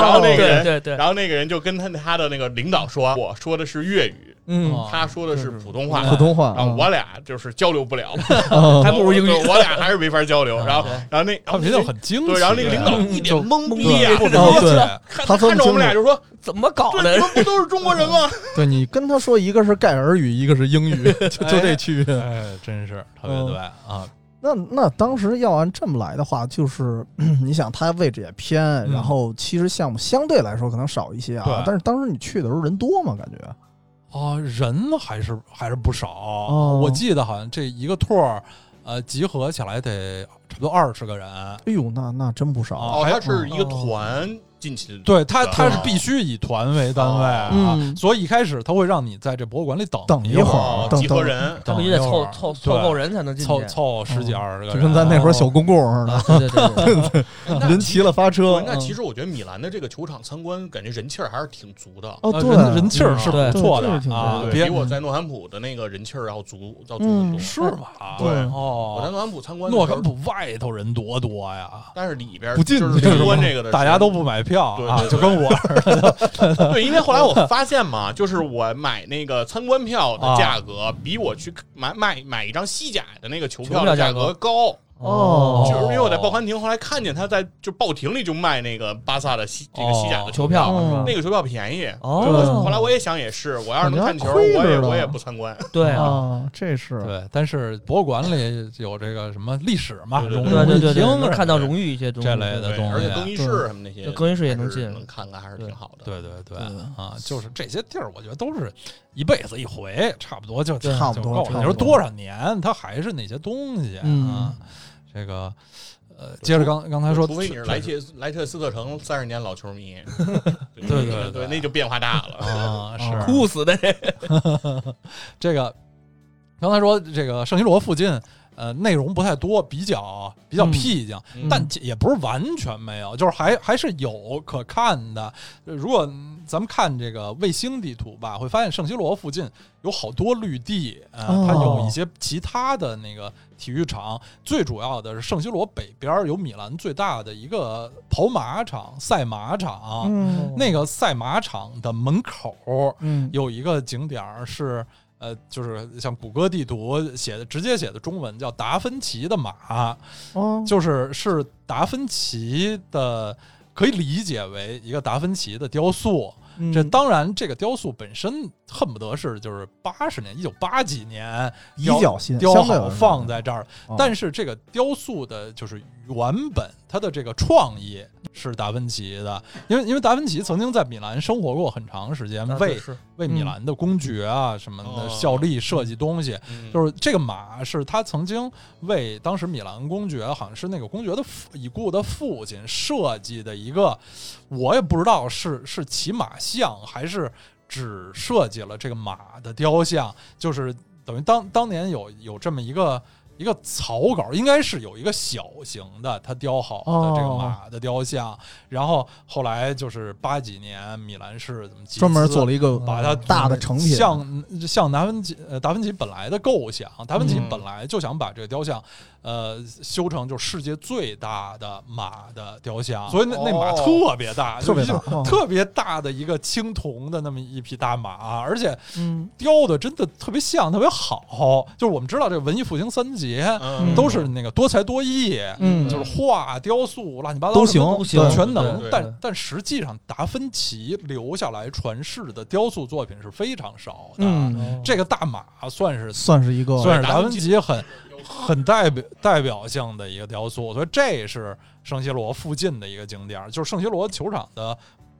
C: 然后那个
D: 哦对
C: 人，
D: 对对，
C: 然后那个人就跟他他的那个领导说，我说的是粤语，
A: 哦
B: 嗯，
C: 他说的是普通话，
B: 普通话嗯
C: 然后
B: 啊，
C: 我俩就是交流不了，
D: 还不如英语
C: 我我俩还是没法交流。然后
D: 对，
C: 然后那
A: 他们觉得很啊惊奇，
C: 对，然后那个领导一脸懵逼呀，
A: 不
C: 不
A: 知
C: 知
A: 道
C: 道
B: 哦
A: 对
B: 对
C: 看
B: 他分
C: 看
B: 不
C: 着我
B: 清楚
C: 们俩就说，
D: 怎么搞
C: 对，
D: 的
C: 你？们不都是中国人吗？
B: 对你跟他说一个是盖尔语，一个是英 语，就就这区别。
A: 哎，真是特
B: 嗯
A: 别对啊，
B: 那那当时要按这么来的话，就是嗯你想他位置也偏，然后其实项目相对来说可能少一些
A: 对
B: 啊，但是当时你去的时候人多吗？感觉
A: 啊，人还是还是不少。
B: 哦
A: 我记得好像这一个托儿，呃，集合起来得差不多二十个人。
B: 哎呦，那那啊真不少
A: 哦
C: 哦，
A: 还
C: 他是一个团进去的，
A: 对他，
C: 对
A: 他是必须以团为单位啊，
B: 嗯
A: 所以一开始他会让你在这博物馆里等
B: 等
A: 一
B: 一会
A: 儿，
B: 儿
C: 哦，
B: 等
C: 集合人，
D: 他
A: 等
D: 不也
A: 一
D: 得
A: 会
D: 凑
A: 儿
D: 凑
A: 啊对
D: 凑够人才能进去？
A: 凑凑十几
B: 嗯哦
A: 二十个人，
B: 就跟咱那会儿小公共似的，
D: 啊，对对对 对，
C: 那
B: 人齐了发车嗯
C: 对。那其
B: 实
C: 实我觉得米兰的这个球场参观，感觉人气儿还是挺足的。
B: 哦，
A: 呃
B: 对，
A: 人人气儿
C: 嗯
A: 是
D: 对
A: 不错
B: 对这是挺
A: 的啊
B: 对，
C: 比
A: 别
C: 我在诺坎普的那个人气儿要足，要足
B: 嗯
C: 很多。
A: 是吧？
C: 对我在
A: 哦，
C: 诺坎普参观的时
A: 诺
C: 候，
A: 坎普外头人多多呀，
C: 但是里边
B: 不进
C: 就是
B: 去
C: 参观这个的时候，
A: 大家都不买票
C: 对
A: 啊，
C: 对
A: 就跟我
C: 对，因为后来我发现嘛，就是我买那个参观票的价格，比我去买买买一张西甲的那个球票的价格高，
B: 哦
C: 就是因为我在报刊亭后来看见他在就报亭里就卖那个巴萨的西这个西甲的
D: 球
C: 票，
D: 票是吧？
C: 那个球票便宜。
D: 哦
C: 对我后来我也想也是，我要是能看球，
B: 感
C: 我
B: 觉还亏着
C: 也
B: 呢
C: 我也不参观。
D: 对啊，
B: 啊，这是
A: 对，但是博物馆里有这个什么历史嘛，
C: 对对
A: 荣
C: 对
A: 誉
D: 对对对
A: 厅
D: 对，能
A: 什
D: 看
A: 么
D: 到
A: 的
D: 荣誉一些东西
A: 这类的
C: 对，
A: 东西啊
C: 而 且更衣室什么那些，
D: 对更衣室也能进
C: 还是能看看还是挺好的。
A: 对对对
B: 对
A: 啊，就是这些地儿，我觉得都是一辈子一回，差不多就
B: 对差不多
A: 就够了。
B: 差不多
A: 你说多少年，它还是那些东西啊
B: 嗯？
A: 这个呃，接着刚刚才说，
C: 除非你是
A: 确
C: 莱
A: 实
C: 切莱切斯特城三十年老球迷，对
A: 对对
C: 对
A: 对
C: 那就变化大了。
A: 啊，是
B: 啊
D: 哭死的，
A: 这个刚才说这个圣西罗附近。呃，内容不太多，比较比较
B: 嗯
A: 僻静，
C: 嗯
A: 但也不是完全没有，就是还还是有可看的。呃如果咱们看这个卫星地图吧，会发现圣西罗附近有好多绿地，呃，
B: 哦
A: 它有一些其他的那个体育场。最主要的是圣西罗北边儿有米兰最大的一个跑马场、赛马场，
B: 嗯
A: 那个赛马场的门口
B: 嗯
A: 有一个景点儿是呃，就是像谷歌地图写的直接写的中文叫达芬奇的马，
B: 哦
A: 就是是达芬奇的，可以理解为一个达芬奇的雕塑。这
B: 嗯
A: 当然，这个雕塑本身恨不得是就是八十年，一九八几年
B: 比
A: 雕
B: 较新，
A: 雕
B: 相对来
A: 好
B: 说
A: 放在这儿，
B: 哦
A: 但是这个雕塑的就是原本它的这个创意是达芬奇的，因为因为达芬奇曾经在米兰生活过很长时间，为
D: 是
A: 为
B: 嗯
A: 米兰的公爵啊什么的
C: 哦
A: 效力设计东西，
C: 嗯
A: 就是这个马是他曾经为当时米兰公爵，好像是那个公爵的父已故的父亲设计的一个，我也不知道是是骑马像还是只设计了这个马的雕像，就是等于当当年有有这么一个。一个草稿应该是有一个小型的，他雕好的这个
B: 哦
A: 马的雕像，然后后来就是八几年米兰市怎么集
B: 专门
A: 资
B: 做了一个
A: 把它
B: 大的成品，
A: 像像达芬奇呃达芬奇本来的构想，达芬奇
C: 嗯
A: 本来就想把这个雕像，呃，修成就是世界最大的马的雕像，所以那那马
C: 哦
A: 特别大，嗯
B: 特别大
A: 就是
B: 哦
A: 特别大的一个青铜的那么一匹大马，啊而且
B: 嗯
A: 雕的真的特别像，特别好。就是我们知道这个文艺复兴三杰
C: 嗯
A: 都是那个多才多艺，
B: 嗯
A: 就是画、雕塑、乱七八糟
B: 都
A: 什么
B: 行
A: 都
B: 对
A: 全能
D: 对对。对
A: 但但实际上，达芬奇留下来传世的雕塑作品是非常少的。
B: 嗯，
A: 这个大马算是
B: 算是一个
A: 算是达
C: 达芬
A: 芬
C: 奇
A: 奇很很代表代表性的一个雕塑，所以这是圣西罗附近的一个景点儿，就是圣西罗球场的。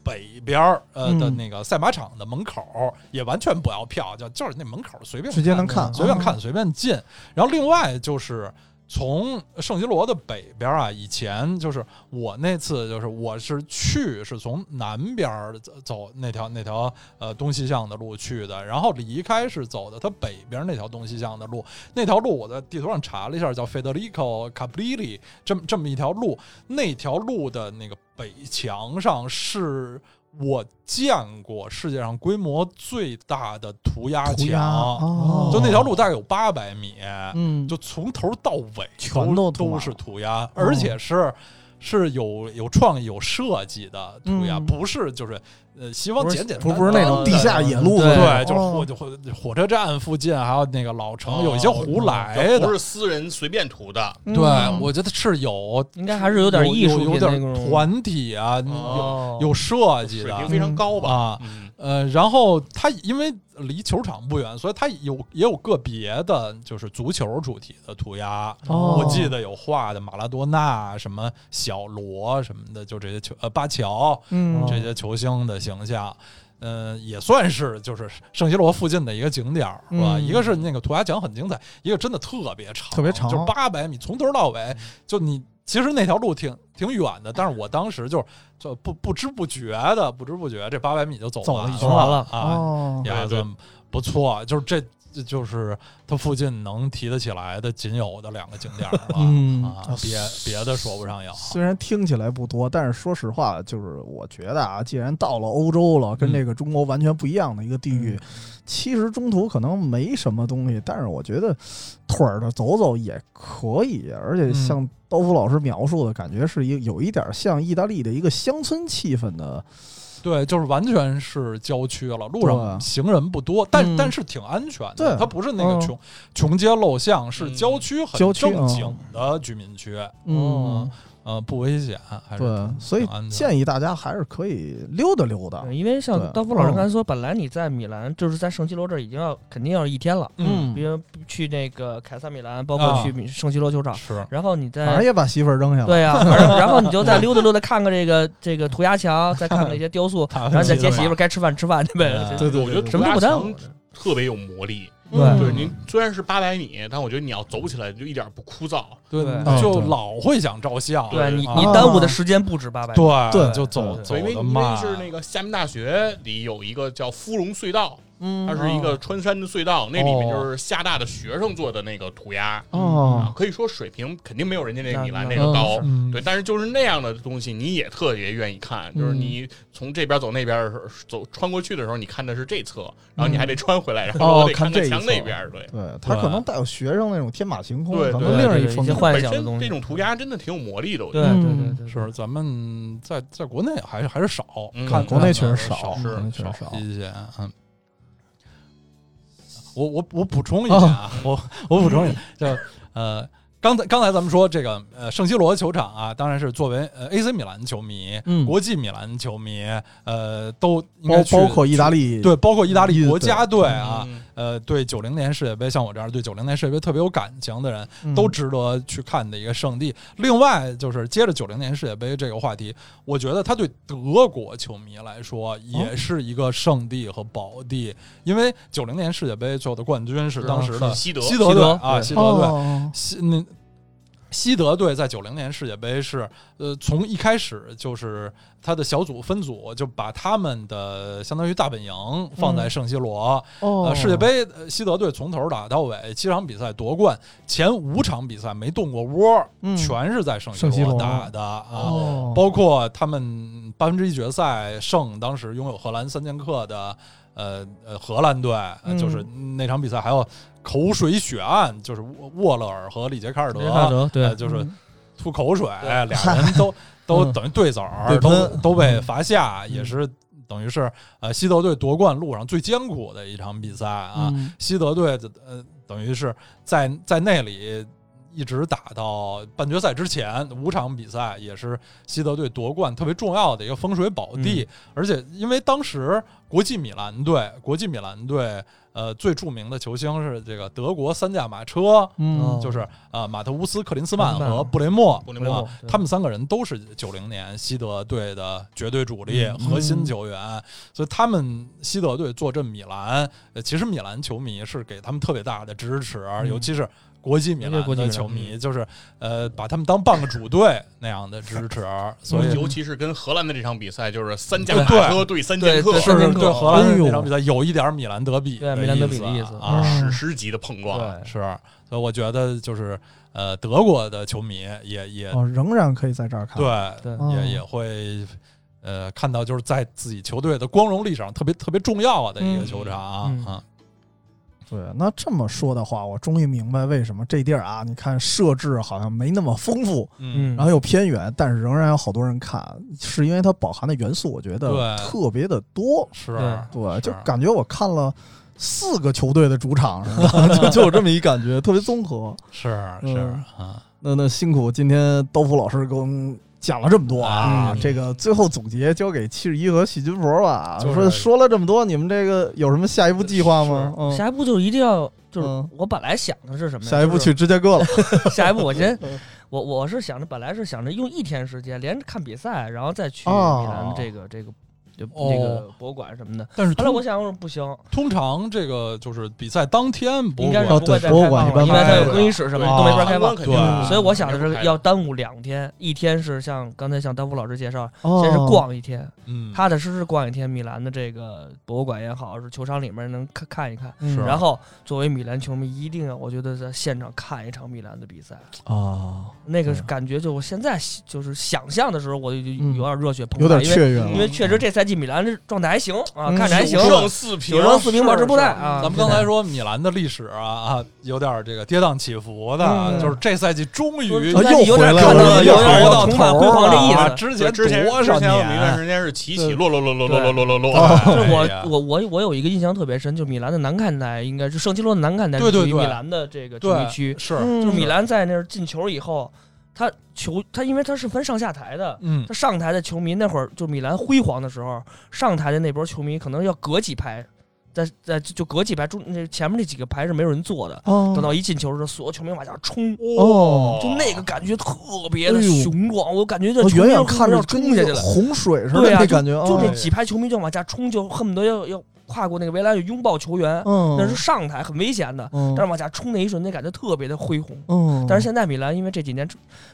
A: 北边儿呃
B: 嗯
A: 的那个赛马场的门口儿也完全不要票，就就是那门口儿随便
B: 直接能看
A: 随便看
B: 哦
A: 随便进。然后另外就是从圣西罗的北边儿啊，以前就是我那次就是我是去是从南边儿走走那条那条呃东西向的路去的，然后离开是走的它北边儿那条东西向的路，那条路我在地图上查了一下，叫 Federico Caprilli，这么这么一条路，那条路的那个北墙上是。我见过世界上规模最大的涂鸦
B: 涂
A: 墙，啊
B: 鸦哦，
A: 就那条路大概有八百米，
B: 嗯
A: 就从头到尾
B: 全
A: 都
B: 都涂鸦
D: 哦
A: 是涂鸦，而且是是有有创意、有设计的涂鸦，
D: 嗯
A: 不是就是呃西方
D: 不是
A: 简简单
B: 不
A: 单
B: 不是那种
A: 的
B: 地下野路子，
D: 对
A: 对，就是火
B: 哦
A: 就火火车站附近，还有那个老城，哦嗯有一些胡来
C: 这不
A: 的。
C: 是私人随便涂的，
B: 嗯
A: 对，啊我觉得是有，
D: 应该还是有点艺术
A: 有有
D: 品那
A: 点
D: 种
A: 团体啊，
D: 哦
A: 有有设计
C: 水
A: 的
C: 平非常高吧？
A: 啊。
C: 嗯，
A: 呃，然后它因为离球场不远，所以它有也有个别的就是足球主题的涂鸦。
B: 哦
A: 我记得有画的马拉多纳、什么小罗什么的，就这些球呃巴乔
B: 嗯
A: 这些球星的形象。嗯，也算是就是圣西罗附近的一个景点儿，是吧？
B: 嗯
A: 一个是那个涂鸦墙很精彩，一个真的特别长，
B: 特别长嗯
A: 就是八百米，从头到尾。就你其实那条路挺挺远的，但是我当时就是就不不知不觉的，不知不觉这八百米就走
B: 走
A: 完
B: 了一
D: 圈完了
A: 啊，
B: 哦
A: 也还
C: 对对
A: 算不错。就是这这就是它附近能提得起来的仅有的两个景点儿了、
B: 嗯
A: 啊，别别的说不上有。啊
B: 虽然听起来不多，但是说实话，就是我觉得啊，既然到了欧洲了，跟这个中国完全不一样的一个地域，其实中途可能没什么东西，但是我觉得腿儿的走走也可以，而且像刀夫老师描述的感觉，是一个有一点像意大利的一个乡村气氛的，
A: 对，就是完全是郊区了，路上
B: 对
A: 行人不多，但、
B: 嗯
A: 但是挺安全的。
B: 对
A: 它不是那个
B: 嗯
A: 穷、穷街陋巷，是
C: 嗯
A: 郊区很
B: 郊区
A: 正
B: 嗯
A: 经的居民区，
D: 嗯
A: 呃，不危险，还是
B: 对
A: 挺，
B: 所以
A: 挺安全的
B: 建议大家还是可以溜达溜达
A: 啊
D: 对，因为像
B: 对
D: 刀夫老师
B: 嗯
D: 刚才说，本来你在米兰就是在圣西罗这儿已经要肯定要一天了，
A: 嗯
D: 比
B: 嗯，
D: 如去那个凯撒米兰，包
A: 啊
D: 括去米圣西罗球场，
A: 是
D: 然后你
B: 反正
D: 再
B: 也把媳妇儿扔下了，
D: 对 呀、反正然后你就再溜达溜达，看看这个 这个涂鸦墙，再看看那些 雕塑，
A: 看看
D: 然后你再接
A: 这个
D: 媳妇儿，该吃饭吃饭去呗，
A: 嗯
B: 对
D: 这
B: 对
C: 我觉得
B: 对
D: 什么都不耽误。
C: 特别有魔力。
D: 对
B: 嗯
C: 对，您虽然是八百米，但我觉得你要走起来就一点不枯燥。
A: 对
D: 对
B: 嗯
A: 就
B: 对
A: 老会想照相，
D: 对你，
A: 啊
D: 你耽误的时间不止八百。
A: 对
B: 对
A: 就走
D: 对
A: 走
C: 对，因为
A: 的
C: 因为
A: 慢，
C: 是那个厦门大学里有一个叫芙蓉隧道，
B: 嗯
C: 它是一个穿山的隧道，那里面就是厦大的学生做的那个涂鸦。啊
B: 哦，，
C: 可以说水平肯定没有人家那个米兰
D: 那
C: 那个
D: 那
C: 高，
D: 是
A: 嗯
C: 对，，但是就是那样的东西，你也特别愿意看。就是
B: 嗯
C: 你从这边走那边的时候，走穿过去的时候，你看的是这侧，然后你
B: 嗯
C: 还得穿回来，然
B: 哦
C: 后我得
B: 看这
C: 看
B: 一
C: 墙
B: 侧
C: 那边。
A: 嗯
C: 对，
B: 对他可能带有学生那种天马行空，
C: 对
B: 可
D: 对
B: 能另
D: 对
B: 一
D: 对
B: 风
D: 一些
B: 格。
D: 幻
C: 本
D: 想的
C: 身
D: 东西
C: 这种涂鸦真的挺有魔力的，我觉
D: 对
C: 得。
D: 对
B: 嗯
D: 对对，
A: 是咱们在在国内还是还是少，
C: 嗯
A: 看
B: 国内确实
A: 少，
B: 少，
C: 是
B: 国内确实少。
A: 一些，嗯。我我我补充一点啊， 我我补充一点，就是呃，刚才刚才咱们说这个呃圣西罗球场啊，当然是作为呃 AC 米兰球迷、
B: 嗯
A: 国际米兰球迷，呃，都应
B: 包
A: 该去
B: 包括意大利，
A: 对，包括意大利
B: 嗯
A: 国家队啊，
C: 嗯，
A: 呃，对九零年世界杯，像我这样对九零年世界杯特别有感情的人，
B: 嗯
A: 都值得去看的一个圣地。另外，就是接着九零年世界杯这个话题，我觉得它对德国球迷来说也是一个圣地和宝地，因为九零年世界杯最后的冠军是当时的
C: 是西德
A: 西德
D: 西
A: 队
D: 德
A: 啊，
D: 对
A: 西德队，
B: 哦，
A: 西那西德队在九零年世界杯是，呃，从一开始就是他的小组分组就把他们的相当于大本营放在圣西罗，
B: 哦
A: 呃，世界杯呃西德队从头打到尾，七场比赛夺冠，前五场比赛没动过窝，
B: 嗯
A: 全是嗯在圣
B: 圣西
A: 罗
B: 罗
A: 打的啊。
B: 哦
A: 包括他们八分之一决赛胜当时拥有荷兰三剑客的呃呃荷兰队，呃
B: 嗯
A: 就是那场比赛还有口水血案，就是沃沃勒尔和里杰卡尔德，
D: 德
A: 呃就是吐口水，哎俩人都 都
B: 嗯
A: 等于对子
B: 对
A: 儿，都
B: 喷
A: 都被罚下，也
B: 嗯
A: 是等于是呃西德队夺冠路上最艰苦的一场比赛啊。
B: 嗯
A: 西德队的呃等于是在在那里一直打到半决赛之前五场比赛，也是西德队夺冠特别重要的一个风水宝地。而且因为当时国际米兰队，国际米兰队呃最著名的球星是这个德国三驾马车，
B: 嗯
A: 就是呃马特乌斯、克林斯曼
D: 克林斯
A: 和
D: 曼
A: 布雷默，
C: 布雷
A: 对吧
D: 默对
A: 他们三个人都是九零年西德队的绝对主力、
D: 嗯
A: 核心球员，所以他们西德队坐镇米兰，呃其实米兰球迷是给他们特别大的支持，尤其是。国际米
D: 尤其嗯是
A: 兰
D: 国际米
A: 的
D: 兰嗯
A: 球迷就是，呃，把他们当半个主队那样的支 持，所以
C: 尤其是跟荷兰的这场比赛，就是三驾
A: 对
C: 马车对三剑客，
D: 对
A: 是
D: 三
A: 是
D: 剑客
A: 对荷兰
B: 哎呦
A: 那场比赛有一点米兰德比
D: 对
A: 的
D: 米兰德比的
A: 意
D: 意
A: 思
D: 思嗯
A: 啊，
C: 史诗级的碰撞。啊
D: 对
A: 是，所以我觉得就是呃，德国的球迷也也、
B: 哦，仍然可以在这儿看。
A: 对，
D: 对
B: 哦
A: 也也会呃看到
D: 嗯
A: 就是在自己球队的光荣历史上特别特别重要的一个球场啊。
D: 嗯嗯
A: 啊
B: 对，那这么说的话，我终于明白为什么这地儿啊，你看设置好像没那么丰富，
A: 嗯，
D: 嗯
B: 然后又偏远，但是仍然有好多人看，是因为它饱含的元素，我觉
A: 对
B: 得特别的多。
A: 是
D: 对
B: 对，就是感觉我看了四个球队的主场似的，就就有这么一感觉，特别综合。
A: 是是
B: 嗯
A: 啊，
B: 那那辛苦今天刀夫老师给我们讲了这么多啊，
A: 嗯
B: 这个最后总结交给七十一和细菌佛吧。
A: 就是
B: 说说了这么多，你们这个有什么下一步计划吗？嗯，
D: 下一步就一定要，就是
B: 嗯
D: 我本来想的是什么呀？
B: 下一步
D: 就是
B: 去芝加哥了。
D: 下一步我先
B: 嗯，
D: 我我是想着本来是想着用一天时间连着看比赛，然后再去米
B: 哦
D: 兰这个这个就
A: 哦
D: 这个博物馆什么的。
A: 但是
D: 后来
A: 通
D: 我想我说不行，
A: 通常这个就是比赛当天不
D: 应该是
B: 哦
D: 不会
B: 对
D: 再
B: 博物
D: 开
B: 馆
D: 放
B: 一般
D: 了，
A: 不开
D: 因为它有
A: 的
D: 更衣室什么的
A: 哦
D: 都没法开放
C: 放，。
A: 对
D: 所以我想的是要
C: 要
D: 耽误两天，一天是像刚才像丹vũ老师介绍，
B: 哦
D: 先是逛一天，
A: 嗯，
D: 踏踏实实逛一天米兰的这个博物馆也好，是球场里面能看看一看。
B: 嗯
D: 然后作为米兰球迷，一定要我觉得在现场看一场米兰的比赛，
B: 啊，
D: 那个
B: 对
D: 感觉就我现在就是想象的时候，我就
B: 嗯
D: 有点热血澎
B: 有
D: 湃，
B: 点
D: 因为
B: 雀跃
D: 因
B: 了。
D: 为确实这赛季米兰这状态还行啊，
B: 嗯
D: 看着还行，
C: 胜四平，
D: 九胜四平保持不败
C: 是。
D: 啊。
A: 咱们刚才说米兰的历史啊啊，有点这个跌宕起伏的，啊
D: 嗯
A: 就是这赛季终于
D: 就是
B: 啊
D: 这赛季
B: 又
D: 有
B: 回
D: 点
B: 来
D: 看
B: 了
D: 到
B: 又
D: 有
B: 回
D: 点
B: 到
D: 重返
A: 头
D: 辉煌的意
A: 啊
D: 思。
A: 之
C: 对
A: 前
C: 之前
A: 多少
C: 之前我们一段
A: 年？
C: 时间是起起
B: 对
C: 落落落落落落落落落
A: 啊
C: 落，
D: 就
A: 哎呀
D: 是我我我我有一个印象特别深，就米兰的南看台，应该是圣基罗的南看台，
A: 对对
D: 属于
A: 对
D: 米兰的这个球迷
A: 对，嗯
D: 区。
A: 是，
D: 就是米兰在那儿进球以后，他球他因为他是分上下台的，
A: 嗯
D: 他上台的球迷那会儿就米兰辉煌的时候，上台的那波球迷可能要隔几排，在在就就隔几排中那前面那几个排是没有人坐的，
B: 哦
D: 等到一进球的时候，所有球迷往下冲。
B: 哦
D: 就那个感觉特别的
B: 哎呦
D: 雄壮，我感觉这
B: 我
D: 球迷
B: 远远
D: 要
B: 看
D: 要
B: 着跟
D: 冲下去了，
B: 洪水似的
D: 对呀、
B: 那
D: 就
B: 感觉，
D: 就
B: 啊
D: 这几排球迷就往下冲，就恨不得要要跨过那个围栏，就拥抱球员。
B: 嗯，
D: 那是上台，很危险的，
B: 嗯，
D: 但是往下冲那一瞬间，感觉特别的恢宏。
B: 嗯，
D: 但是现在米兰因为这几年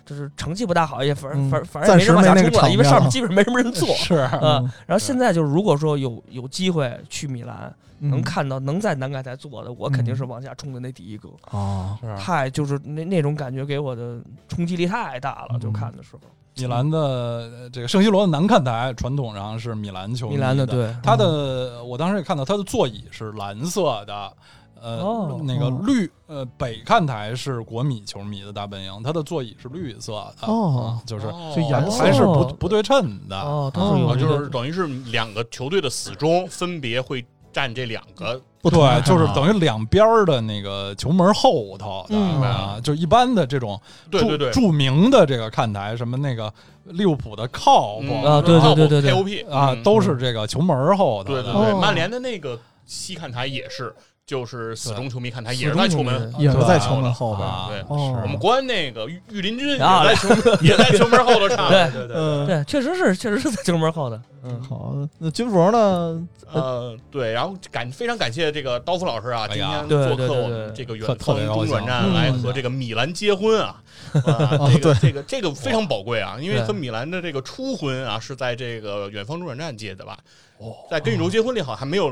D: 就是成绩不大好，也反
B: 嗯
D: 反反正也没人往
B: 暂时没那个
D: 下冲
B: 场
D: 了，
B: 面
D: 因为上
B: 了
D: 面基本上没 什么人坐。
A: 是，
D: 呃
B: 嗯，
D: 然后现在就是如果说有有机会去米兰，
B: 嗯
D: 能看到能在南盖台坐的，我肯定是往下冲的那第一个。
B: 啊，
D: 太就是那那种感觉给我的冲击力太大了，就
B: 嗯
D: 看的时候，
A: 米兰的呃这个圣西罗的南看台，传统上是米兰球迷
D: 米兰
A: 的，
D: 的对，
A: 它的我当时也看到它的座椅是蓝色的。呃，
D: 哦
A: 那个
B: 哦
A: 绿，呃，北看台是国米球迷的大本营，它的座椅是绿色的，
B: 哦
A: 啊就是
B: 就颜色
A: 还是不
D: 哦
A: 不对称的。
B: 哦
D: 哦，都是有
C: 啊，
D: 这
C: 就
D: 个
C: 是等于是两个球队的死忠分别会站这两个，
B: 不同
A: 对，就是
C: 啊
A: 等于两边儿的那个球门后头的、
B: 嗯
A: 啊，就一般的这种
C: 对
A: 著
C: 对对，
A: 著名的这个看台，什么那个利物浦的靠谱、
C: 嗯
D: 啊对对对对对
C: KOP
A: 啊，
C: 嗯
A: 都是这个球门后头
C: 对
A: 的。啊
C: 对
B: 哦
C: 对，曼联的那个西看台也是，就是死忠球迷看台也
D: 死
C: 是
D: 忠
C: 在
D: 球
C: 球
D: 迷
C: 门，
B: 也是在
C: 对
B: 球门后边
A: 啊，
C: 对
B: 哦
C: 我们国安那个御御林军也
D: 啊
C: 在球门也在球门后头唱，
D: 对
A: 对对，
B: 嗯，
D: 对，确实是确实是在球门后的，嗯，
B: 好，那军服呢？
C: 呃，对，然后感非常感谢这个刀夫老师啊，
A: 哎
C: 今
A: 呀
C: 天
D: 对
C: 做
D: 对
C: 客
D: 对
C: 我
D: 对
C: 们这个远
A: 特特
C: 方
A: 别高
C: 中转
A: 兴
C: 站
B: 嗯
C: 来
A: 嗯
C: 和这个米兰结婚 啊，
B: 哦
C: 啊，这
B: 对
C: 个这个这个非常宝贵啊，因为
D: 对
C: 和米兰的这个初婚啊是在这个远方中转站结的吧
A: 哦，
C: 在跟宇宙结婚里好像还没有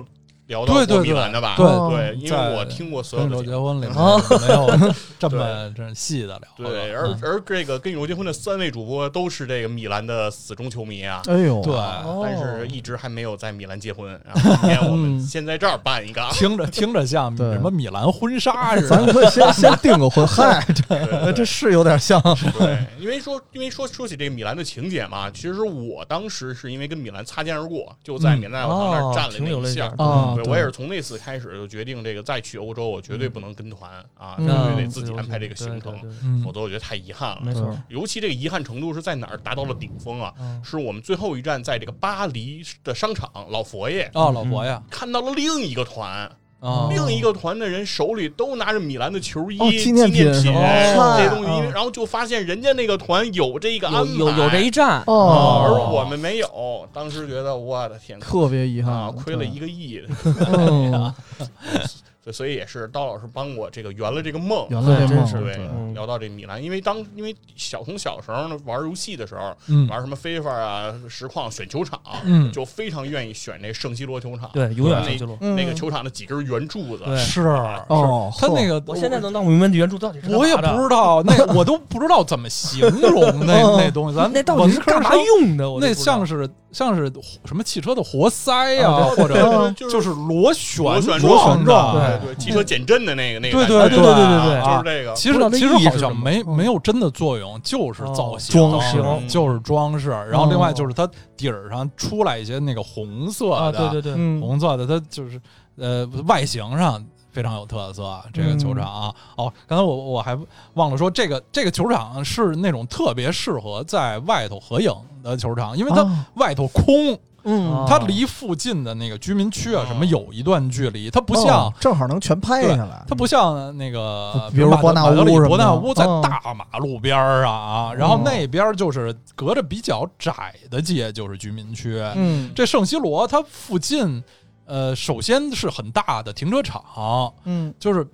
C: 聊到
A: 对对
C: 过米
A: 对
C: 兰的吧？
A: 对嗯
C: 对，因为
A: 在
C: 我听过所有
A: 分
C: 的
A: 手
C: 节
A: 结
C: 目。
A: 婚里面
D: 哦
A: 没 有这么这么细的聊了。
C: 对，而而这个跟宇宙结婚的三位主播都是这个米兰的死忠球迷啊，
B: 哎呦，
A: 对，
C: 但是
D: 哦
C: 一直还没有在米兰结婚。 然后今天我们
B: 嗯
C: 先在这儿办一个啊，
A: 听着听着像
B: 对
A: 什么米兰婚 纱似
B: 咱
A: 的。
B: 可以先先订个婚，嗨，
C: 对对
B: 这
C: 对
B: 这是有点像，
C: 对，因为说，因为说说起这个米兰的情节嘛，其实我当时是因为跟米兰擦肩而过，就在米兰大教堂那
D: 哦
C: 儿站
D: 停留
C: 了
D: 了
C: 一
D: 一
C: 下
D: 下。嗯
B: 啊
C: 对
B: 对
C: 我也是从那次开始就决定，这个再去欧洲，我绝对不能跟团啊，
B: 嗯
C: 绝
D: 嗯
C: 对得自己
D: 对
C: 安排这
D: 对
C: 个
D: 对
C: 行
D: 对
C: 程，
D: 对
A: 嗯
C: 否，则我觉得太遗憾了
D: 没。错，
C: 尤其这个遗憾程度是在哪儿达到了顶峰啊？
D: 嗯
C: 是我们最后一站在这个巴黎的商场老佛爷
A: 哦，老伯呀，
C: 看到了另一个团，
A: 啊，
C: 另一个团的人手里都拿着米兰的球衣、
B: 哦纪
C: 纪
B: 念
C: 念
B: 品
C: 品
B: 哦
C: 这些东西，因为
B: 哦
C: 然后就发现人家那个团有这个安
D: 有
C: 排，
D: 有有这一站，
C: 啊，而
B: 哦，
C: 我们没有。当时觉得我的天，
B: 特别遗憾，
C: 啊，亏了一个亿，
B: 对，嗯，
C: 所所以也是刀老师帮我这个圆了这个梦。
B: 原来这
D: 对
B: 梦
D: 真，是
C: 对
D: 嗯，
C: 聊到这米兰，因为当因为小从小时候呢玩游戏的时候，
A: 嗯
C: 玩什么 FIFA 啊、实况选球场，
A: 嗯，
C: 就非常愿意选那圣西罗球场，
D: 对，永远
C: 对
D: 圣基罗。
B: 嗯
C: 那个球场的几根圆柱子，
D: 对
A: 是
B: 哦
A: 是他那个
D: 我现在能弄明白原著到底是干嘛
A: 我也
D: 的
A: 不知道，那我都不知道怎么形容那
B: 嗯
A: 那东西，咱
D: 那到底是干嘛
A: 文科生
D: 用的？我就
A: 那
D: 不知道
A: 像是像是什么汽车的活塞呀、
D: 啊
A: 或者
B: 啊
C: 就
A: 就是是螺旋
C: 螺旋
A: 状
C: 状
A: 的。
C: 对对，汽车减震的那个那个
A: 对
C: 感
A: 对
C: 觉，
A: 对对对对对
C: 啊就是这个。
A: 其实
B: 不是那
A: 其实
B: 意义
A: 好
B: 是什
A: 像
B: 么
A: 没
B: 嗯
A: 没有真的作用，就是造型、啊
B: 哦装哦
D: 饰
A: 就是装饰。然后另外就是它底儿上出来一些那个红色的，
D: 啊，对对对，
B: 嗯，
A: 红色的，它就是呃外形上非常有特色。这个
B: 嗯
A: 球场啊，哦，刚才我我还忘了说，这个这个球场是那种特别适合在外头合影的球场，因为它
B: 啊
A: 外头空，
B: 嗯，
A: 它离附近的那个居民区啊
C: 哦
A: 什么有一段距离，它不像
B: 哦。正好能全拍
A: 对
B: 下来，
A: 它不像那个，
B: 嗯比如
A: 马德
B: 伯纳乌
A: 马德里
B: 什么的
A: 伯纳乌在
B: 哦
A: 大马路边儿啊，然后
B: 哦
A: 那边儿就是隔着比较窄的街就是居民区，
B: 嗯
A: 这圣西罗它附近，呃，首先是很大的停车场，
B: 嗯
A: 就是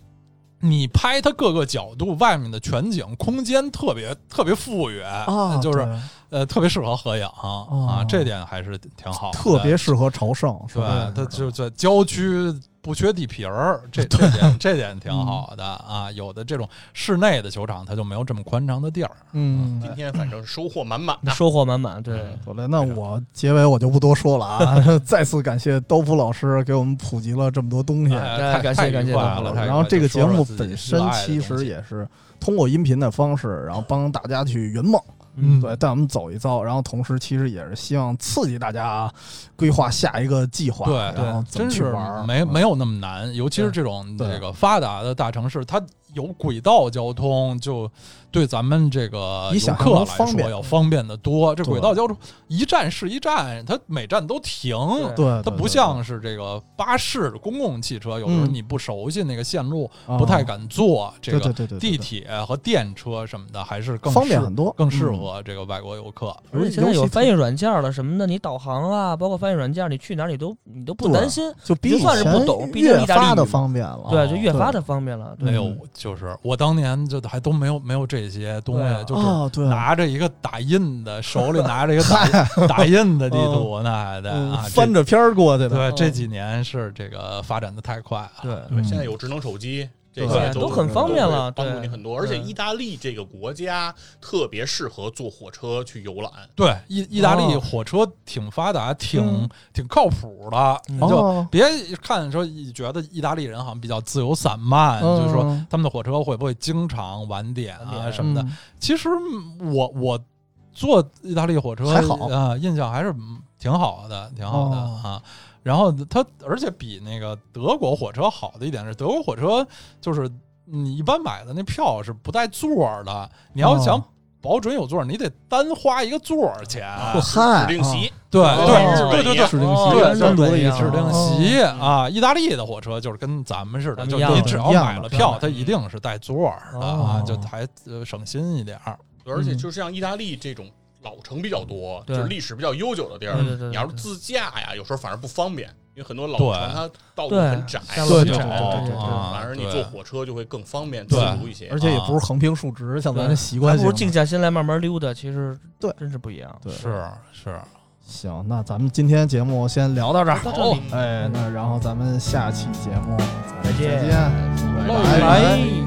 A: 你拍它各个角度外面的全景，空间特别特别富裕
B: 啊，
A: 就是
B: 对哦
A: 呃特别适合合影啊，这点还是挺好的，
B: 特别适合朝圣，
A: 对
B: 说真，
A: 它
B: 的是
A: 就在郊区。不缺地皮儿， 这这点这点挺
B: 嗯
A: 好的啊。有的这种室内的球场，它就没有这么宽敞的地儿。
B: 嗯，
C: 今天反正收获满满
A: 嗯
C: 啊，
D: 收获满满，对，
B: 好嘞，那我结尾我就不多说了啊！ 再次感谢刀夫老师给我们普及了这么多东西。
A: 哎
D: 哎
A: 太
D: 感谢
A: 太愉
D: 感谢
A: 快
D: 大
A: 了
D: 伙儿
A: 太愉
B: 然后
A: 快
B: 这个
A: 了
B: 节
A: 说说
B: 目
A: 自己
B: 本
A: 热
B: 身
A: 爱的
B: 其
A: 东
B: 实
A: 西
B: 也是通过音频的方式，然后帮大家去圆梦，
A: 嗯
B: 对，带我们走一遭。然后同时其实也是希望刺激大家啊，规划下一个计划，
A: 对
B: 然后怎
A: 真
B: 么去
A: 是
B: 玩儿，
A: 没
B: 嗯
A: 没有那么难，尤其是这种
B: 对
A: 这个发达的大城市，它有轨道交通，就对咱们这个
B: 比
A: 游
B: 想象
A: 客
B: 中
A: 来
B: 方
A: 说
B: 便
A: 要方便的多。这
B: 对
A: 轨道交通一站是一站，它每站都停。
D: 对
B: 对，啊对
A: 它不像是这个巴士、公共汽车，有时候
B: 嗯哦
A: 你不熟悉那个线路，不太，敢坐。这
B: 对嗯对
A: 个
B: 对对对对
A: 地
B: 对
A: 铁和电车什么的，还是更
B: 方便
A: 适
B: 很多，
A: 更适
B: 嗯。
A: 合这个外国游客。
D: 而且现
B: 尤
D: 在
B: 其
D: 有
B: 特
D: 翻译软件了什么的，你导航啊，包括翻译软件，你去哪儿你都你都不
B: 对
D: 担心，
B: 就比
D: 就
B: 以
D: 算是不
B: 前
D: 懂毕竟
B: 越
D: 意大利
B: 发的
D: 语
B: 方便了。
D: 对，就越发
B: 对
D: 的方便了，
A: 哎
D: 对，
A: 呦，就是我当年就还都没有没有这些东
D: 对
A: 西
D: 啊，
A: 就是
B: 啊，对，
A: 拿着一个打印的，手里拿着一个 打打印的地图呢，还得
B: 嗯
A: 啊，这
B: 翻着哦篇儿过去的，
A: 对，这几年是这个发展的太快了，
D: 对
B: 嗯
C: 现在有智能手机，这
B: 对
C: 些
B: 都很
D: 方便了
C: 都会帮助你
D: 对
C: 很多。而且
D: 嗯
C: 意大利这个国家特别适合坐火车去游览，
A: 对，意意大利
D: 哦
A: 火车挺发达，挺
B: 嗯
A: 挺靠谱的，
D: 嗯
A: 就
B: 哦，
A: 别看说觉得意大利人好像比较自由散漫，
B: 嗯
A: 就是说他们的火车会不会经常晚点
D: 晚
A: 啊
D: 点
A: 什么的。
B: 嗯
A: 其实我我坐意大利火车
B: 还好
A: 啊，印象还是挺好的，挺好的、
B: 哦
A: 啊。然后它而且比那个德国火车好的一点是，德国火车就是你一般买的那票是不带座儿的，你要想
B: 哦
A: 保准有座儿，你得单花一个座儿钱。
B: 我
C: 指
B: 哦嗨，啊
C: 定席，
A: 哎啊对
C: 哦
A: 对
C: 日
A: 对
C: 本
A: 对
C: 一
A: 对
C: 样。
B: 指定
D: 哦
B: 席，
A: 对
D: 跟
A: 单
D: 日
A: 独
D: 本
A: 的
D: 一
A: 一
D: 样
A: 指定
B: 哦
A: 席啊，意大利的火车就是跟咱们似的，
D: 咱们
A: 就
D: 一样
A: 你
D: 的
A: 只要
B: 一样
A: 买
B: 的
A: 了
B: 是
A: 票
B: 吧，
A: 它一定是带座儿的啊，
D: 哦
A: 就还呃省心一点儿。
C: 而
A: 嗯
C: 且就是像意大利这种老城比较多，
D: 对
C: 就是历史比较悠久的地儿，
D: 对对对
C: 你要是自驾呀，有时候反而不方便，因为很多老
A: 对
C: 城它道路
D: 对
C: 很窄，
D: 山
A: 路
C: 很
A: 很
C: 窄
A: 窄对对对对
C: 反而你
A: 对
C: 坐火车就会更方便自
A: 对
C: 如一些。啊
B: 而且也
A: 啊
B: 不是横平竖直，像咱这习惯
D: 还不
B: 性
D: 如
B: 的。
D: 静下心来慢慢溜达，其实
B: 对
D: 真是不一样。
B: 对，
A: 是是，
B: 行，那咱们今天节目先聊到这儿。
D: 到这里
B: 哎，那然后咱们下期节目咱们
D: 再见
B: 再见，
C: 拜
B: 拜
C: 拜
B: 拜。
D: 拜。